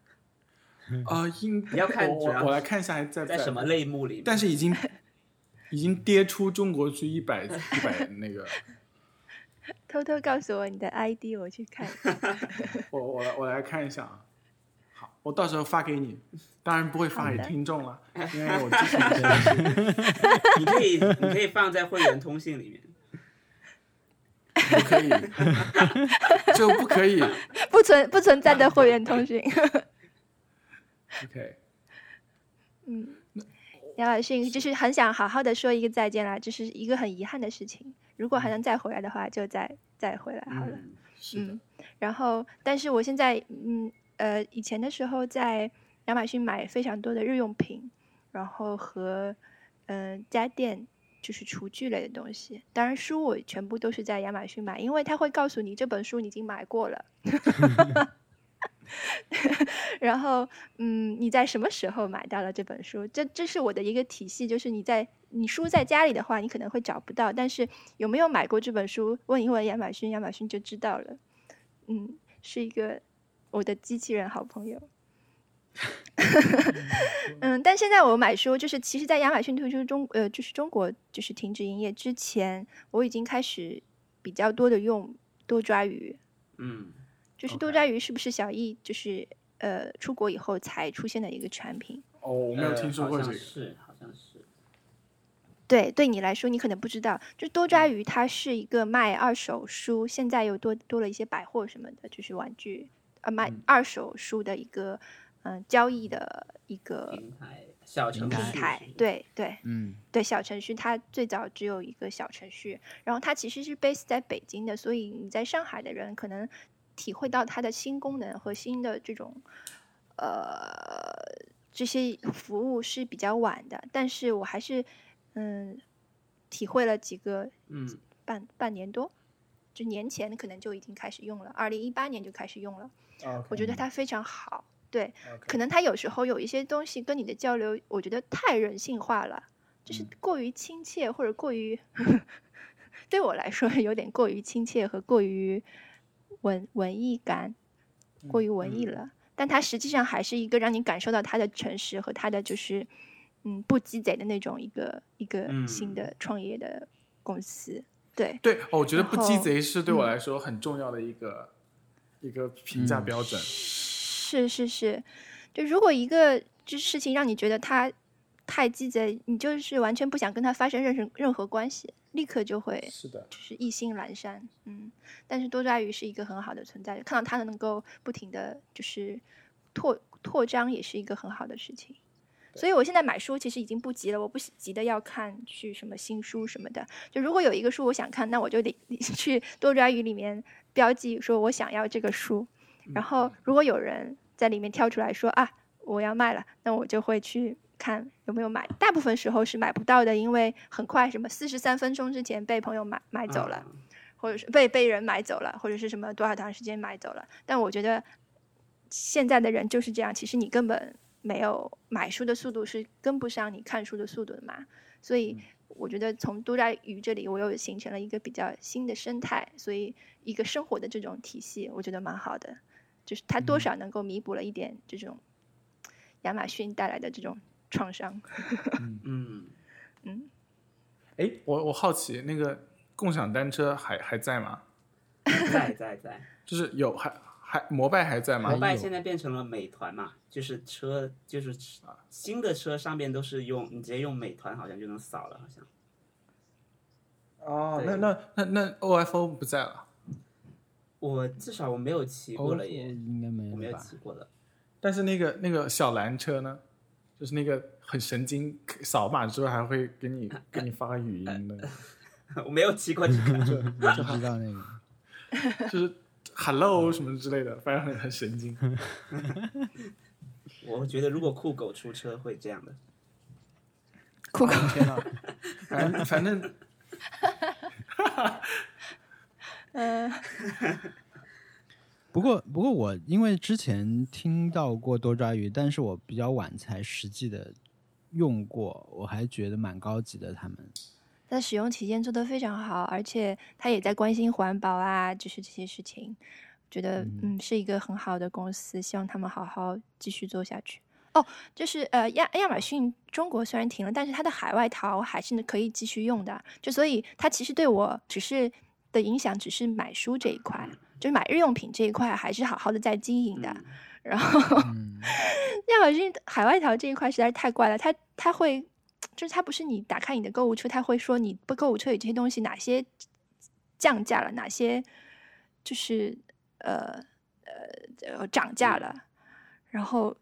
Speaker 1: 啊、应
Speaker 3: 你要看
Speaker 1: 我
Speaker 3: 主要
Speaker 1: 我我来看一下还在不
Speaker 3: 在什么？类目里面？
Speaker 1: 但是已 经已经跌出中国区一百一 百那个。
Speaker 4: 偷偷告诉我你的 ID，我去看。
Speaker 1: 我我来我来看一下啊。好，我到时候发给你，当然不会发
Speaker 4: 好
Speaker 1: 给
Speaker 4: 的
Speaker 1: 听众 了，因为我之前是
Speaker 3: 你可以，你可以放在会员通信里面。
Speaker 1: 不可以， 就不可以。
Speaker 4: 不存不存在的会员通讯。
Speaker 1: OK，
Speaker 4: 嗯，亚马逊就是很想好好的说一个再见啦，这是一个很遗憾的事情。如果还能再回来的话，就再再回来好了。
Speaker 3: 嗯，
Speaker 1: 是的，
Speaker 4: 嗯然后，但是我现在，嗯，呃，以前的时候在亚马逊买非常多的日用品，然后和嗯、呃家电，就是厨具类的东西。当然，书我全部都是在亚马逊买，因为它会告诉你这本书你已经买过了。 然后，嗯，你在什么时候买到了这本书？这这是我的一个体系，就是你在你书在家里的话，你可能会找不到，但是有没有买过这本书，问一问亚马逊，亚马逊就知道了。嗯，是一个我的机器人好朋友。 嗯，但现在我买书，就是其实，在亚马逊退出中，呃，就是中国就是停止营业之前，我已经开始比较多的用多抓鱼，
Speaker 3: 嗯，
Speaker 4: 就是
Speaker 1: OK
Speaker 4: 多抓鱼是不是小易就是呃出国以后才出现的一个产品？
Speaker 1: 哦，我没有
Speaker 3: 呃
Speaker 1: 听说过
Speaker 3: 好
Speaker 1: 这
Speaker 3: 像
Speaker 1: 个。
Speaker 3: 是，好像是。
Speaker 4: 对，对你来说，你可能不知道，就多抓鱼它是一个卖二手书，现在又多多了一些百货什么的，就是玩具啊卖二手书的一个嗯、呃交易的一个
Speaker 3: 平台小程
Speaker 4: 平
Speaker 3: 序
Speaker 4: 台
Speaker 3: 是，
Speaker 4: 对对
Speaker 2: 嗯，
Speaker 4: 对，小程序它最早只有一个小程序，然后它其实是 base 在北京的，所以你在上海的人可能体会到它的新功能和新的这种呃这些服务是比较晚的，但是我还是嗯体会了几个
Speaker 3: 嗯，
Speaker 4: 半半年多，就年前可能就已经开始用了，二零一八年就开始用了，
Speaker 1: OK，
Speaker 4: 我觉得它非常好，对。
Speaker 1: OK
Speaker 4: 可能他有时候有一些东西跟你的交流，我觉得太人性化了，就是
Speaker 1: 嗯
Speaker 4: 过于亲切或者过于， 对我来说有点过于亲切和过于文文艺感，过于文艺
Speaker 3: 嗯
Speaker 4: 了。但它实际上还是一个让你感受到它的诚实和它的就是，嗯，不鸡贼的那种一个一个新
Speaker 3: 嗯
Speaker 4: 的创业的公司。对，
Speaker 1: 对，哦我觉得
Speaker 4: 然
Speaker 1: 不鸡
Speaker 4: 后
Speaker 1: 贼是对我
Speaker 4: 嗯
Speaker 1: 来说很重要的一个、一个评价
Speaker 2: 嗯
Speaker 1: 标准。
Speaker 4: 是是是，就如果一个这事情让你觉得他太鸡贼，你就是完全不想跟他发生任何任何关系，立刻就会
Speaker 1: 是的，
Speaker 4: 就是意兴阑珊。嗯，但是多抓鱼是一个很好的存在，看到它能够不停的就是拓拓张，也是一个很好的事情。所以我现在买书其实已经不急了，我不急的要看去什么新书什么的。就如果有一个书我想看，那我就得 去多抓鱼里面标记说我想要这个书，然后如果有人在里面跳出来说啊我要卖了，那我就会去看有没有买。大部分时候是买不到的，因为很快什么四十三分钟之前被朋友买买走了，
Speaker 3: 啊
Speaker 4: 或者是被被人买走了，或者是什么多少长时间买走了。但我觉得现在的人就是这样，其实你根本没有买书的速度是跟不上你看书的速度的嘛。所以我觉得从多抓鱼这里，我又形成了一个比较新的生态，所以一个生活的这种体系，我觉得蛮好的，就是它多少能够弥补了一点这种亚马逊带来的这种创伤。
Speaker 3: 嗯，
Speaker 4: 嗯，
Speaker 1: 哎，我我好奇那个共享单车还还在吗？
Speaker 3: 嗯在在在，
Speaker 1: 就是有还还摩拜还在吗？
Speaker 3: 摩拜
Speaker 2: 有
Speaker 3: 现在变成了美团嘛，就是车就是新的车上面都是用你直接用美团好像就能扫了，好像。
Speaker 1: 啊、哦，那
Speaker 3: 对
Speaker 1: 那那那 OFO 不在了，
Speaker 3: 我至少我没有骑过了耶，
Speaker 2: 哦应该
Speaker 1: 哦
Speaker 2: 没
Speaker 3: 我没
Speaker 2: 有
Speaker 3: 有
Speaker 2: 吧？
Speaker 3: 骑过了。
Speaker 1: 但是那个那个小蓝车呢，就是那个很神经，扫码之后还会给你给你发语音的，
Speaker 3: 我没有骑过这个，
Speaker 1: 就
Speaker 2: 我就知道那个。
Speaker 1: 就是 hello 什么之类的，反正很神经。
Speaker 3: 我觉得如果酷狗出车会这样的。
Speaker 4: 酷狗
Speaker 2: 天呐，
Speaker 1: 反正反正
Speaker 4: 嗯，
Speaker 2: 不过，不过我因为之前听到过多抓鱼，但是我比较晚才实际的用过，我还觉得蛮高级的。他们
Speaker 4: 在使用期间做得非常好，而且他也在关心环保啊，就是这些事情，觉得嗯是一个很好的公司，希望他们好好继续做下去。哦，就是呃亚亚马逊中国虽然停了，但是它的海外淘还是可以继续用的，就所以它其实对我只是的影响只是买书这一块，就是买日用品这一块还是好好的在经营的。
Speaker 3: 嗯
Speaker 4: 然后 亚马逊海外淘这一块实在是太怪了，它它会就是它不是你打开你的购物车，它会说你不购物车里这些东西哪些降价了，哪些就是呃呃呃涨价了，然后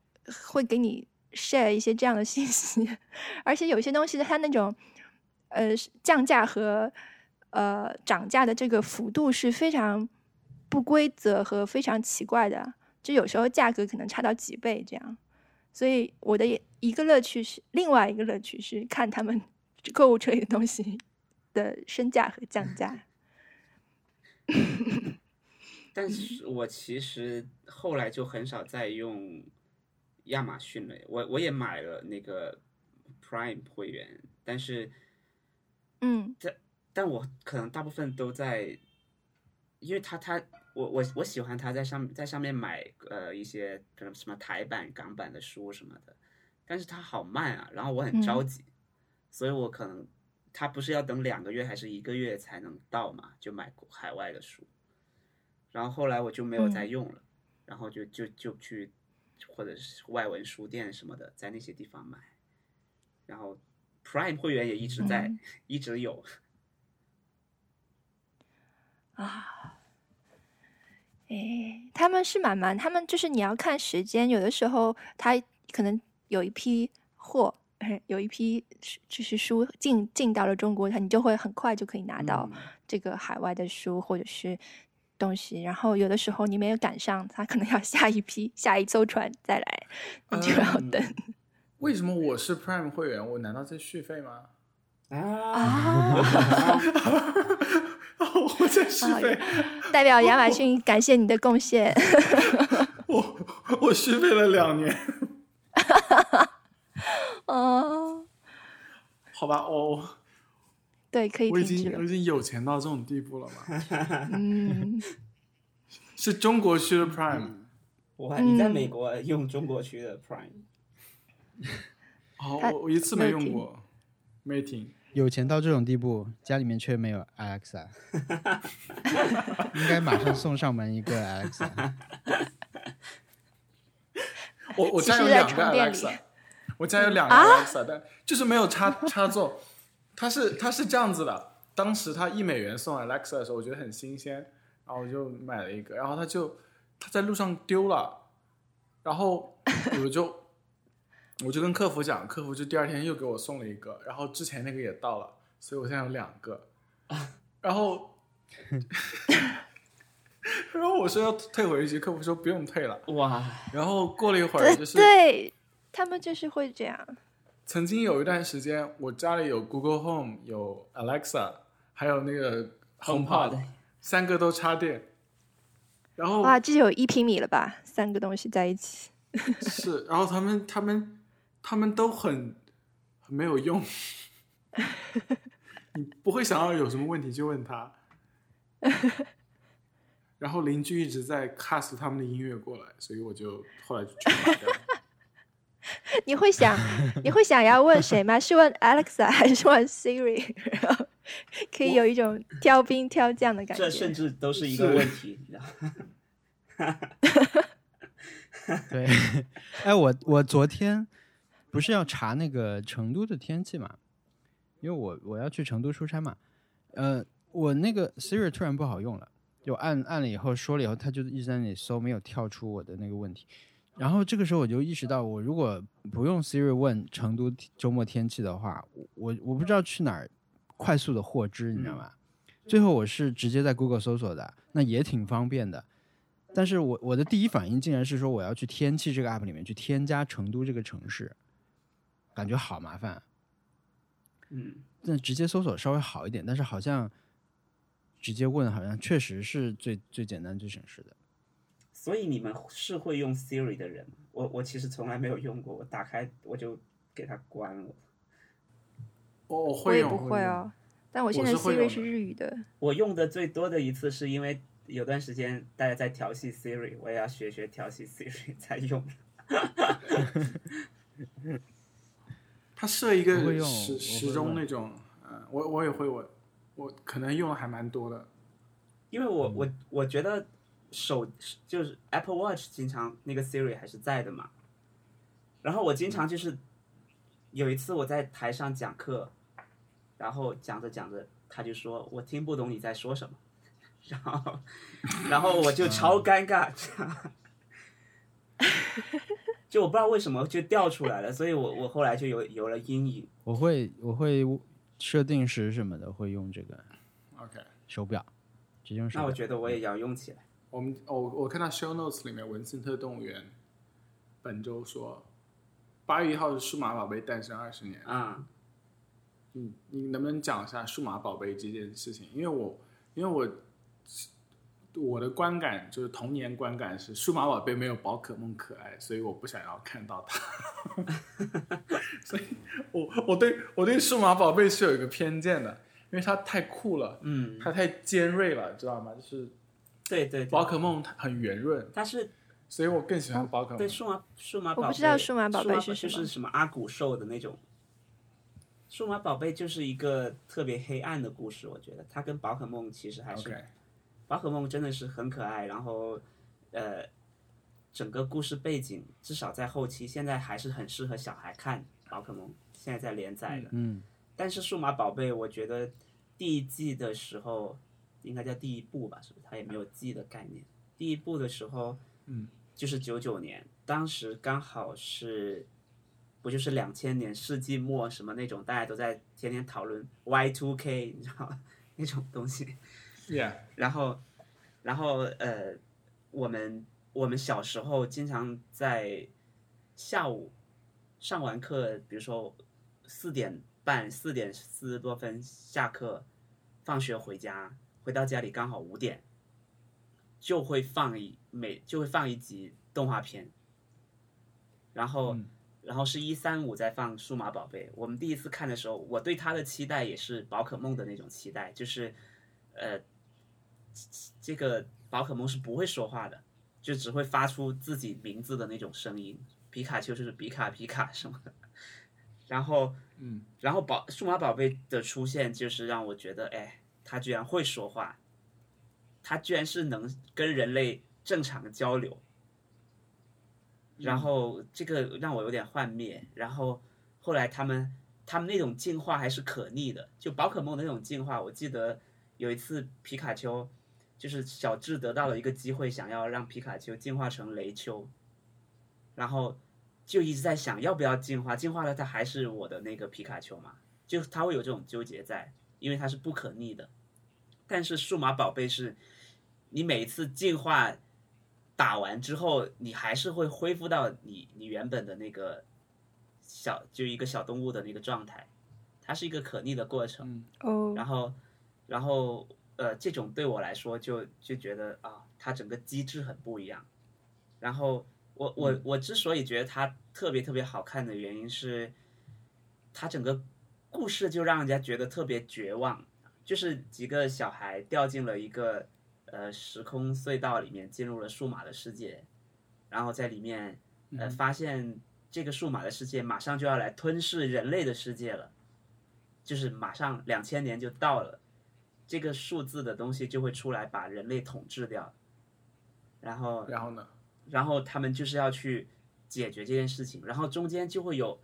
Speaker 4: 会给你 share 一些这样的信息， 而且有些东西它那种呃是降价和呃涨价的这个幅度是非常不规则和非常奇怪的，就有时候价格可能差到几倍这样。所以我的也一个乐趣是，另外一个乐趣是看他们 购物车里的东西的升价和降价。
Speaker 3: 但是我其实后来就很少再用亚马逊了。我我也买了那个 Prime 会员，但是
Speaker 4: 嗯
Speaker 3: 但我可能大部分都在，因为他他我我我喜欢他在上在上面买呃一些可能什么台版、港版的书什么的，但是他好慢啊，然后我很着急，所以我可能他不是要等两个月还是一个月才能到嘛，就买国海外的书，然后后来我就没有再用了，然后就就就去或者是外文书店什么的，在那些地方买，然后 Prime 会员也一直在、
Speaker 4: 嗯
Speaker 3: 一直有。
Speaker 4: 啊，诶，他们是慢慢，他们就是你要看时间，有的时候他可能有一批货， 有一批是就是书进进到了中国，他你就会很快就可以拿到。
Speaker 3: 嗯
Speaker 4: 这个海外的书或者是东西，然后有的时候你没有赶上，他可能要下一批、下一艘船再来，你就要
Speaker 1: 嗯
Speaker 4: 等、
Speaker 1: 为什么我是 Prime 会员？我难道在续费吗？
Speaker 3: 啊，
Speaker 4: 啊。
Speaker 1: 哦，我在续费，
Speaker 4: 代表亚马逊感谢你的贡献，
Speaker 1: 我
Speaker 4: 啊
Speaker 1: 我续费了两年，
Speaker 4: 哦，
Speaker 1: 好吧，哦，
Speaker 4: 对，可以
Speaker 1: 我已
Speaker 4: 停止
Speaker 1: 经我
Speaker 4: 了
Speaker 1: 已，经有钱到这种地步了吗？
Speaker 4: 嗯，
Speaker 1: 是中国区的 Prime，、
Speaker 3: 哇，你在
Speaker 4: 嗯
Speaker 3: 美国用中国区的 Prime，
Speaker 1: 哦，
Speaker 4: 它
Speaker 1: 我我一次没
Speaker 4: 没有
Speaker 1: 用
Speaker 4: 停
Speaker 1: 过，没停。
Speaker 2: 有钱到这种地步，家里面却没有 Alexa，应该马上送上门一个 Alexa。
Speaker 1: 我我
Speaker 4: 其
Speaker 1: 家
Speaker 4: 实
Speaker 1: 有
Speaker 4: 在
Speaker 1: 两个
Speaker 4: 床垫里啊
Speaker 1: Alexa，我家有两个 Alexa，、但就是没有插插座。它是它是这样子的，当时它一美元送 Alexa 的时候，我觉得很新鲜，然后我就买了一个，然后它就它在路上丢了，然后我就我就跟客服讲，客服就第二天又给我送了一个，然后之前那个也到了，所以我现在有两个，
Speaker 4: 啊
Speaker 1: 然后。 然后我说要退回去，客服说不用退了。
Speaker 3: 哇，
Speaker 1: 然后过了一会儿，就
Speaker 4: 对
Speaker 1: 是
Speaker 4: 对，他们就是会这样，
Speaker 1: 曾经有一段时间，我家里有 Google Home，有 Alexa，还有那个 HomePod，三个都插电。然后
Speaker 4: 哇，这就有一平米了吧？三个东西在一起，
Speaker 1: 是， 然后他们他们他们都很很没有 用，你不会想要有什么问题就问 他。然后邻居一直在 cast 他们的音乐过来，所以我就后来就全买 掉了。
Speaker 4: 你会想， 你会想要问谁吗？是问 Alexa 还是问 Siri？然后可以有一种挑兵挑将的感觉。
Speaker 3: 这甚至都是一个问题，你知道吗？
Speaker 2: 对， 哎，我我昨天不是要查那个成都的天气嘛，因为我我要去成都出差嘛，呃，我那个 Siri 突然不好用了，就按按了以后说了以后，它就一直在那里搜，没有跳出我的那个问题。然后这个时候我就意识到，我如果不用 Siri 问成都周末天气的话，我我不知道去哪儿快速的获知，你知道吗？最后我是直接在 Google 搜索的，那也挺方便的。但是我我的第一反应竟然是说我要去天气这个 app 里面去添加成都这个城市，感觉好麻烦。
Speaker 3: 嗯，
Speaker 2: 那直接搜索稍微好一点，但是好像直接问好像确实是最最简单最省事的。
Speaker 3: 所以你们是会用 Siri 的人吗？我我其实从来没有用过，我打开我就给它关了。
Speaker 1: 哦我我
Speaker 4: 我
Speaker 1: 会
Speaker 4: 也
Speaker 1: 用，
Speaker 4: 不
Speaker 1: 会
Speaker 4: 会
Speaker 1: 用。
Speaker 4: 哦。但我
Speaker 1: 我
Speaker 4: 现在
Speaker 1: 是会
Speaker 4: Siri
Speaker 1: 用
Speaker 4: 是
Speaker 1: 的
Speaker 4: 日语的，
Speaker 3: 我用的最多的一次是因为有段时间大家在调戏 Siri，我也要学学调戏 Siri 才用。
Speaker 1: 它设一
Speaker 2: 我会
Speaker 1: 个
Speaker 2: 用我
Speaker 1: 时
Speaker 2: 会
Speaker 1: 时钟
Speaker 2: 用
Speaker 1: 那种，嗯、我我也会我我可能用的还蛮多的。
Speaker 3: 因为我我我觉得手就是 Apple Watch 经常那个 Siri 还是在的嘛，然后我经常就是有一次我在台上讲课，然后讲着讲着他就说我听不懂你在说什么， 然后然后我就超尴尬，就我不知道为什么就掉出来了，所以我我后来就有有了阴影。
Speaker 2: 我会我会设定时什么的会用这个
Speaker 1: OK，
Speaker 2: 手表，直接用手
Speaker 3: 那我
Speaker 2: 表。
Speaker 3: 觉得我也要用起来。
Speaker 1: 我们我我看到 show notes 里面文森特动物园本周说，八月一号是数码宝贝诞生二十年。
Speaker 3: 啊、
Speaker 1: 你嗯你能不能讲一下数码宝贝这件事情？因为我因为我我的观感就是童年观感是数码宝贝没有宝可梦可爱，所以我不想要看到它。 所以我我对我对数码宝贝是有一个偏见的，因为它太酷了，
Speaker 3: 嗯，
Speaker 1: 它太尖锐了，知道吗？就是
Speaker 3: 对对对，
Speaker 1: 宝可梦它很圆润，
Speaker 3: 它是
Speaker 1: 所以我更喜欢宝可
Speaker 3: 对，
Speaker 1: 梦。
Speaker 3: 数码数码宝
Speaker 4: 我
Speaker 3: 贝，
Speaker 4: 不知道数码宝贝是
Speaker 3: 就
Speaker 4: 什么
Speaker 3: 是什么阿古兽的那种。数码宝贝就是一个特别黑暗的故事，我觉得它跟宝可梦其实还是
Speaker 1: OK，
Speaker 3: 宝可梦真的是很可爱，然后呃，整个故事背景至少在后期，现在还是很适合小孩看宝可梦，现在在连载了。
Speaker 2: 嗯，
Speaker 3: 但是数码宝贝，我觉得第一季的时候，应该叫第一部吧，是不是？它也没有季的概念。第一部的时候，
Speaker 1: 嗯，
Speaker 3: 就是九九年，当时刚好是，不就是两千年世纪末什么那种，大家都在天天讨论 Y two K，你知道吗 那种东西。
Speaker 1: ，Yeah，
Speaker 3: 然后，然后呃，我们我们小时候经常在下午上完课，比如说四点半、四点四十多分下课，放学回家，回到家里刚好五点，就会放一每就会放一集动画片，然后。然后是一三五在放《数码宝贝》，我们第一次看的时候，我对它的期待也是宝可梦的那种期待，就是，呃，这个宝可梦是不会说话的，就只会发出自己名字的那种声音。皮卡丘就是皮卡皮卡什么的。然后，
Speaker 1: 嗯，
Speaker 3: 然后宝数码宝贝的出现，就是让我觉得，哎，它居然会说话，它居然是能跟人类正常交流。然后这个让我有点幻灭。然后后来他们他们那种进化还是可逆的，就宝可梦的那种进化，我记得有一次皮卡丘。就是小智得到了一个机会，想要让皮卡丘进化成雷丘，然后就一直在想要不要进化，进化了它还是我的那个皮卡丘嘛，就它会有这种纠结在，因为它是不可逆的。但是数码宝贝是，你每次进化打完之后，你还是会恢复到你你原本的那个小就一个小动物的那个状态，它是一个可逆的过程。
Speaker 4: 哦，
Speaker 3: 然后，然后呃，这种对我来说就就觉得啊，它整个机制很不一样。然后我我我之所以觉得它特别特别好看的原因是，它整个故事就让人家觉得特别绝望，就是几个小孩掉进了一个呃时空隧道里面，进入了数码的世界，然后在里面
Speaker 1: 嗯
Speaker 3: 呃发现这个数码的世界马上就要来吞噬人类的世界了。就是马上两千年就到了，这个数字的东西就会出来把人类统治掉，然后
Speaker 1: 然后呢？
Speaker 3: 然后他们就是要去解决这件事情，然后中间就会有，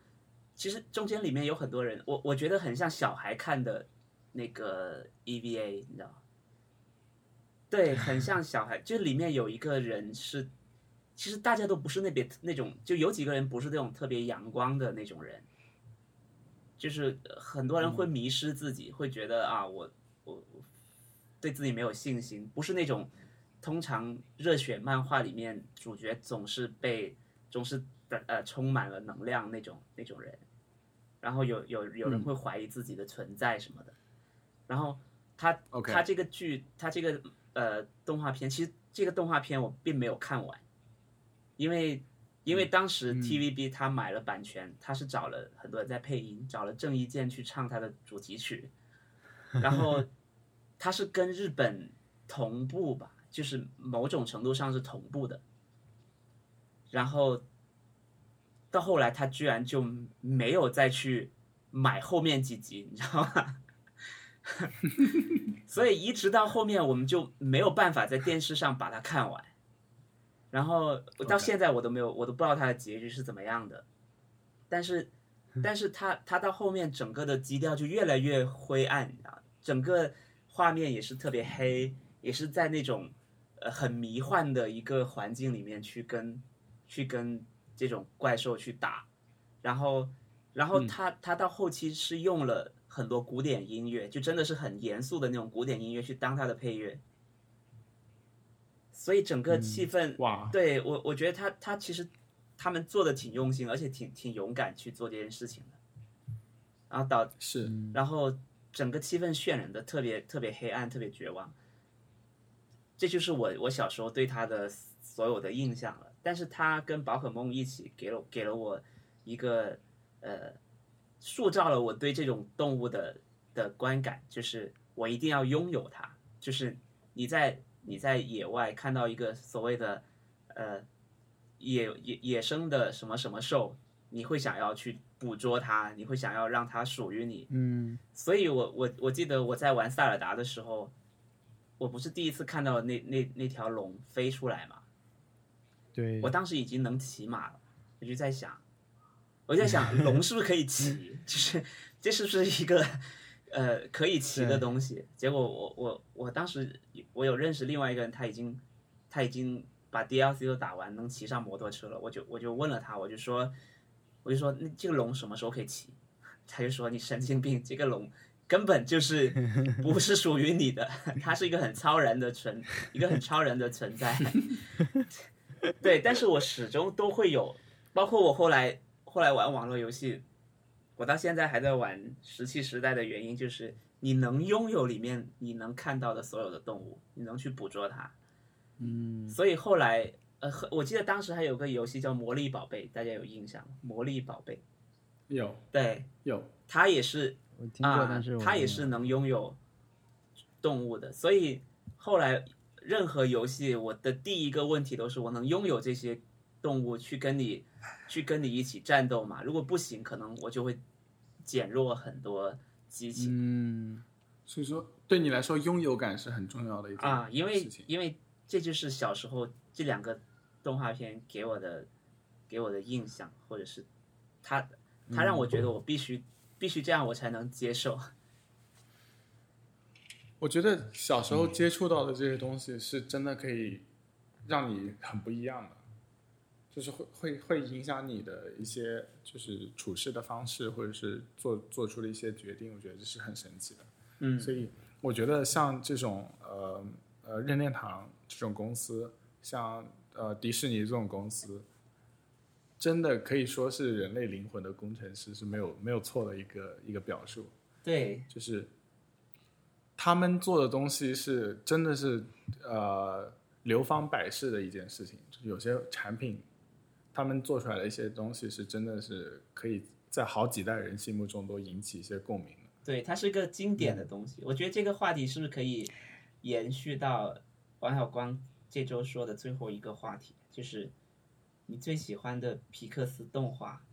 Speaker 3: 其实中间里面有很多人，我我觉得很像小孩看的那个 EVA，你知道吗？对，很像小孩，就里面有一个人是，其实大家都不是那边那种，就有几个人不是那种特别阳光的那种人，就是呃很多人会迷失自己，会觉得啊，我我我对自己没有信心，不是那种通常热血漫画里面主角总是被总是呃充满了能量那种那种人，然后有有有人会怀疑自己的存在什么的，然后他
Speaker 1: OK
Speaker 3: 他这个剧他这个呃动画片，其实这个动画片我并没有看完，因为因为当时 TVB 他买了版权，他是找了很多人在配音，找了郑伊健去唱他的主题曲，然后他是跟日本同步吧，就是某种程度上是同步的，然后到后来他居然就没有再去买后面几集，你知道吗？所以一直到后面我们就没有办法在电视上把它看完，然后我到
Speaker 1: OK
Speaker 3: 现在我都没有，我都不知道它的结局是怎么样的。但是，但是它它到后面整个的基调就越来越灰暗啊，整个画面也是特别黑，也是在那种呃很迷幻的一个环境里面去跟去跟这种怪兽去打，然后
Speaker 1: 嗯
Speaker 3: 然后他、他到后期是用了很多古典音乐，就真的是很严肃的那种古典音乐去当他的配乐，所以整个气氛、
Speaker 1: 嗯哇，
Speaker 3: 对我，我觉得他他其实他们做的挺用心，而且挺挺勇敢去做这件事情的。然后导，
Speaker 1: 是
Speaker 3: 然后整个气氛渲染的特别特别黑暗，特别绝望。这就是我我小时候对他的所有的印象了。但是他跟宝可梦一起给了给了我一个呃，塑造了我对这种动物的的观感，就是我一定要拥有它。就是你在你在野外看到一个所谓的呃野野野生的什么什么兽，你会想要去捕捉它，你会想要让它属于你。
Speaker 2: 嗯，
Speaker 3: 所以我我我记得我在玩塞尔达的时候，我不是第一次看到那那那条龙飞出来嘛，
Speaker 2: 对
Speaker 3: 我，当时已经能骑马了，我就在想，我就在想龙是不是可以骑，就是这是不是一个呃可以骑的
Speaker 2: 对
Speaker 3: 东西？结果我我我当时我有认识另外一个人，他已经他已经把 DLC 都打完，能骑上摩托车了，我就我就问了他，我就说我就说那这个龙什么时候可以骑？ 他就说你神经病，这个龙根本就是不是属于你的， 它是一个很超然的存，一个很超然的存在。 对，但是我始终都会有，包括我后来后来玩网络游戏，我到现在还在玩《石器时代》的原因就是，你能拥有里面你能看到的所有的动物，你能去捕捉它。嗯，所以后来呃，和我记得当时还有个游戏叫《魔力宝贝》，大家有印象吗？《魔力宝贝》
Speaker 1: 有
Speaker 3: 对，
Speaker 1: 有，
Speaker 3: 它也是
Speaker 2: 我听过，但是
Speaker 3: 啊
Speaker 2: 我、、
Speaker 3: 它也是能拥有动物的，所以后来任何游戏，我的第一个问题都是我能拥有这些动物去跟你去跟你一起战斗嘛？如果不行，可能我就会减弱很多激情、
Speaker 2: 嗯，
Speaker 1: 所以说对你来说拥有感是很重要的一件
Speaker 3: 啊，因为
Speaker 1: 事情
Speaker 3: 因为这就是小时候这两个动画片给我的给我的印象，或者是它它让我觉得
Speaker 2: 嗯
Speaker 3: 我必须、必须这样，我才能接受。
Speaker 1: 我觉得小时候接触到的这些东西是真的可以让你很不一样的，就是会会会影响你的一些就是处事的方式，或者是做做出的一些决定，我觉得这是很神奇的。
Speaker 3: 嗯，
Speaker 1: 所以我觉得像这种呃呃任天堂这种公司，像呃迪士尼这种公司，真的可以说是人类灵魂的工程师是没有没有错的一个一个表述。
Speaker 3: 对，
Speaker 1: 就是他们做的东西是真的是呃流芳百世的一件事情，就是有些产品他们做出来的一些东西是真的是可以在好几代人心目中都引起一些共鸣的。
Speaker 3: 对，它是个经典
Speaker 1: 嗯
Speaker 3: 的东西。我觉得这个话题是不是可以延续到王小光这周说的最后一个话题，就是你最喜欢的皮克斯动画？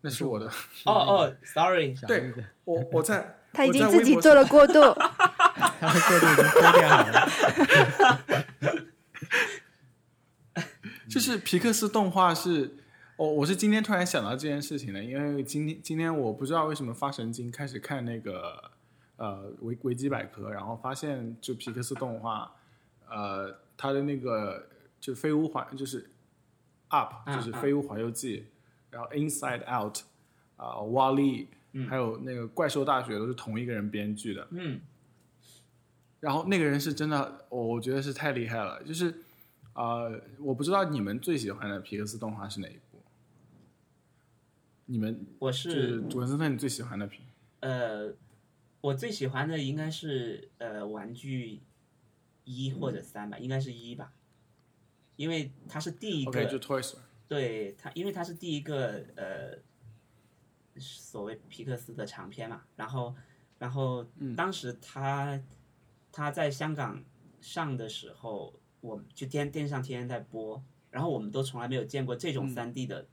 Speaker 1: 那是我的，
Speaker 3: 哦哦，sorry，
Speaker 2: 想
Speaker 1: 对
Speaker 2: 一下
Speaker 1: 我我在
Speaker 4: 他已
Speaker 1: 我
Speaker 4: 经
Speaker 1: 在
Speaker 4: 自
Speaker 1: 微
Speaker 4: 己
Speaker 1: 博
Speaker 4: 做
Speaker 1: 上
Speaker 4: 了过渡，
Speaker 2: 他的过度已经脱掉 了，
Speaker 1: 就是皮克斯动画是，我、我是今天突然想到这件事情的，因为今天今天我不知道为什么发神经开始看那个呃维维基百科，然后发现就皮克斯动画，呃，它的那个就飞屋环就是 Up
Speaker 3: 嗯
Speaker 1: 就是
Speaker 3: 嗯
Speaker 1: 飞屋环游记，然后 Inside Out 啊、瓦力，
Speaker 3: 嗯
Speaker 1: 还有那个怪兽大学都是同一个人编剧的，
Speaker 3: 嗯
Speaker 1: 然后那个人是真的，我我觉得是太厉害了。就是，呃，我不知道你们最喜欢的皮克斯动画是哪一部？你们
Speaker 3: 我
Speaker 1: 就是
Speaker 3: 是
Speaker 1: 文森特，你最喜欢的皮？
Speaker 3: 呃，我最喜欢的应该是呃玩具一或
Speaker 1: 嗯
Speaker 3: 者三吧，应该是一吧，因为它是第一个
Speaker 1: OK，就 Toy Story。
Speaker 3: 对他，因为他是第一个呃，所谓皮克斯的长片嘛，然后然后
Speaker 1: 嗯
Speaker 3: 当时他、他在香港上的时候，我们就天电视上天天在播，然后我们都从来没有见过这种
Speaker 1: 嗯
Speaker 3: 三 D 的、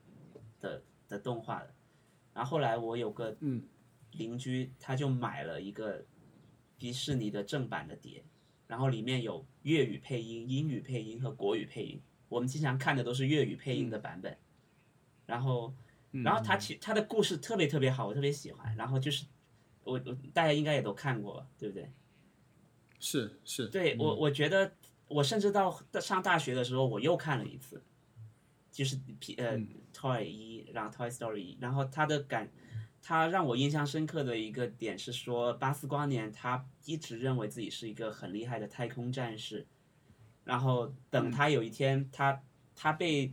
Speaker 3: 的的动画的，然后后来我有个
Speaker 1: 嗯
Speaker 3: 邻居他就买了一个迪士尼的正版的碟，然后里面有粤语配音、英语配音和国语配音。我们经常看的都是粤语配音的版本。然后，
Speaker 1: 嗯
Speaker 3: 然后他其他的故事特别特别好，我特别喜欢。然后就是我我大家应该也都看过吧，对不对？
Speaker 1: 是是，
Speaker 3: 对我，我觉得我甚至到上大学的时候，我又看了一次，就是皮呃、Toy
Speaker 1: 嗯
Speaker 3: 一，然后 Toy Story 一，然后他的感，他让我印象深刻的一个点是说，巴斯光年他一直认为自己是一个很厉害的太空战士，然后
Speaker 1: 嗯
Speaker 3: 等他有一天他他被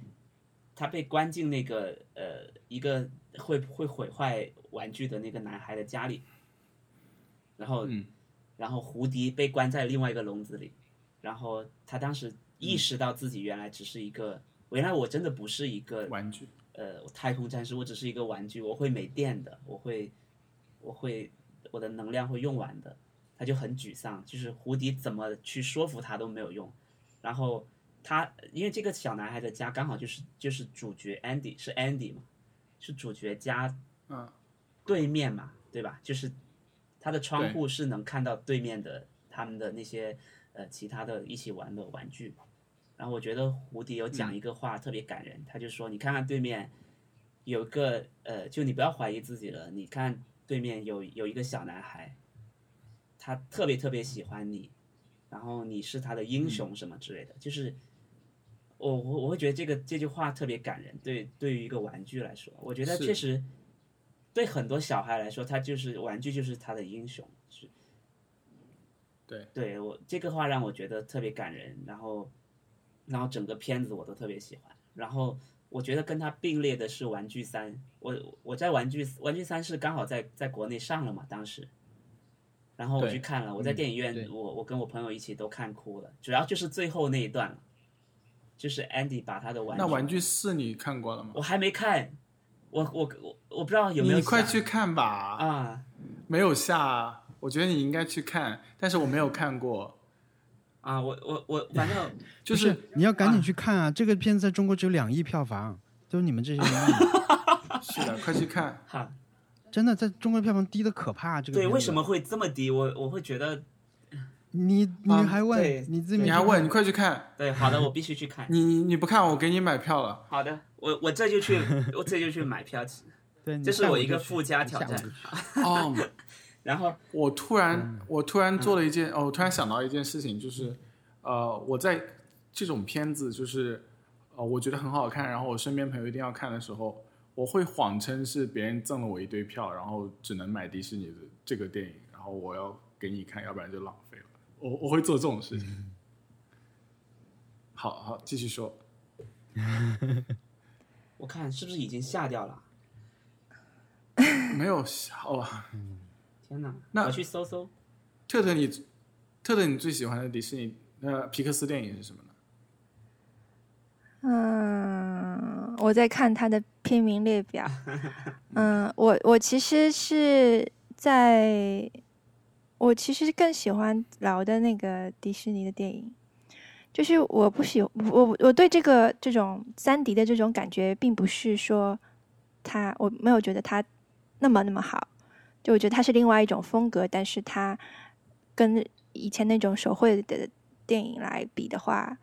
Speaker 3: 他被关进那个呃一个会会毁坏玩具的那个男孩的家里，然后
Speaker 1: 嗯
Speaker 3: 然后胡迪被关在另外一个笼子里，然后他当时意
Speaker 1: 嗯
Speaker 3: 识到自己原来只是一个，原来我真的不是一个
Speaker 1: 玩具。
Speaker 3: 呃太空战士，我只是一个玩具，我会没电的，我会我会我的能量会用完的。他就很沮丧，就是胡迪怎么去说服他都没有用。然后他因为这个小男孩的家刚好就是就是主角 Andy 是 Andy 嘛，是主角家
Speaker 1: 嗯
Speaker 3: 对面嘛，对吧？就是他的窗户是能看到对面的他们的那些呃其他的一起玩的玩具。然后我觉得胡迪有
Speaker 1: 嗯
Speaker 3: 讲一个话特别感人，他就说：“你看看对面有一个呃，就你不要怀疑自己了，你看对面有有一个小男孩，他特别特别喜欢你，然后你是他的英雄
Speaker 1: 嗯
Speaker 3: 什么之类的，就是。”我我我会觉得这个这句话特别感人，对对于一个玩具来说，我觉得
Speaker 1: 是
Speaker 3: 确实对很多小孩来说，他就是玩具，就是他的英雄。是
Speaker 1: 对
Speaker 3: 对我这个话让我觉得特别感人，然后，然后整个片子我都特别喜欢。然后我觉得跟他并列的是《玩具三》，我我在《玩具玩具三》是刚好在在国内上了嘛，当时，然后我
Speaker 1: 对嗯
Speaker 3: 去看了，我在电影院，
Speaker 2: 对
Speaker 3: 我我跟我朋友一起都看哭了，主要就是最后那一段了，就是 Andy 把他的玩具，
Speaker 1: 那玩具四你看过了吗？
Speaker 3: 我还没看，我我我我不知道有没有
Speaker 1: 你快
Speaker 3: 想
Speaker 1: 去看吧！
Speaker 3: 啊。
Speaker 1: 没有下啊，我觉得你应该去看，但是我没有看过。
Speaker 3: 啊，我我我，反正
Speaker 1: 就
Speaker 2: 不
Speaker 1: 是
Speaker 2: 是你要赶紧去看啊！这个片子在中国只有两亿票房，都是你们这些 人弄的
Speaker 1: 是的，快去看。
Speaker 3: 哈，
Speaker 2: 真的在中国票房低的可怕。这个
Speaker 3: 对，
Speaker 2: 片子
Speaker 3: 为什么会这么低？我我会觉得，
Speaker 2: 你你
Speaker 1: 啊
Speaker 2: 还问、
Speaker 3: 对
Speaker 2: 你自己没
Speaker 1: 你还
Speaker 2: 看
Speaker 1: 问？你快去看！
Speaker 3: 对，好的，我必须 去看。
Speaker 1: 你你你不看，我给你买票了。
Speaker 3: 好的，我我这就去，我这就去买票去。
Speaker 2: 对，你
Speaker 3: 这是
Speaker 2: 下午
Speaker 3: 我一
Speaker 2: 嗯就
Speaker 3: 个
Speaker 2: 去
Speaker 3: 附加
Speaker 2: 你
Speaker 3: 挑
Speaker 2: 下午
Speaker 3: 战
Speaker 2: 就去
Speaker 1: 哦、
Speaker 3: 然后，
Speaker 1: 我突然，我突然做了一件，哦，我突然想到一件事情，就是，呃，我在这种片子就是，呃，我觉得很好看，然后我身边朋友一定要看的时候，我会谎称是别人赠了我一堆票，然后只能买迪士尼的这个电影，然后我要给你看，要不然就浪费了。我我会做这种事情。好好，继续说。
Speaker 3: 我看是不是已经下掉了？
Speaker 1: 没有，好吧，
Speaker 3: 天哪！
Speaker 1: 那
Speaker 3: 我去搜搜。
Speaker 1: 特特你，特特你最喜欢的迪士尼呃皮克斯电影是什么呢？
Speaker 4: 嗯，我在看他的片名列表。嗯，我我其实是在，我其实更喜欢老的那个迪士尼的电影，就是我不喜我我我对这个这种三 D 的这种感觉，并不是说它我没有觉得它那么那么好，就我觉得它是另外一种风格，但是它跟以前那种手绘的电影来比的话，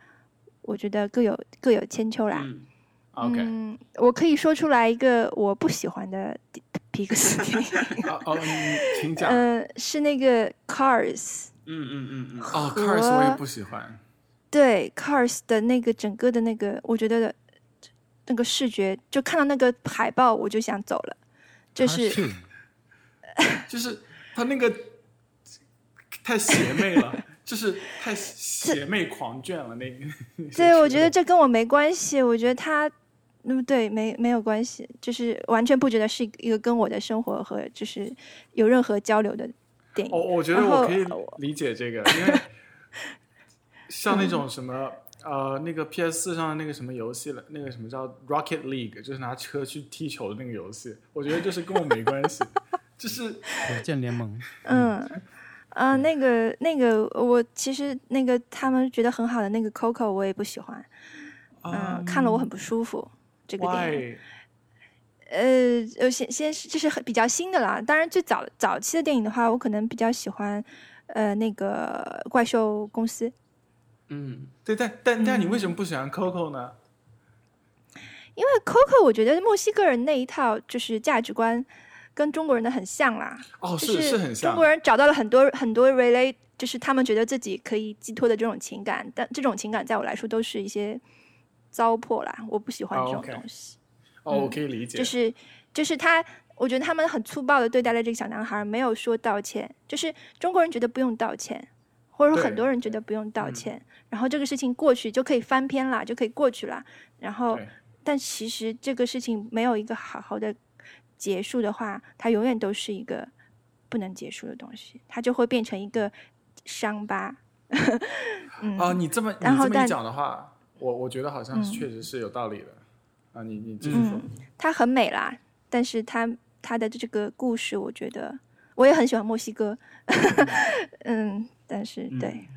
Speaker 4: 我觉得各有各有千秋啦。
Speaker 3: 嗯
Speaker 1: 啊 OK，
Speaker 4: 嗯，我可以说出来一个我不喜欢的迪皮克斯电影，
Speaker 1: 哦哦，嗯请讲。
Speaker 4: 嗯，是那个 Cars，
Speaker 3: 嗯嗯嗯嗯，
Speaker 1: 哦，Cars 我也不喜欢。
Speaker 4: 对 Cars 的那个整个的那个，我觉得那个视觉，就看到那个海报我就想走了，就是
Speaker 1: 就是他那个太邪魅了，就是太邪魅狂卷了。那个，
Speaker 4: 对，我觉得这跟我没关系，我觉得他。嗯，对，没没有关系，就是完全不觉得是一个跟我的生活和就是有任何交流的电影。
Speaker 1: 我我觉得
Speaker 4: 然后
Speaker 1: 我可以
Speaker 4: 呃我
Speaker 1: 理解这个，因为像那种什么呃，那个 PS 四上的那个什么游戏了，那个什么叫 Rocket League，就是拿车去踢球的那个游戏，我觉得就是跟我没关系，就是
Speaker 2: 火箭联盟，
Speaker 4: 嗯，啊、那个那个，我其实那个他们觉得很好的那个 Coco 我也不喜欢， 嗯，看了我很不舒服。这个电影，
Speaker 1: 哦 why
Speaker 4: 呃，呃，先先是这是很比较新的啦。当然，最早早期的电影的话，我可能比较喜欢，呃，那个怪兽公司，
Speaker 3: 嗯，
Speaker 1: 对，但但但你为什么不喜
Speaker 4: 嗯
Speaker 1: 欢 Coco 呢？
Speaker 4: 因为 Coco 我觉得墨西哥人那一套就是价值观跟中国人的很像啦。
Speaker 1: 哦，
Speaker 4: 就是
Speaker 1: 是很像
Speaker 4: 中国人找到了很多很多 relate，就是他们觉得自己可以寄托的这种情感，但这种情感在我来说都是一些糟粕啦，我不喜欢
Speaker 1: 哦
Speaker 4: 这种
Speaker 1: ，OK
Speaker 4: 东西。
Speaker 1: 哦，我可以理解，
Speaker 4: 嗯就是就是他，我觉得他们很粗暴的对待了这个小男孩，没有说道歉，就是中国人觉得不用道歉。或者说
Speaker 1: 对嗯
Speaker 4: 很多人觉得不用道歉，然后这个事情过去就可以翻篇啦，就可以过去啦。然后
Speaker 1: 对，
Speaker 4: 但其实这个事情没有一个好好的结束的话，它永远都是一个不能结束的东西，它就会变成一个伤疤。嗯，
Speaker 1: 哦，你这么你
Speaker 4: 然后
Speaker 1: 这么一
Speaker 4: 但
Speaker 1: 讲的话，我我觉得好像
Speaker 4: 嗯
Speaker 1: 确实是有道理的。啊，你你继续说
Speaker 4: 嗯，它很美啦，但是它它的这个故事，我觉得我也很喜欢墨西哥， 嗯，但是
Speaker 3: 嗯
Speaker 4: 对，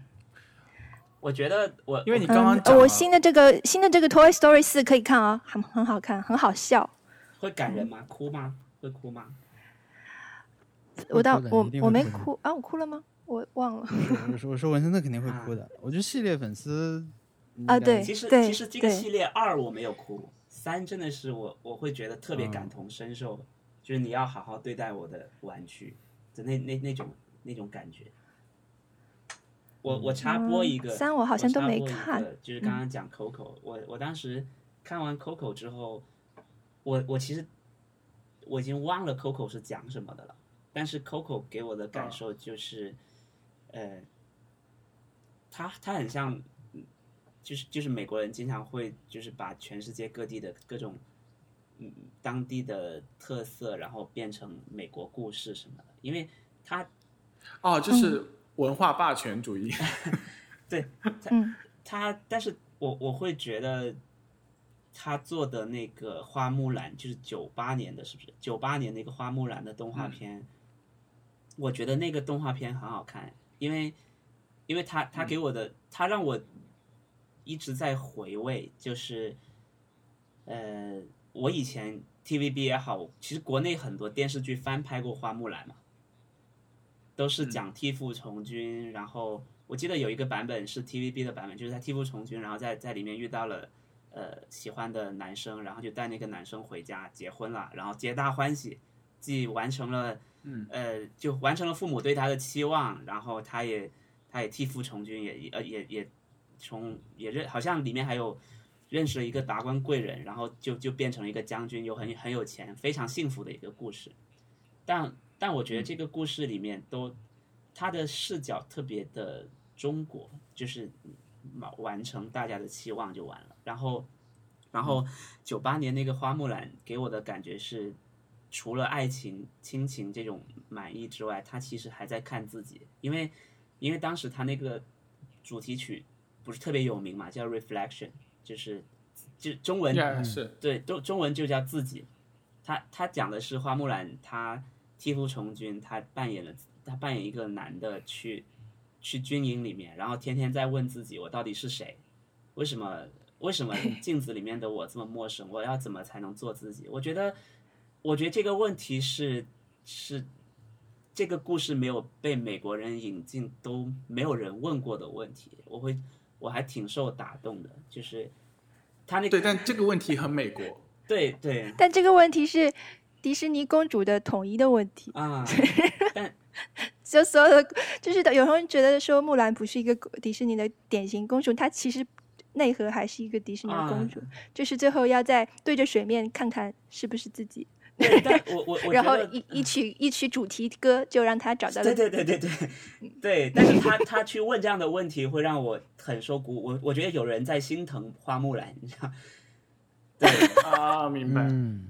Speaker 3: 我觉得我
Speaker 1: 因为你
Speaker 4: 嗯
Speaker 1: 刚刚
Speaker 4: 呃
Speaker 2: 啊
Speaker 1: 讲
Speaker 4: 我
Speaker 1: 了
Speaker 4: 新的这个新的这个 Toy Story 四可以看啊、很很好看，很好笑。
Speaker 3: 会感人吗？哭吗？会哭吗？
Speaker 4: 我到
Speaker 2: 哭的
Speaker 4: 我
Speaker 2: 你一定
Speaker 4: 我
Speaker 2: 会
Speaker 4: 没
Speaker 2: 哭的
Speaker 4: 哭啊，我哭了吗？我忘了。
Speaker 2: 我说我说文森特肯定会哭的。我觉得系列粉丝应
Speaker 4: 啊
Speaker 2: 该
Speaker 4: 对
Speaker 3: 其实
Speaker 4: 对
Speaker 3: 其实这个
Speaker 4: 对
Speaker 3: 系列二我没有哭，三真的是我我会觉得特别感同身受，就是你要好好对待我的玩具的那那那种那种感觉。我我插播一个，
Speaker 4: 嗯三我好像都没看
Speaker 3: 我插播一个就是刚刚讲 Coco，、我我当时看完 Coco 之后，我我其实我已经忘了 Coco 是讲什么的了，但是 Coco 给我的感受就是，呃，它它很像，就是就是美国人经常会就是把全世界各地的各种嗯当地的特色，然后变成美国故事什么的，因为它
Speaker 1: 哦，就是文化霸权主义。
Speaker 4: 嗯
Speaker 3: 他，但是我我会觉得他做的那个花木兰，就是九八年的，是不是？九八年那个花木兰的动画片，我觉得那个动画片很好看，因为因为他他给我的，他让我一直在回味，就是呃，我以前 TVB 也好，其实国内很多电视剧翻拍过花木兰嘛，都是讲替父从军，然后我记得有一个版本是 TVB 的版本，就是他替父从军，然后在在里面遇到了呃喜欢的男生，然后就带那个男生回家结婚了，然后皆大欢喜，既完成了
Speaker 1: 嗯
Speaker 3: 呃就完成了父母对他的期望，然后他也他也替父从军，也也呃也也从也认好像里面还有。认识了一个达官贵人，然后就就变成了一个将军，又很很有钱，非常幸福的一个故事。但但我觉得这个故事里面都，他的视角特别的中国，就是完完成大家的期望就完了。然后，然后九八年那个花木兰给我的感觉是，除了爱情、亲情这种满意之外，他其实还在看自己，因为因为当时他那个主题曲不是特别有名嘛，叫《Reflection》，就是就 中文
Speaker 1: Yeah，是
Speaker 3: 对，中中文就叫自己。他他讲的是花木兰，她替父从军，她扮演了她扮演一个男的去去军营里面，然后天天在问自己，我到底是谁？为什么为什么镜子里面的我这么陌生？我要怎么才能做自己？我觉得，我觉得这个问题是是这个故事没有被美国人引进，都没有人问过的问题。我会我还挺受打动的，就是他那
Speaker 1: 对，
Speaker 3: 个
Speaker 1: 但这个问题很美国，
Speaker 3: 对对
Speaker 4: 但这个问题是迪士尼公主的统一的问题，
Speaker 3: 啊，
Speaker 4: 就所有的 就是有人觉得说木兰不是一个迪士尼的典型公主，她其实内核还是一个迪士尼的公
Speaker 3: 啊
Speaker 4: 主，就是最后要在对着水面看看是不是自己，
Speaker 3: 对，但我我我
Speaker 4: 然后
Speaker 3: 觉得
Speaker 4: 一一曲一曲主题歌就让她找到了
Speaker 3: 对对对对对
Speaker 4: 嗯
Speaker 3: 对，但是他他去问这样的问题，会让我很受鼓舞。我我觉得有人在心疼花木兰，你知 道？对，
Speaker 1: 啊，明白。
Speaker 2: 嗯，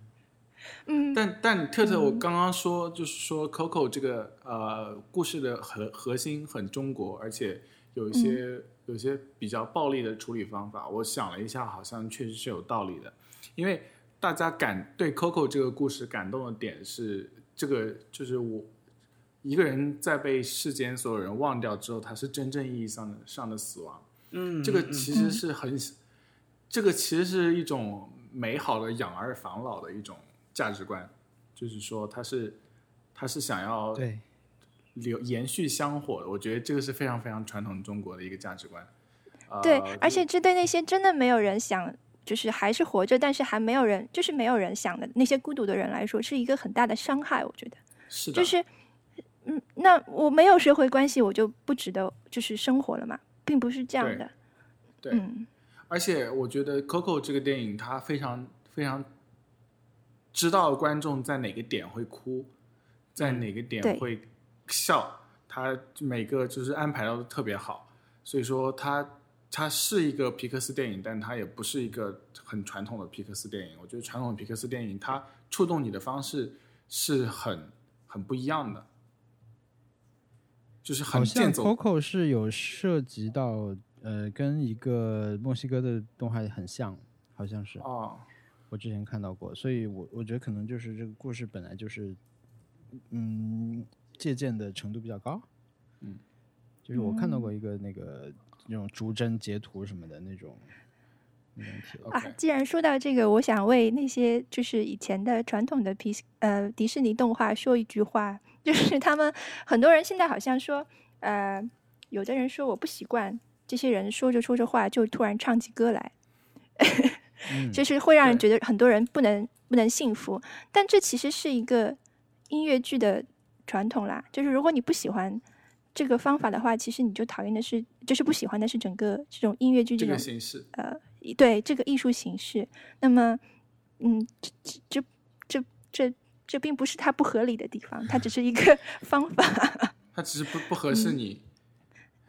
Speaker 4: 嗯，
Speaker 1: 但但特特，我刚刚说、就是说 Coco 这个呃故事的核核心很中国，而且有一些、有一些比较暴力的处理方法。我想了一下，好像确实是有道理的，因为大家感对 Coco 这个故事感动的点是，这个就是我一个人在被世间所有人忘掉之后，他是真正意义上的上的死亡。
Speaker 3: 嗯，
Speaker 1: 这个
Speaker 3: 嗯
Speaker 1: 其实是很，这个其实是一种美好的养儿防老的一种价值观，就是说他是他是想要
Speaker 2: 对，
Speaker 1: 留延续香火的，我觉得这个是非常非常传统中国的一个价值观。呃
Speaker 4: 对，而且这对那些真的没有人想，就是还是活着，但是还没有人，就是没有人想的那些孤独的人来说，是一个很大的伤害。我觉得，
Speaker 1: 是的，
Speaker 4: 就是，嗯，那我没有社会关系，我就不值得就是生活了嘛，并不是这样
Speaker 1: 对
Speaker 4: 的。
Speaker 1: 对
Speaker 4: 嗯，
Speaker 1: 而且我觉得《Coco》这个电影，它非常非常知道观众在哪个点会哭，在哪个点
Speaker 4: 对
Speaker 1: 会笑，它每个就是安排到的特别好。所以说它，它是一个皮克斯电影，但它也不是一个很传统的皮克斯电影。我觉得传统的皮克斯电影，它触动你的方式是很很不一样的，就是很
Speaker 2: 好像
Speaker 1: 剑走
Speaker 2: Coco 是有涉及到呃，跟一个墨西哥的动画很像，好像是
Speaker 1: 哦，
Speaker 2: 我之前看到过，所以我我觉得可能就是这个故事本来就是，嗯，借鉴的程度比较高。
Speaker 1: 嗯，
Speaker 2: 就是我看到过一个那个那种逐帧截图什么的那种那种帖子。
Speaker 4: 啊
Speaker 1: OK，
Speaker 4: 既然说到这个，我想为那些就是以前的传统的皮呃迪士尼动画说一句话，就是他们很多人现在好像说，呃，有的人说我不习惯，这些人说着说着话就突然唱起歌来，
Speaker 2: 嗯，
Speaker 4: 就是会让人
Speaker 1: 对
Speaker 4: 觉得很多人不能不能幸福，但这其实是一个音乐剧的传统啦。就是如果你不喜欢这个方法的话，其实你就讨厌的是，就是不喜欢的是整个这种音乐剧
Speaker 1: 这
Speaker 4: 这种
Speaker 1: 个形式。
Speaker 4: 对这个艺术形式。那么，嗯，这这这这这这并不是它不合理的地方，它只是一 个方法。
Speaker 1: 它只是不不合适你，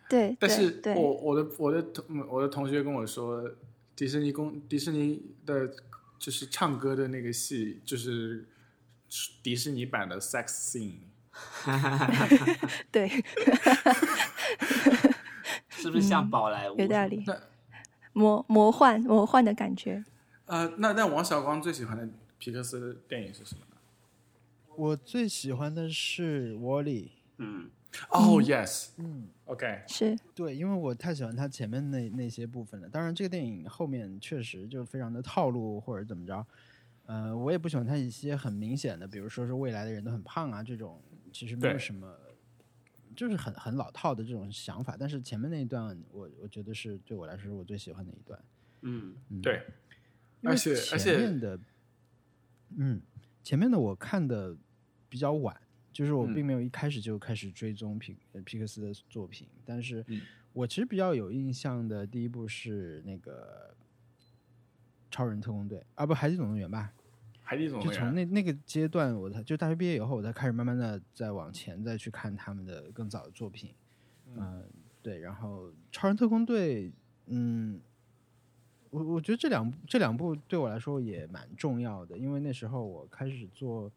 Speaker 4: 对，
Speaker 1: 但
Speaker 4: 对
Speaker 1: 是
Speaker 4: 对
Speaker 1: 我我的我的同我的同学跟我说，迪士尼公迪士尼的，就是唱歌的那个戏，就是迪士尼版的 sex scene，
Speaker 4: 对，
Speaker 3: 是不是像宝莱坞？
Speaker 4: 嗯有道理
Speaker 1: 那。
Speaker 4: 魔魔幻魔幻的感觉，
Speaker 1: 呃，那那王小光最喜欢的皮克斯的电影是什么呢？
Speaker 2: 我最喜欢的是 Wally。
Speaker 3: 嗯，
Speaker 1: 哦、y e s
Speaker 2: 嗯。
Speaker 1: o k
Speaker 4: 是
Speaker 2: 对，因为我太喜欢它前面那那些部分了。当然，这个电影后面确实就非常的套路或者怎么着，呃，我也不喜欢它一些很明显的，比如说是未来的人都很胖啊这种，其实没有
Speaker 1: 对
Speaker 2: 什么，就是很很老套的这种想法。但是前面那一段我，我觉得是对我来说是我最喜欢的一段。
Speaker 3: 嗯，
Speaker 2: 嗯，
Speaker 1: 对，
Speaker 2: 因为
Speaker 1: 而且而且
Speaker 2: 前面的，嗯，前面的我看的比较晚，就是我
Speaker 1: 嗯
Speaker 2: 并没有一开始就开始追踪皮、呃皮克斯的作品，但是
Speaker 1: 嗯
Speaker 2: 我其实比较有印象的第一部是那个《超人特工队》啊，不，《海底总动员》吧，
Speaker 1: 海底总
Speaker 2: 就
Speaker 1: 动
Speaker 2: 从
Speaker 1: 员，
Speaker 2: 那那个阶段，我才就大学毕业以后，我才开始慢慢的再往前再去看他们的更早的作品。嗯、对，然后《超人特工队》，嗯，我我觉得这两部这两部对我来说也蛮重要的，因为那时候我开始做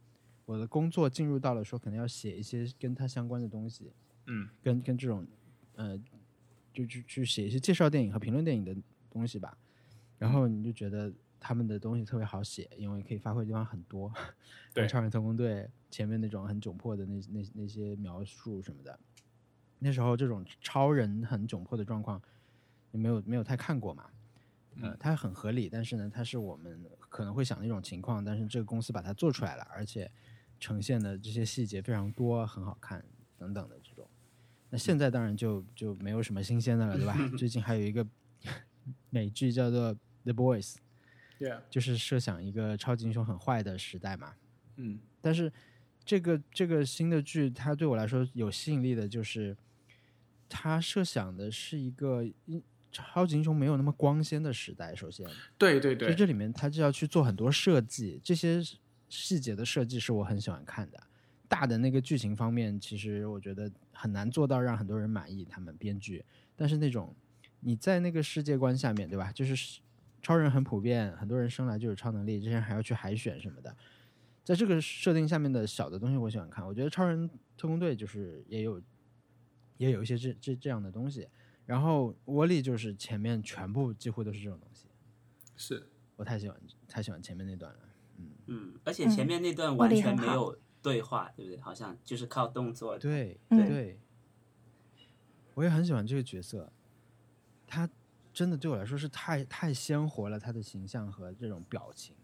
Speaker 2: 我的工作，进入到了说可能要写一些跟它相关的东西，
Speaker 1: 嗯，
Speaker 2: 跟跟这种呃，就去去写一些介绍电影和评论电影的东西吧。然后你就觉得他们的东西特别好写，因为可以发挥的地方很多，
Speaker 1: 对
Speaker 2: 像超人特工队》前面那种很窘迫的那那那些描述什么的，那时候这种超人很窘迫的状况，你没有没有太看过嘛。呃，它很合理，但是呢，它是我们可能会想的一种情况，但是这个公司把它做出来了，而且呈现的这些细节非常多，很好看等等的这种。那现在当然就就没有什么新鲜的了，对吧？最近还有一个美剧叫做《 The Boys，
Speaker 1: ，Yeah，
Speaker 2: 就是设想一个超级英雄很坏的时代嘛。
Speaker 1: 嗯
Speaker 2: 但是这个这个新的剧，它对我来说有吸引力的就是，它设想的是一个英超级英雄没有那么光鲜的时代。首先，
Speaker 1: 对对
Speaker 2: 所以
Speaker 1: 对，
Speaker 2: 这里面它就要去做很多设计，这些细节的设计是我很喜欢看的。大的那个剧情方面，其实我觉得很难做到让很多人满意，他们编剧。但是那种你在那个世界观下面，对吧？就是超人很普遍，很多人生来就有超能力，这些人还要去海选什么的。在这个设定下面的小的东西，我喜欢看。我觉得超人特工队就是也有也有一些这这这样的东西。然后窝里就是前面全部几乎都是这种东西。
Speaker 1: 是
Speaker 2: 我太喜欢太喜欢前面那段了。
Speaker 3: 嗯，而且前面那段完全没有对话，对不对？好像就是靠动作。
Speaker 2: 对
Speaker 4: 嗯
Speaker 2: 对，我也很喜欢这个角色，他真的对我来说是太太鲜活了，他的形象和这种表情。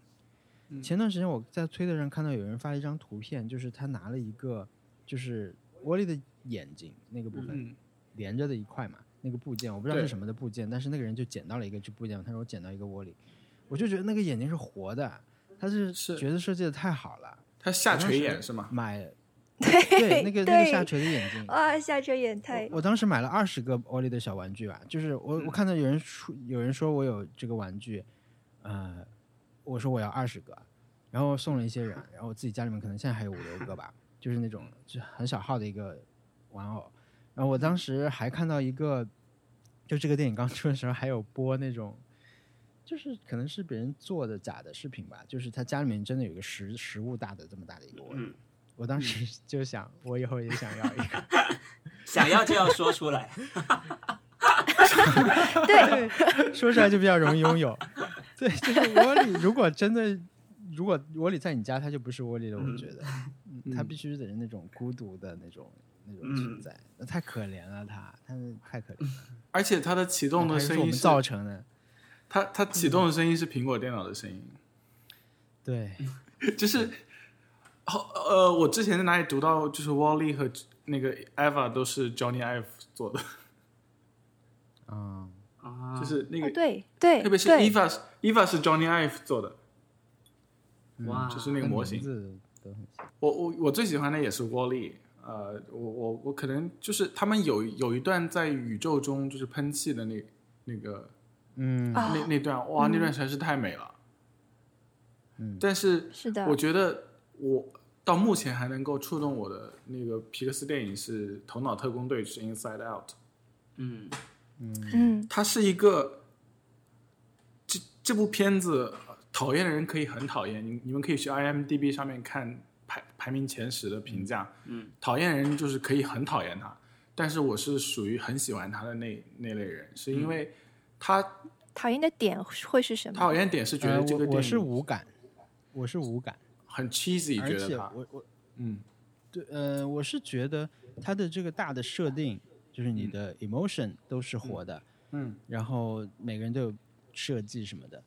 Speaker 1: 嗯
Speaker 2: 前段时间我在推特上看到有人发了一张图片，就是他拿了一个就是窝里的眼睛那个部分，
Speaker 1: 嗯
Speaker 2: 连着的一块嘛，那个部件我不知道
Speaker 1: 对
Speaker 2: 是什么的部件，但是那个人就捡到了一个这部件，他说我捡到一个窝里，我就觉得那个眼睛是活的，他是
Speaker 1: 是
Speaker 2: 觉得设计的太好了，
Speaker 1: 他下垂眼是吗？
Speaker 2: 买
Speaker 4: 对
Speaker 2: 对那个那个下垂的眼
Speaker 1: 嗯
Speaker 2: 睛，
Speaker 4: 哇，啊下垂眼太
Speaker 2: 我我当时买了二十个欧丽的小玩具吧，就是我
Speaker 3: 嗯
Speaker 2: 我看到有人说有人说我有这个玩具，呃，我说我要二十个，然后送了一些人，然后我自己家里面可能现在还有五六个 吧，就是那种就很小号的一个玩偶。然后我当时还看到一个，就这个电影刚出的时候还有播那种，就是可能是别人做的假的视频吧，就是他家里面真的有一个实实物大的这么大的一个窝里。
Speaker 3: 嗯
Speaker 2: 我当时就想，我以后也想要一个。
Speaker 3: 想要就要说出 来，
Speaker 4: 对，
Speaker 2: 说出来就比较容易拥有。对，就是窝里，如果真的，如果窝里在你家，它就不是窝里了。我觉得，嗯它必须得是那种孤独的那种那种存
Speaker 3: 嗯
Speaker 2: 在，那太可怜了它，它太可怜了。
Speaker 1: 而且它的启动的
Speaker 2: 它又是
Speaker 1: 声
Speaker 2: 我
Speaker 1: 音
Speaker 2: 们
Speaker 1: 是，
Speaker 2: 造成的，
Speaker 1: 它它启动的声音是苹果电脑的声音，
Speaker 2: 对，
Speaker 1: 就是，好呃，我之前在哪里读到，就是 Wally 和那个 Eva 都是 Johnny Ive 做的，
Speaker 2: 嗯，
Speaker 3: 啊
Speaker 1: 就是那
Speaker 4: 哦
Speaker 1: 个，
Speaker 4: 对对，
Speaker 1: 特别是
Speaker 4: 对
Speaker 1: Eva 是 Eva 是 Johnny Ive 做的，
Speaker 3: 哇，
Speaker 1: 就是那个模型
Speaker 2: 它。的名字都很像。
Speaker 1: 我我我最喜欢的也是 Wally，呃，我我我可能就是他们有有一段在宇宙中就是喷气的那那个
Speaker 2: 嗯，
Speaker 4: 啊
Speaker 1: 那那段哇，那段实在是太美了。
Speaker 2: 嗯
Speaker 1: 但是
Speaker 4: 是的
Speaker 1: 我，觉得我到目前还能够触动我的那个皮克斯电影是《头脑特工队》，是《Inside Out》，
Speaker 3: 嗯
Speaker 4: 嗯，
Speaker 1: 它是一个这这部片子讨厌的人可以很讨厌，你你们可以去 IMDB 上面看排排名前十的评价，
Speaker 3: 嗯，
Speaker 1: 讨厌人就是可以很讨厌他，但是我是属于很喜欢他的那那类人，是
Speaker 3: 嗯
Speaker 1: 因为他
Speaker 4: 讨厌的点会是什
Speaker 1: 他讨
Speaker 4: 么？
Speaker 1: 厌点是觉
Speaker 2: 呃
Speaker 1: 得这
Speaker 2: 我
Speaker 1: 个
Speaker 2: 我
Speaker 1: 电
Speaker 2: 是
Speaker 1: 影
Speaker 2: 无感，我是无感，
Speaker 1: 很 cheesy，
Speaker 2: 而
Speaker 1: 觉
Speaker 2: 且
Speaker 1: 得他，
Speaker 2: 我我
Speaker 1: 嗯
Speaker 2: 对，呃，我是觉得它的这个大的设定，就是你的 emotion 都是活的，
Speaker 1: 嗯，
Speaker 2: 然后每个人都有设计什么的。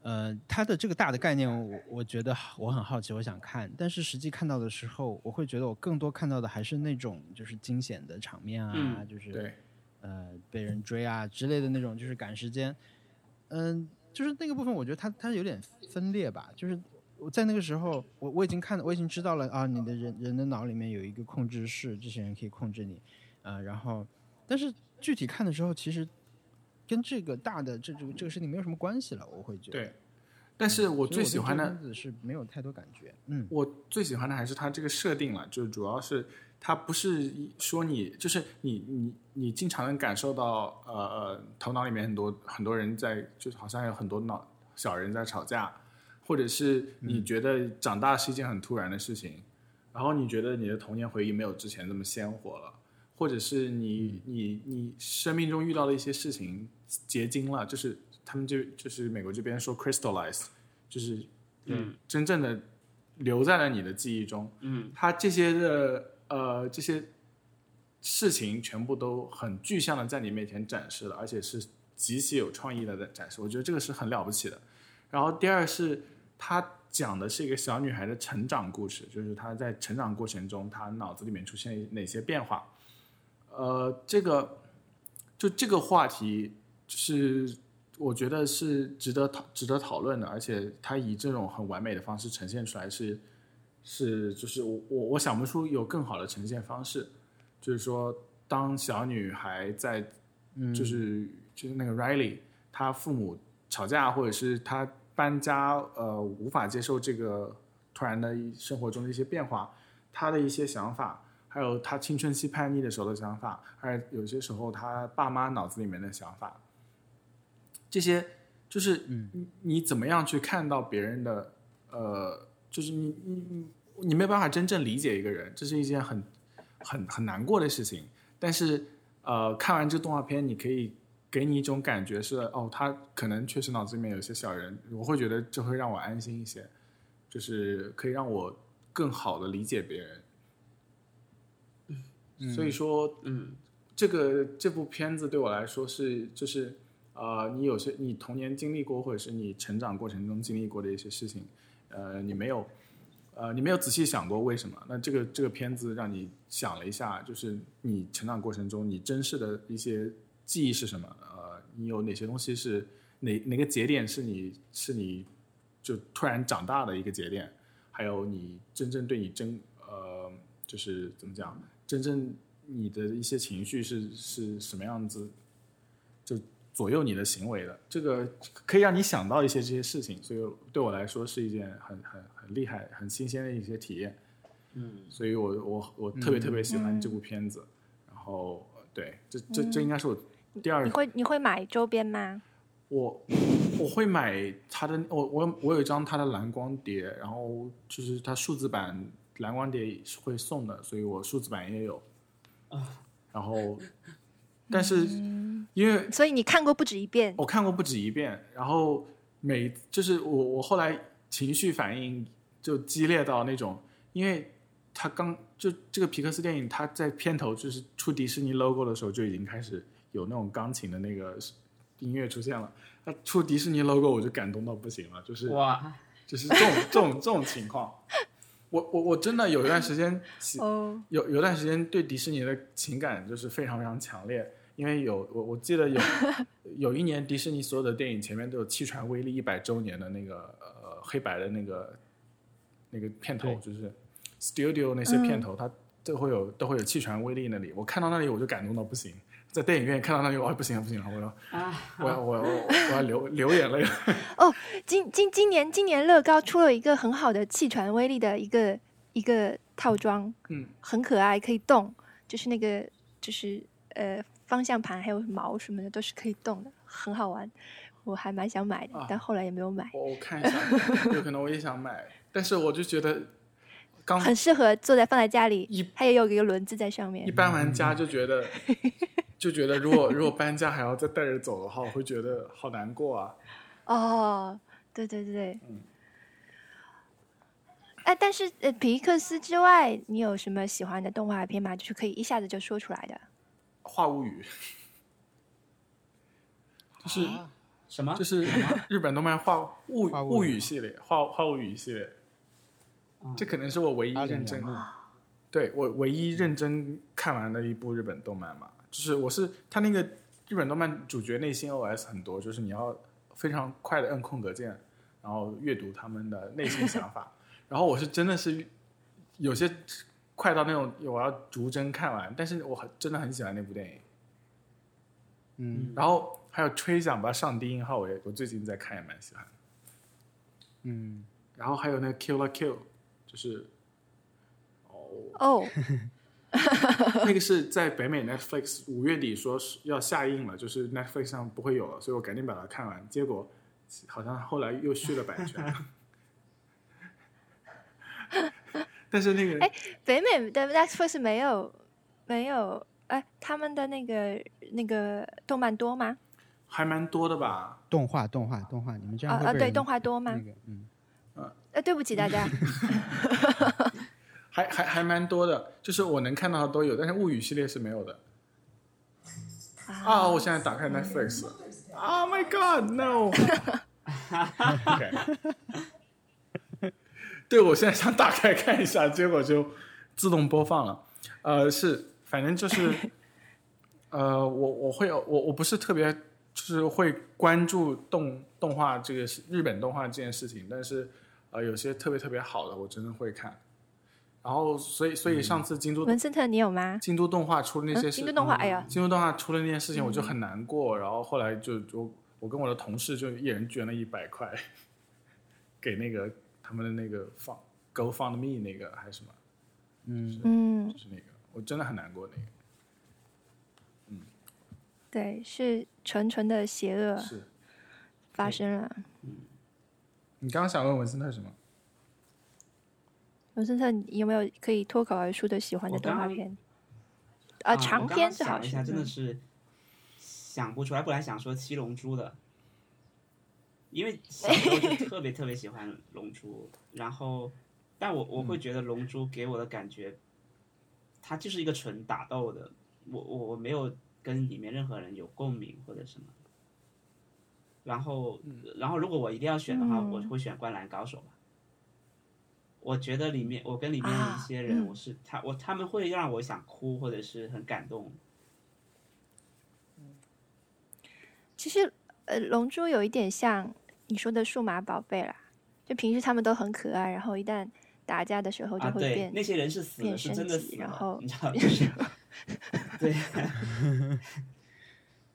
Speaker 2: 呃，它的这个大的概念我，我觉得我很好奇，我想看，但是实际看到的时候，我会觉得我更多看到的还是那种就是惊险的场面啊，
Speaker 3: 嗯
Speaker 2: 就是
Speaker 1: 对，
Speaker 2: 呃被人追啊之类的那种，就是赶时间。嗯，就是那个部分，我觉得它它有点分裂吧。就是我在那个时候，我我已经看，我已经知道了啊，你的人人的脑里面有一个控制室，这些人可以控制你，呃，然后但是具体看的时候，其实跟这个大的这这个这个事情没有什么关系了，我会觉得。
Speaker 1: 对。但是我
Speaker 2: 嗯我
Speaker 1: 最喜欢的
Speaker 2: 是没有太多感觉，嗯，
Speaker 1: 我最喜欢的还是它这个设定了，就是主要是它不是说你，就是你你你经常能感受到，呃呃，头脑里面很多很多人在，就是好像有很多脑小人在吵架，或者是你觉得长大是一件很突然的事情，然后你觉得你的童年回忆没有之前这么鲜活了。或者是你你你生命中遇到的一些事情结晶了，就是他们就就是美国这边说 crystallize，就是
Speaker 3: 嗯
Speaker 1: 真正的留在了你的记忆中。
Speaker 3: 嗯
Speaker 1: 它这些的呃这些事情全部都很具象的在你面前展示了，而且是极其有创意的在展示。我觉得这个是很了不起的。然后第二是它讲的是一个小女孩的成长故事，就是她在成长过程中，她脑子里面出现哪些变化。呃，这个就这个话题，就是我觉得是值得讨值得讨论的，而且他以这种很完美的方式呈现出来是是就是我我我想不出有更好的呈现方式，就是说当小女孩在
Speaker 5: 嗯，
Speaker 1: 就是就是那个 Riley，他父母吵架，或者是他搬家，呃，无法接受这个突然的一生活中的一些变化，他的一些想法，还有他青春期叛逆的时候的想法，还有有些时候他爸妈脑子里面的想法，这些就是你你怎么样去看到别人的，呃，就是你你你你没办法真正理解一个人，这是一件很很很难过的事情，但是。呃，看完这动画片，你可以给你一种感觉是，哦，他可能确实脑子里面有些小人，我会觉得这会让我安心一些，就是可以让我更好的理解别人。所以说，
Speaker 3: 嗯，
Speaker 1: 这个这部片子对我来说是，就是呃，你有些你童年经历过，或者是你成长过程中经历过的一些事情，呃，你没有，呃，你没有仔细想过为什么。那这个这个片子让你想了一下，就是你成长过程中你珍视的一些记忆是什么？呃，你有哪些东西是哪哪个节点是你是你就突然长大的一个节点？还有你真正对你真呃，就是怎么讲，真正你的一些情绪是是什么样子，就左右你的行为的。这个可以让你想到一些这些事情，所以对我来说是一件很很很厉害、很新鲜的一些体验。
Speaker 3: 嗯，
Speaker 1: 所以我我我
Speaker 4: 嗯
Speaker 1: 特别特别喜欢这部片子。然后呃对，这这这应该是我第二
Speaker 4: 你会你会买周边吗？
Speaker 1: 我我会买它的，我我我有一张它的蓝光碟，然后就是它数字版蓝光碟是会送的，所以我数字版也有。然后，但是因为
Speaker 4: 所以你看过不止一遍，
Speaker 1: 我看过不止一遍，然后每就是我我后来情绪反应就激烈到那种，因为他刚就这个皮克斯电影，他在片头就是出迪士尼 logo 的时候就已经开始有那种钢琴的那个音乐出现了。他出迪士尼 logo 我就感动到不行了，就是
Speaker 3: 哇，
Speaker 1: 就是这种这种这种情况。我我我真的有一段时间喜
Speaker 4: 哦，
Speaker 1: 有有段时间对迪士尼的情感就是非常非常强烈，因为有我我记得有有一年迪士尼所有的电影前面都有气船威力一百周年的那个呃黑白的那个那个片头，就是 Studio 那些片头，它都会有都会有气船威力那里，我看到那里我就感动到不行，在电影院看到那里，哦不行了不行了，我要我要我要我要流流眼泪了，
Speaker 4: 今今今年今年乐高出了一个很好的气喘威力的一个一个套装，
Speaker 1: 嗯，
Speaker 4: 很可爱，可以动，就是那个就是呃方向盘还有毛什么的都是可以动的，很好玩，我还蛮想买的，
Speaker 1: 啊
Speaker 4: 但后来也没有买。
Speaker 1: 我我看一下，有可能我也想买，但是我就觉得刚
Speaker 4: 很适合坐在放在家里
Speaker 1: 一，
Speaker 4: 它也有一个轮子在上
Speaker 1: 一
Speaker 4: 面。
Speaker 1: 搬完家就觉得，就觉得如果如果搬家还要再带着走的话，我会觉得好难过啊。
Speaker 4: 哦，对对对对
Speaker 1: 嗯。
Speaker 4: 哎，但是呃，皮克斯之外，你有什么喜欢的动画片吗？就是可以一下子就说出来的。
Speaker 1: 话物语，就是
Speaker 3: 什么
Speaker 1: 就？是 日本动漫话物
Speaker 5: 话物语
Speaker 1: 物语系列，话话物语系列，这可能是我唯一
Speaker 5: 阿联
Speaker 1: 认真
Speaker 5: 酋
Speaker 1: 对我唯一认真看完的一部日本动漫嘛，就是我是他那个日本动漫主角内心 OS 很多，就是你要非常快的摁空格键，然后阅读他们的内心想法。然后我是真的是有些快到那种我要逐帧看完，但是我很真的很喜欢那部电影。
Speaker 5: 嗯
Speaker 1: 然后还有吹响吧上低音号，我也我最近在看也蛮喜欢的。
Speaker 5: 嗯，
Speaker 1: 然后还有那个 Kill la Kill，就是
Speaker 4: 哦，
Speaker 1: 那个是在北美 Netflix 五月底说是要下映了，就是 Netflix 上不会有了，所以我赶紧把它看完。结果好像后来又续了 版权。但是那个
Speaker 4: 北美的 Netflix 没有没有，哎，他们的那个那个动漫多吗？
Speaker 1: 还蛮多的吧？
Speaker 5: 动画动画动画，你们这
Speaker 4: 啊
Speaker 5: 样会
Speaker 4: 啊，
Speaker 5: 被
Speaker 4: 对，
Speaker 5: 人
Speaker 4: 动画多吗
Speaker 5: 那？个嗯
Speaker 4: 呃，对不起大家，
Speaker 3: 嗯
Speaker 1: 还还还蛮多的，就是我能看到的都有，但是物语系列是没有的。啊！我现在打开 Netflix。Oh my God, no！OK，对，我现在想打开看一下，结果就自动播放了。呃，是，反正就是，呃，我我会有我我不是特别就是会关注动动画这个事日本动画这件事情，但是呃，有些特别特别好的，我真的会看。然后，所以所以上次京都、
Speaker 4: 文森特，你有吗？
Speaker 1: 京都动画出了那些
Speaker 4: 嗯
Speaker 1: 事，
Speaker 4: 京都动画哎呀嗯
Speaker 1: 京都动画出了那件事情，我就很难过。然后后来就就我跟我的同事就一人捐了一百块，给那个他们的那个放 Go Fund Me 那个还是什么，
Speaker 4: 嗯，
Speaker 1: 就是那个，我真的很难过那个。
Speaker 4: 对，是纯纯的邪恶
Speaker 1: 是
Speaker 4: 发生了。
Speaker 1: 你刚刚想问文森特什么？
Speaker 4: 文森特，你有没有可以脱口而出的喜欢的
Speaker 3: 我
Speaker 4: 动
Speaker 3: 刚
Speaker 4: 画
Speaker 3: 刚
Speaker 4: 片？
Speaker 3: 啊
Speaker 4: 啊，
Speaker 3: 我
Speaker 4: 长
Speaker 3: 刚
Speaker 4: 篇
Speaker 3: 刚
Speaker 4: 最
Speaker 3: 想
Speaker 4: 好
Speaker 3: 了一
Speaker 4: 是
Speaker 3: 下，真的
Speaker 4: 嗯
Speaker 3: 是想不出来。本来想说《七龙珠》的，因为小时候 就特别特别喜欢《龙珠》，然后，但我
Speaker 4: 嗯
Speaker 3: 我会觉得《龙珠》给我的感觉，它就是一个纯打斗的，我我我没有跟里面任何人有共鸣或者什么。然后，然后如果我一定要选的话，我
Speaker 4: 嗯
Speaker 3: 会选《灌篮高手》吧。我觉得里面，我跟里面
Speaker 4: 啊
Speaker 3: 一些人，
Speaker 4: 嗯
Speaker 3: 我是他，我他们会让我想哭，或者是很感动。
Speaker 4: 其实呃，龙珠有一点像你说的数码宝贝啦，就平时他们都很可爱，然后一旦打架的时候就
Speaker 3: 啊，
Speaker 4: 会
Speaker 3: 对，
Speaker 4: 变。
Speaker 3: 那些人是死
Speaker 4: 变
Speaker 3: 了，是
Speaker 4: 升
Speaker 3: 真的
Speaker 4: 级
Speaker 3: 死
Speaker 4: 然
Speaker 3: 了
Speaker 4: 后
Speaker 3: 你知道，就是 对，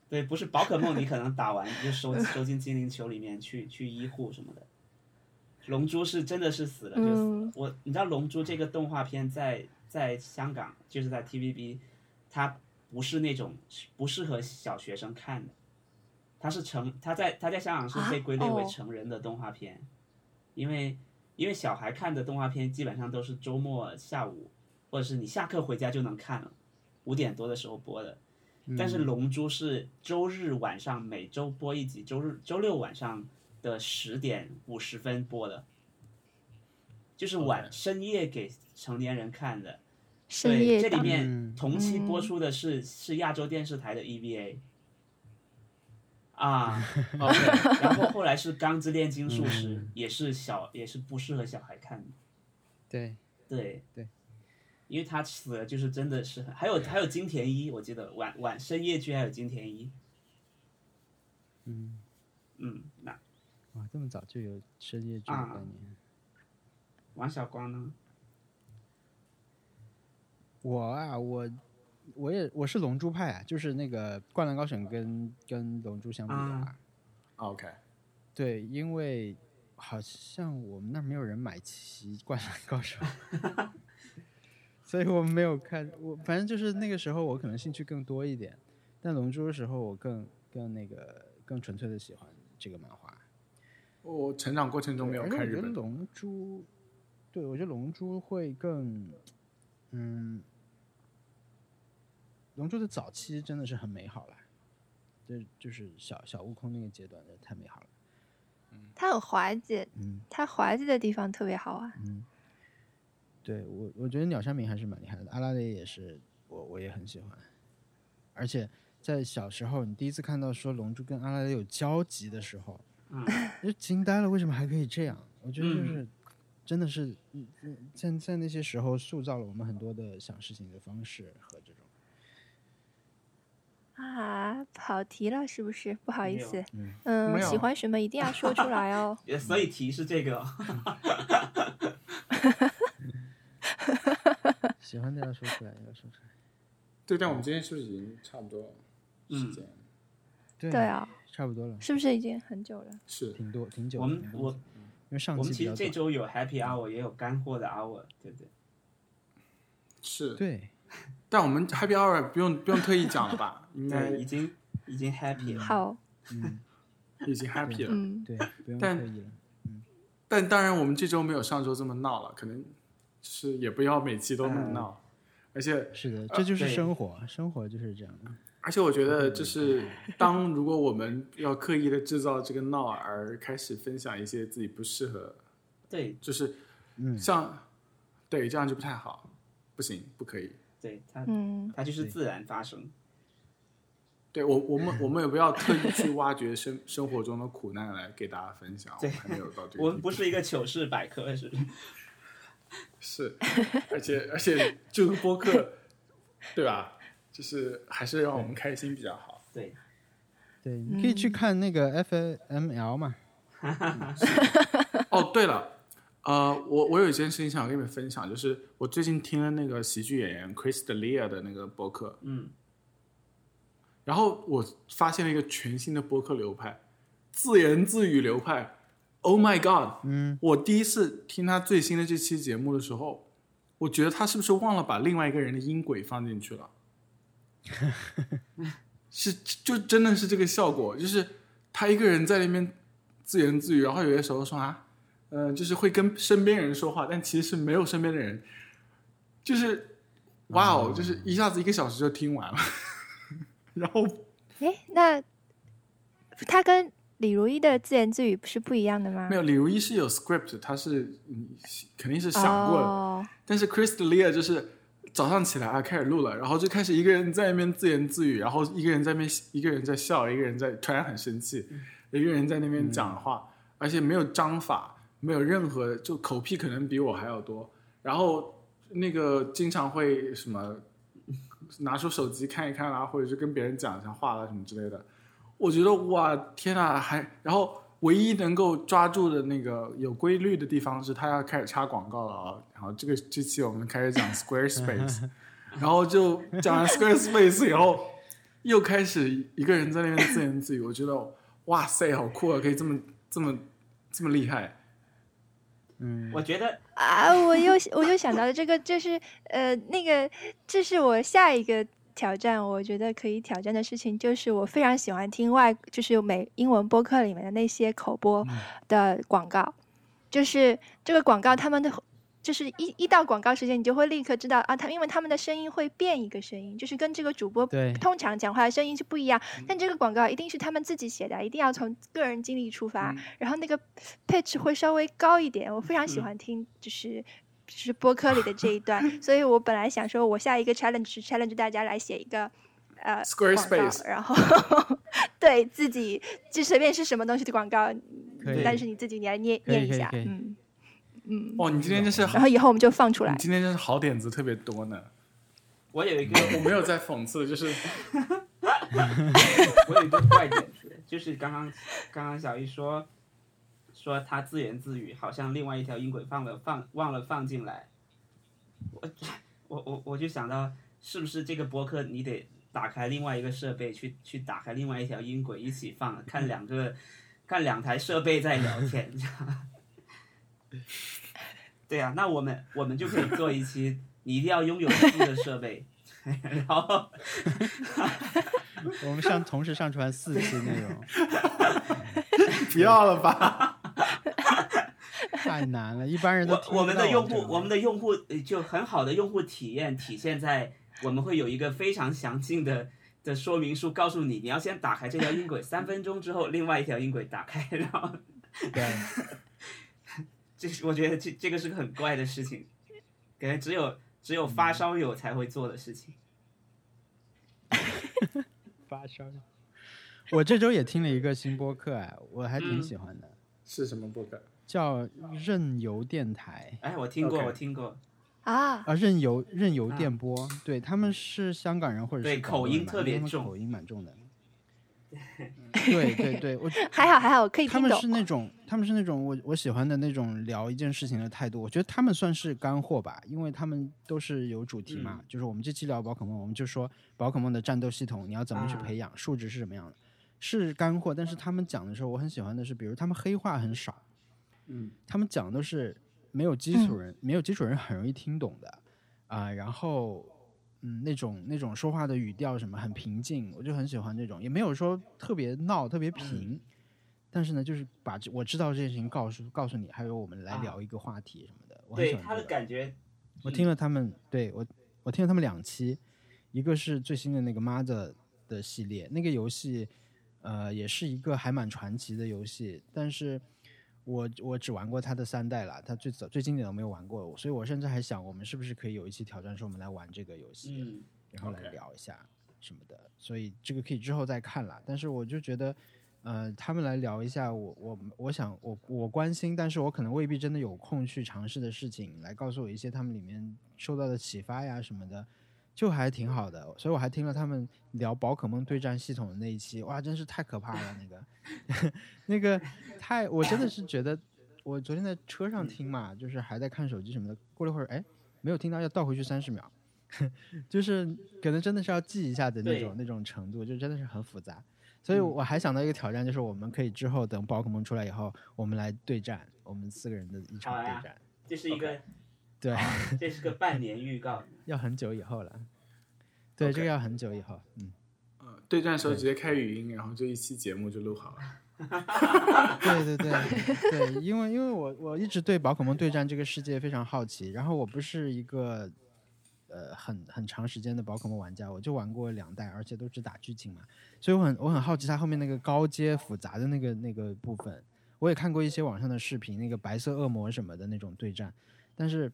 Speaker 3: 对，不是宝可梦，你可能打完你就收收进精灵球里面去去医护什么的。龙珠是真的是死了就死了，
Speaker 4: 嗯
Speaker 3: 我你知道龙珠这个动画片在在香港就是在 TVB，它不是那种不适合小学生看的，它是成它在它在香港是
Speaker 4: 啊
Speaker 3: 被归类为
Speaker 4: 哦
Speaker 3: 成人的动画片，因为因为小孩看的动画片基本上都是周末下午，或者是你下课回家就能看了，五点多的时候播的。但是《龙珠》是周日晚上每周播一集，周日周六晚上的十点五十分播的，就是晚
Speaker 1: OK
Speaker 3: 深夜给成年人看的。
Speaker 4: 深
Speaker 3: 对，
Speaker 4: 夜
Speaker 3: 这里
Speaker 4: 档
Speaker 2: 嗯
Speaker 4: 嗯
Speaker 3: 面同期播出的是、是亚洲电视台的 EVA 啊
Speaker 1: 哦
Speaker 3: ，OK，然后后来是《钢之炼金术师》
Speaker 2: 嗯
Speaker 3: 也是小也是不适合小孩看的，
Speaker 2: 对，
Speaker 3: 对
Speaker 2: 对，
Speaker 3: 因为他死了就是真的是很，还有还有金田一，我记得晚晚深夜剧还有金田一，嗯嗯，那
Speaker 2: 哇，这么早就有深夜剧的概
Speaker 3: 啊
Speaker 2: 念。
Speaker 3: 王小光呢？
Speaker 2: 我啊，我我也我是龙珠派啊，就是那个《灌篮高手》跟跟《龙珠》相比的话，
Speaker 3: 啊
Speaker 1: 哦 OK，
Speaker 2: 对，因为好像我们那儿没有人买齐《灌篮高手》，所以我没有看。我反正就是那个时候，我可能兴趣更多一点，但《龙珠》的时候，我更更那个更纯粹的喜欢这个漫画。
Speaker 1: 我成长过程中没有
Speaker 2: 对而且哎
Speaker 1: 看
Speaker 2: 我
Speaker 1: 日
Speaker 2: 觉得
Speaker 1: 本
Speaker 2: 《
Speaker 1: 动
Speaker 2: 龙珠》，对我觉得《龙珠》会更，嗯，《龙珠》的早期真的是很美好了，这就是小小悟空那个阶段的太美好了。
Speaker 4: 它很滑稽，
Speaker 2: 嗯
Speaker 4: 它滑稽的地方特别好啊。
Speaker 2: 嗯，对我我觉得鸟山明还是蛮厉害的，阿拉蕾也是我我也很喜欢，而且在小时候你第一次看到说《龙珠》跟阿拉蕾有交集的时候，
Speaker 3: 嗯，
Speaker 2: 就惊呆了，为什么还可以这样？我觉得就
Speaker 3: 嗯
Speaker 2: 是、真的是，嗯嗯，在在那些时候塑造了我们很多的想事情的方式和这种，
Speaker 4: 啊，跑题了是不是？不好意
Speaker 3: 没有。
Speaker 4: 思
Speaker 2: 嗯，
Speaker 4: 嗯，
Speaker 1: 没有
Speaker 4: 喜欢什么一定要说出来哦
Speaker 3: 也所以题是这个哦，
Speaker 2: 喜欢的要说出来，要说出来。
Speaker 1: 对，但我们今天是不是已经差不多时间？
Speaker 2: 对
Speaker 4: 对，啊，
Speaker 2: 差不多了，
Speaker 4: 是不是已经很久了？
Speaker 1: 是
Speaker 2: 挺多挺久
Speaker 3: 我
Speaker 2: 了。
Speaker 3: 们
Speaker 2: 挺多
Speaker 3: 我
Speaker 2: 了因为上
Speaker 3: 我
Speaker 2: 期
Speaker 3: 们
Speaker 2: 比
Speaker 3: 其
Speaker 2: 较
Speaker 3: 实这
Speaker 2: 短，
Speaker 3: 周有 Happy Hour，也有干货的 Hour，对不对？
Speaker 1: 是，
Speaker 2: 对，
Speaker 1: 但我们 Happy Hour 不用不用特意讲了 吧？应该
Speaker 3: 对，已经已经 Happy 了。
Speaker 4: 好，
Speaker 2: 嗯，
Speaker 1: 已经 Happy 了。
Speaker 4: 嗯，
Speaker 2: 对，不用
Speaker 1: 但
Speaker 2: 刻意了。
Speaker 1: 但当然，我们这周没有上周这么闹了，可能是也不要每期都那么闹。而且
Speaker 2: 是的，这就是
Speaker 3: 呃对
Speaker 2: 生活，生活就是这样。
Speaker 1: 而且，我觉得就是当如果我们要刻意的制造这个闹而开始分享一些自己不适合，
Speaker 3: 对
Speaker 1: 就是
Speaker 2: 嗯，
Speaker 1: 像对这样就不太好，不行，不可以。
Speaker 3: 对，它
Speaker 4: 嗯，
Speaker 3: 它就是
Speaker 2: 对
Speaker 3: 自然发生。
Speaker 1: 对我，我们我们也不要特意去挖掘生生活中的苦难来给大家分享，我
Speaker 3: 对
Speaker 1: 们还没有到这个地步。
Speaker 3: 我们不是一个糗事百科，是
Speaker 1: 是，而且而且这个播客，对吧？就是还是让我们开心比较好。
Speaker 3: 对，
Speaker 2: 对，你可以去看那个 FML 嘛，
Speaker 1: 哦，对了，呃，我我有一件事情想跟你们分享，就是我最近听了那个喜剧演员 Chris D'elia 的那个博客，
Speaker 3: 嗯，
Speaker 1: 然后我发现了一个全新的播客流派——自言自语流派。Oh my god！嗯，我第一次听他最新的这期节目的时候，我觉得他是不是忘了把另外一个人的音轨放进去了？是，就真的是这个效果，就是他一个人在那边自言自语，然后有些时候说啊，嗯、就是会跟身边人说话，但其实是没有身边的人，就是哇哦，就是一下子一个小时就听完了，然后
Speaker 4: 哎，那他跟李如一的自言自语不是不一样的吗？
Speaker 1: 没有，李如一是有 script，他是嗯肯定是想过的，
Speaker 4: 哦
Speaker 1: 但是 Chris D'Elia 就是早上起来啊开始录了，然后就开始一个人在那边自言自语，然后一个人在那边一个人在笑，一个人在突然很生气，一个人在那边讲话，而且没有章法，没有任何就口癖可能比我还要多，然后那个经常会什么拿出手机看一看啦、或者是跟别人讲一下话啦、啊什么之类的。我觉得哇天呐，还然后唯一能够抓住的那个有规律的地方是，他要开始插广告了啊。然后这个这期我们开始 讲 Squarespace，然后就讲完 Squarespace 以后，又开始一个人在那边自言自语。我觉得哇塞，好酷啊，可以这么这么这么厉害。
Speaker 3: 我觉得
Speaker 4: 啊，我又我又想到了这个，就是呃，那个，这是我下一个挑战，我觉得可以挑战的事情，就是我非常喜欢听外，就是美英文播客里面的那些口播的广告，就是这个广告他们的。就是一一到广告时间，你就会立刻知道啊，他因为他们的声音会变一个声音，就是跟这个主播
Speaker 2: 对
Speaker 4: 通常讲话的声音是不一样，但这个广告一定是他们自己写的，一定要从个人经历出发，然后那个 pitch 会稍微高一点，我非常
Speaker 2: 嗯
Speaker 4: 喜欢听，就是。就是播客里的这一段，所以我本来想说，我下一个 challenge 是 challenge 大家来写一个，呃，广告
Speaker 1: Squarespace
Speaker 4: 然后对自己就随便是什么东西的广告，
Speaker 2: 可以
Speaker 4: 但是你自己你来念
Speaker 2: 可以
Speaker 4: 念一
Speaker 2: 可以
Speaker 4: 下，
Speaker 2: 可以
Speaker 4: 嗯嗯，
Speaker 1: 哦，你今天真是
Speaker 4: 然后以后我们就放出来
Speaker 1: 你，今天真是好点子特别多呢。
Speaker 3: 我有一 个
Speaker 1: 我没有在讽刺， 就是
Speaker 3: 我有一个怪点子，就是刚刚刚刚小易说说他自言自语，好像另外一条音轨放了放忘了放进来，我我我我就想到是不是这个播客你得打开另外一个设备去去打开另外一条音轨一起放，看两个看两台设备在聊天。对啊，那我们我们就可以做一期，你一定要拥有自己的设备， 然后。
Speaker 2: 我们上同时上传四期内容，
Speaker 1: 不要了吧。
Speaker 2: 太难了，一般人都
Speaker 3: 我
Speaker 2: 听不
Speaker 3: 我们
Speaker 2: 到
Speaker 3: 的用户
Speaker 2: 这，个
Speaker 3: 我们的用户呃就很好的用户体验体现在我们会有一个非常详尽的的说明书，告诉你你要先打开这条音轨，三分钟之后另外一条音轨打开，然后
Speaker 2: 对。
Speaker 3: 这是我觉得这这个是个很怪的事情，感觉只有只有
Speaker 2: 嗯
Speaker 3: 发烧友才会做的事情。
Speaker 2: 发烧。我这周也听了一个新播客，哎，我还挺喜欢的，
Speaker 1: 是什么播客？
Speaker 2: 叫任由电台
Speaker 3: 哎，我听过
Speaker 1: OK
Speaker 3: 我听过，
Speaker 4: 啊，
Speaker 2: 啊，任由任由电波，对他们是香港人或者是
Speaker 3: 嗯对
Speaker 2: 广东
Speaker 3: 口音
Speaker 2: 人吧
Speaker 3: 特别
Speaker 2: 因为他
Speaker 3: 重
Speaker 2: 们口音蛮重 的。对对对，我
Speaker 4: 还好还好，可以
Speaker 2: 他
Speaker 4: 听
Speaker 2: 们
Speaker 4: 懂
Speaker 2: 是，那种他们是那种我我喜欢的那种聊一件事情的态度，我觉得他们算是干货吧，因为他们都是有主题嘛，
Speaker 3: 嗯
Speaker 2: 就是我们这期聊宝可梦，我们就说宝可梦的战斗系统你要怎么去
Speaker 3: 啊
Speaker 2: 培养，数值是什么样的，是干货。但是他们讲的时候，我很喜欢的是，比如他们黑话很少，
Speaker 1: 嗯，
Speaker 2: 他们讲的都是没有基
Speaker 4: 嗯
Speaker 2: 础人，没有基础人很容易听懂的啊、然后嗯，那种那种说话的语调什么很平静，我就很喜欢这种，也没有说特别闹、特别平，
Speaker 3: 嗯
Speaker 2: 但是呢，就是把这我知道这件事情告诉告诉你，还有我们来
Speaker 3: 啊
Speaker 2: 聊一个话题什么的，我很
Speaker 3: 对
Speaker 2: 喜
Speaker 3: 他
Speaker 2: 欢
Speaker 3: 的
Speaker 2: 这个。
Speaker 3: 感觉，
Speaker 2: 我听了他们，对我我听了他们两期，一个是最新的那个 Mother 的系列，那个游戏呃也是一个还蛮传奇的游戏，但是我我只玩过它的三代了，它最早最经典的我没有玩过，所以我甚至还想我们是不是可以有一期挑战说我们来玩这个游戏，
Speaker 3: 嗯，
Speaker 2: 然后来
Speaker 1: OK
Speaker 2: 聊一下什么的。所以这个可以之后再看啦。但是我就觉得，呃，他们来聊一下我我我想我我关心，但是我可能未必真的有空去尝试的事情，来告诉我一些他们里面受到的启发呀什么的，就还挺好的。所以我还听了他们聊宝可梦对战系统的那一期，哇，真是太可怕了，那个 那个太，我真的是觉得，我昨天在车上听嘛，就是还在看手机什么的，过了一会儿，哎，没有听到，要倒回去三十秒。 就是可能真的是要记一下的那种那种程度，就真的是很复杂。所
Speaker 3: 嗯
Speaker 2: 以我还想到一个挑战，就是我们可以之后等宝可梦出来以后，我们来对战，我们四个人的一场
Speaker 3: 好
Speaker 2: 对
Speaker 3: 呀
Speaker 2: 战。
Speaker 3: 这是一个，啊
Speaker 2: 对，
Speaker 3: 这是个半年预告。
Speaker 2: 要很久以后了。对
Speaker 1: OK
Speaker 2: 这个要很久以后。嗯，
Speaker 1: 呃对战的时候直接开语音，然后就一期节目就录好了。
Speaker 2: 对对对对，因为因为我我一直对宝可梦对战这个世界非常好奇，然后我不是一个呃很很长时间的宝可梦玩家，我就玩过两代，而且都只打剧情嘛，所以我很我很好奇它后面那个高阶复杂的那个那个部分。我也看过一些网上的视频，那个白色恶魔什么的那种对战，但是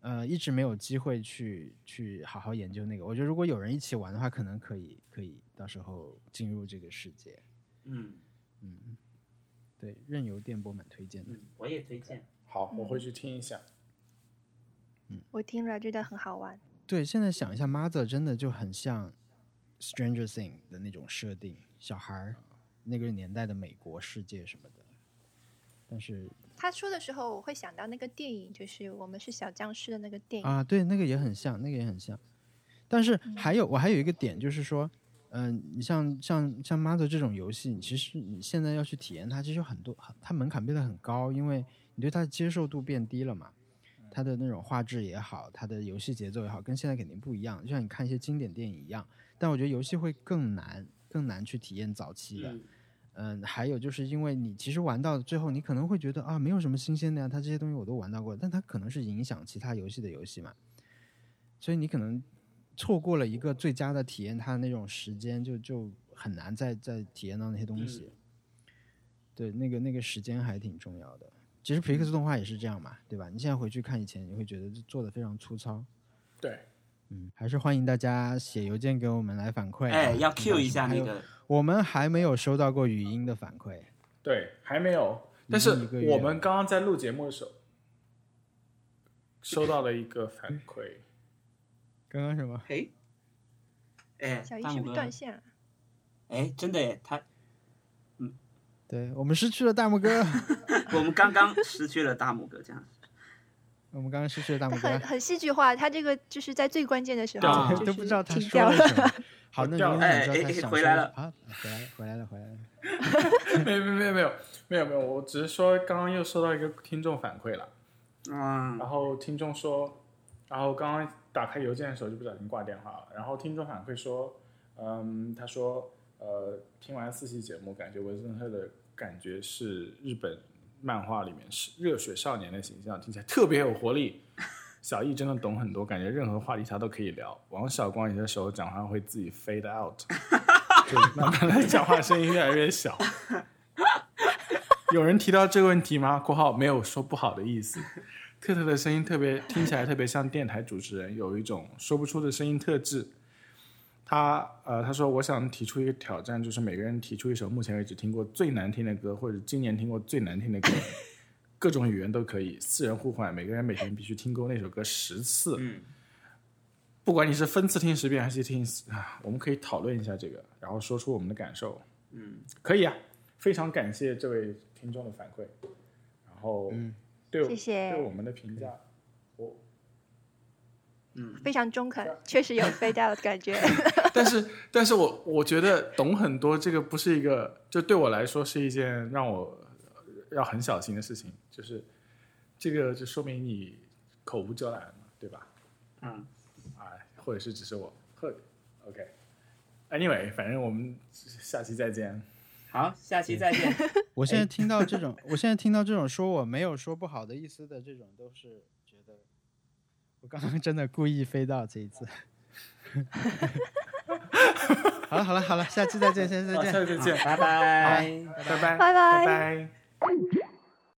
Speaker 2: 呃一直没有机会去去好好研究那个。我觉得如果有人一起玩的话，可能可以可以到时候进入这个世界。
Speaker 3: 嗯
Speaker 2: 嗯，对，任由电波蛮推荐的。
Speaker 3: 嗯，我也推荐。
Speaker 1: 好，我会去听一下。
Speaker 4: 我听了觉得很好玩。
Speaker 2: 对，现在想一下，Mother 真的就很像 Stranger Thing 的那种设定，小孩儿那个年代的美国世界什么的。但是
Speaker 4: 他说的时候，我会想到那个电影，就是我们是小僵尸的那个电影。嗯
Speaker 2: 啊，对，那个也很像，那个也很像。但是还有，我还有一个点就是说，嗯、你像像像 Mother 这种游戏，你其实你现在要去体验它，其实有很多很它门槛变得很高，因为你对它的接受度变低了嘛。
Speaker 4: 嗯
Speaker 2: 它的那种画质也好，它的游戏节奏也好，跟现在肯定不一样。就像你看一些经典电影一样，但我觉得游戏会更难，更难去体验早期的。
Speaker 3: 嗯，
Speaker 2: 嗯，还有就是因为你其实玩到最后，你可能会觉得啊，没有什么新鲜的呀、它这些东西我都玩到过，但它可能是影响其他游戏的游戏嘛，所以你可能错过了一个最佳的体验它的那种时间，就就很难再再体验到那些东西。
Speaker 3: 嗯
Speaker 2: 对，那个那个时间还挺重要的。其实皮
Speaker 3: 嗯
Speaker 2: 克斯动画也是这样嘛，对吧？你现在回去看以前，你会觉得这做的非常粗糙。
Speaker 1: 对，
Speaker 2: 嗯，还是欢迎大家写邮件给我们来反馈啊。
Speaker 3: 哎，要 Q 一下
Speaker 2: 还
Speaker 3: 那
Speaker 2: 有，
Speaker 3: 个，
Speaker 2: 我们还没有收到过语音的反馈。
Speaker 1: 对，还没有。
Speaker 2: 已
Speaker 1: 但是
Speaker 2: 经一个月
Speaker 1: 我
Speaker 2: 了
Speaker 1: 们刚刚在录节目的时候，收到了一个反馈，
Speaker 2: 刚刚什么？
Speaker 3: 哎，哎，
Speaker 4: 小一
Speaker 3: 大
Speaker 4: 是
Speaker 3: 拇
Speaker 4: 不
Speaker 3: 哥
Speaker 4: 是断线了？
Speaker 3: 哎，真的耶，他
Speaker 2: 对我们失去了大拇 哥，
Speaker 3: 我们刚刚失去了大拇哥，这样
Speaker 2: 我们刚刚失去了大
Speaker 4: 他
Speaker 2: 拇
Speaker 4: 很
Speaker 2: 哥，
Speaker 4: 很戏剧化，他这个就是在最关键的时
Speaker 1: 对
Speaker 4: 候
Speaker 1: 很
Speaker 4: 就
Speaker 2: 都
Speaker 4: 是
Speaker 2: 不知道他
Speaker 4: 停
Speaker 2: 说
Speaker 4: 掉
Speaker 2: 了
Speaker 4: 了。
Speaker 2: 什么。好， 那
Speaker 1: 掉
Speaker 2: 如果
Speaker 1: 了
Speaker 2: 想知
Speaker 3: 哎哎
Speaker 2: 道他
Speaker 3: 哎
Speaker 2: 想
Speaker 3: 回
Speaker 2: 说
Speaker 3: 来
Speaker 2: 什
Speaker 3: 啊了
Speaker 2: 么啊，回来了，回来了，回来 了。
Speaker 1: 没有没有没有没有没有，我只是说刚刚又收到一个听众反馈了，
Speaker 3: 嗯，
Speaker 1: 然后听众说，然后刚刚打开邮件的时候就不小心挂电话了，然后听众反馈说，嗯，他说，呃，听完四期节目，感觉文森特的感觉是日本漫画里面是热血少年的形象，听起来特别有活力。小易真的懂很多，感觉任何话题他都可以聊。王小光有些时候讲话会自己 fade out，就 慢慢的讲话声音越来越小。有人提到这个问题吗？（括号没有说不好的意思。）特特的声音特别听起来特别像电台主持人，有一种说不出的声音特质。他呃，他说我想提出一个挑战，就是每个人提出一首目前为止听过最难听的歌，或者今年听过最难听的歌，各种语言都可以，四人互换，每个人每天必须听够那首歌十次。
Speaker 3: 嗯，
Speaker 1: 不管你是分次听十遍还是听十啊，我们可以讨论一下这个，然后说出我们的感受。
Speaker 3: 嗯，
Speaker 1: 可以啊，非常感谢这位听众的反馈，然后对我
Speaker 4: 谢谢
Speaker 1: 对我们的评价，我
Speaker 4: 非常中肯，确实有 fade out 的感觉。
Speaker 1: 但是，但是我我觉得懂很多，这个不是一个，就对我来说是一件让我呃要很小心的事情，就是这个就说明你口无遮拦嘛，对吧？
Speaker 3: 嗯，
Speaker 1: 啊，或者是只是我呵，OK，Anyway，、反正我们下期再见。
Speaker 3: 好，下期再见。
Speaker 2: 我现在听到这种，我现在听到这种说我没有说不好的意思的这种，都是觉得我刚刚真的故意飞到这一次。 好
Speaker 3: 哦
Speaker 2: 了好了好了，下期再见，下期再
Speaker 1: 好，
Speaker 2: 见
Speaker 1: 下。次再见，
Speaker 3: 拜拜。
Speaker 1: 拜拜，
Speaker 4: 拜拜
Speaker 1: 拜拜。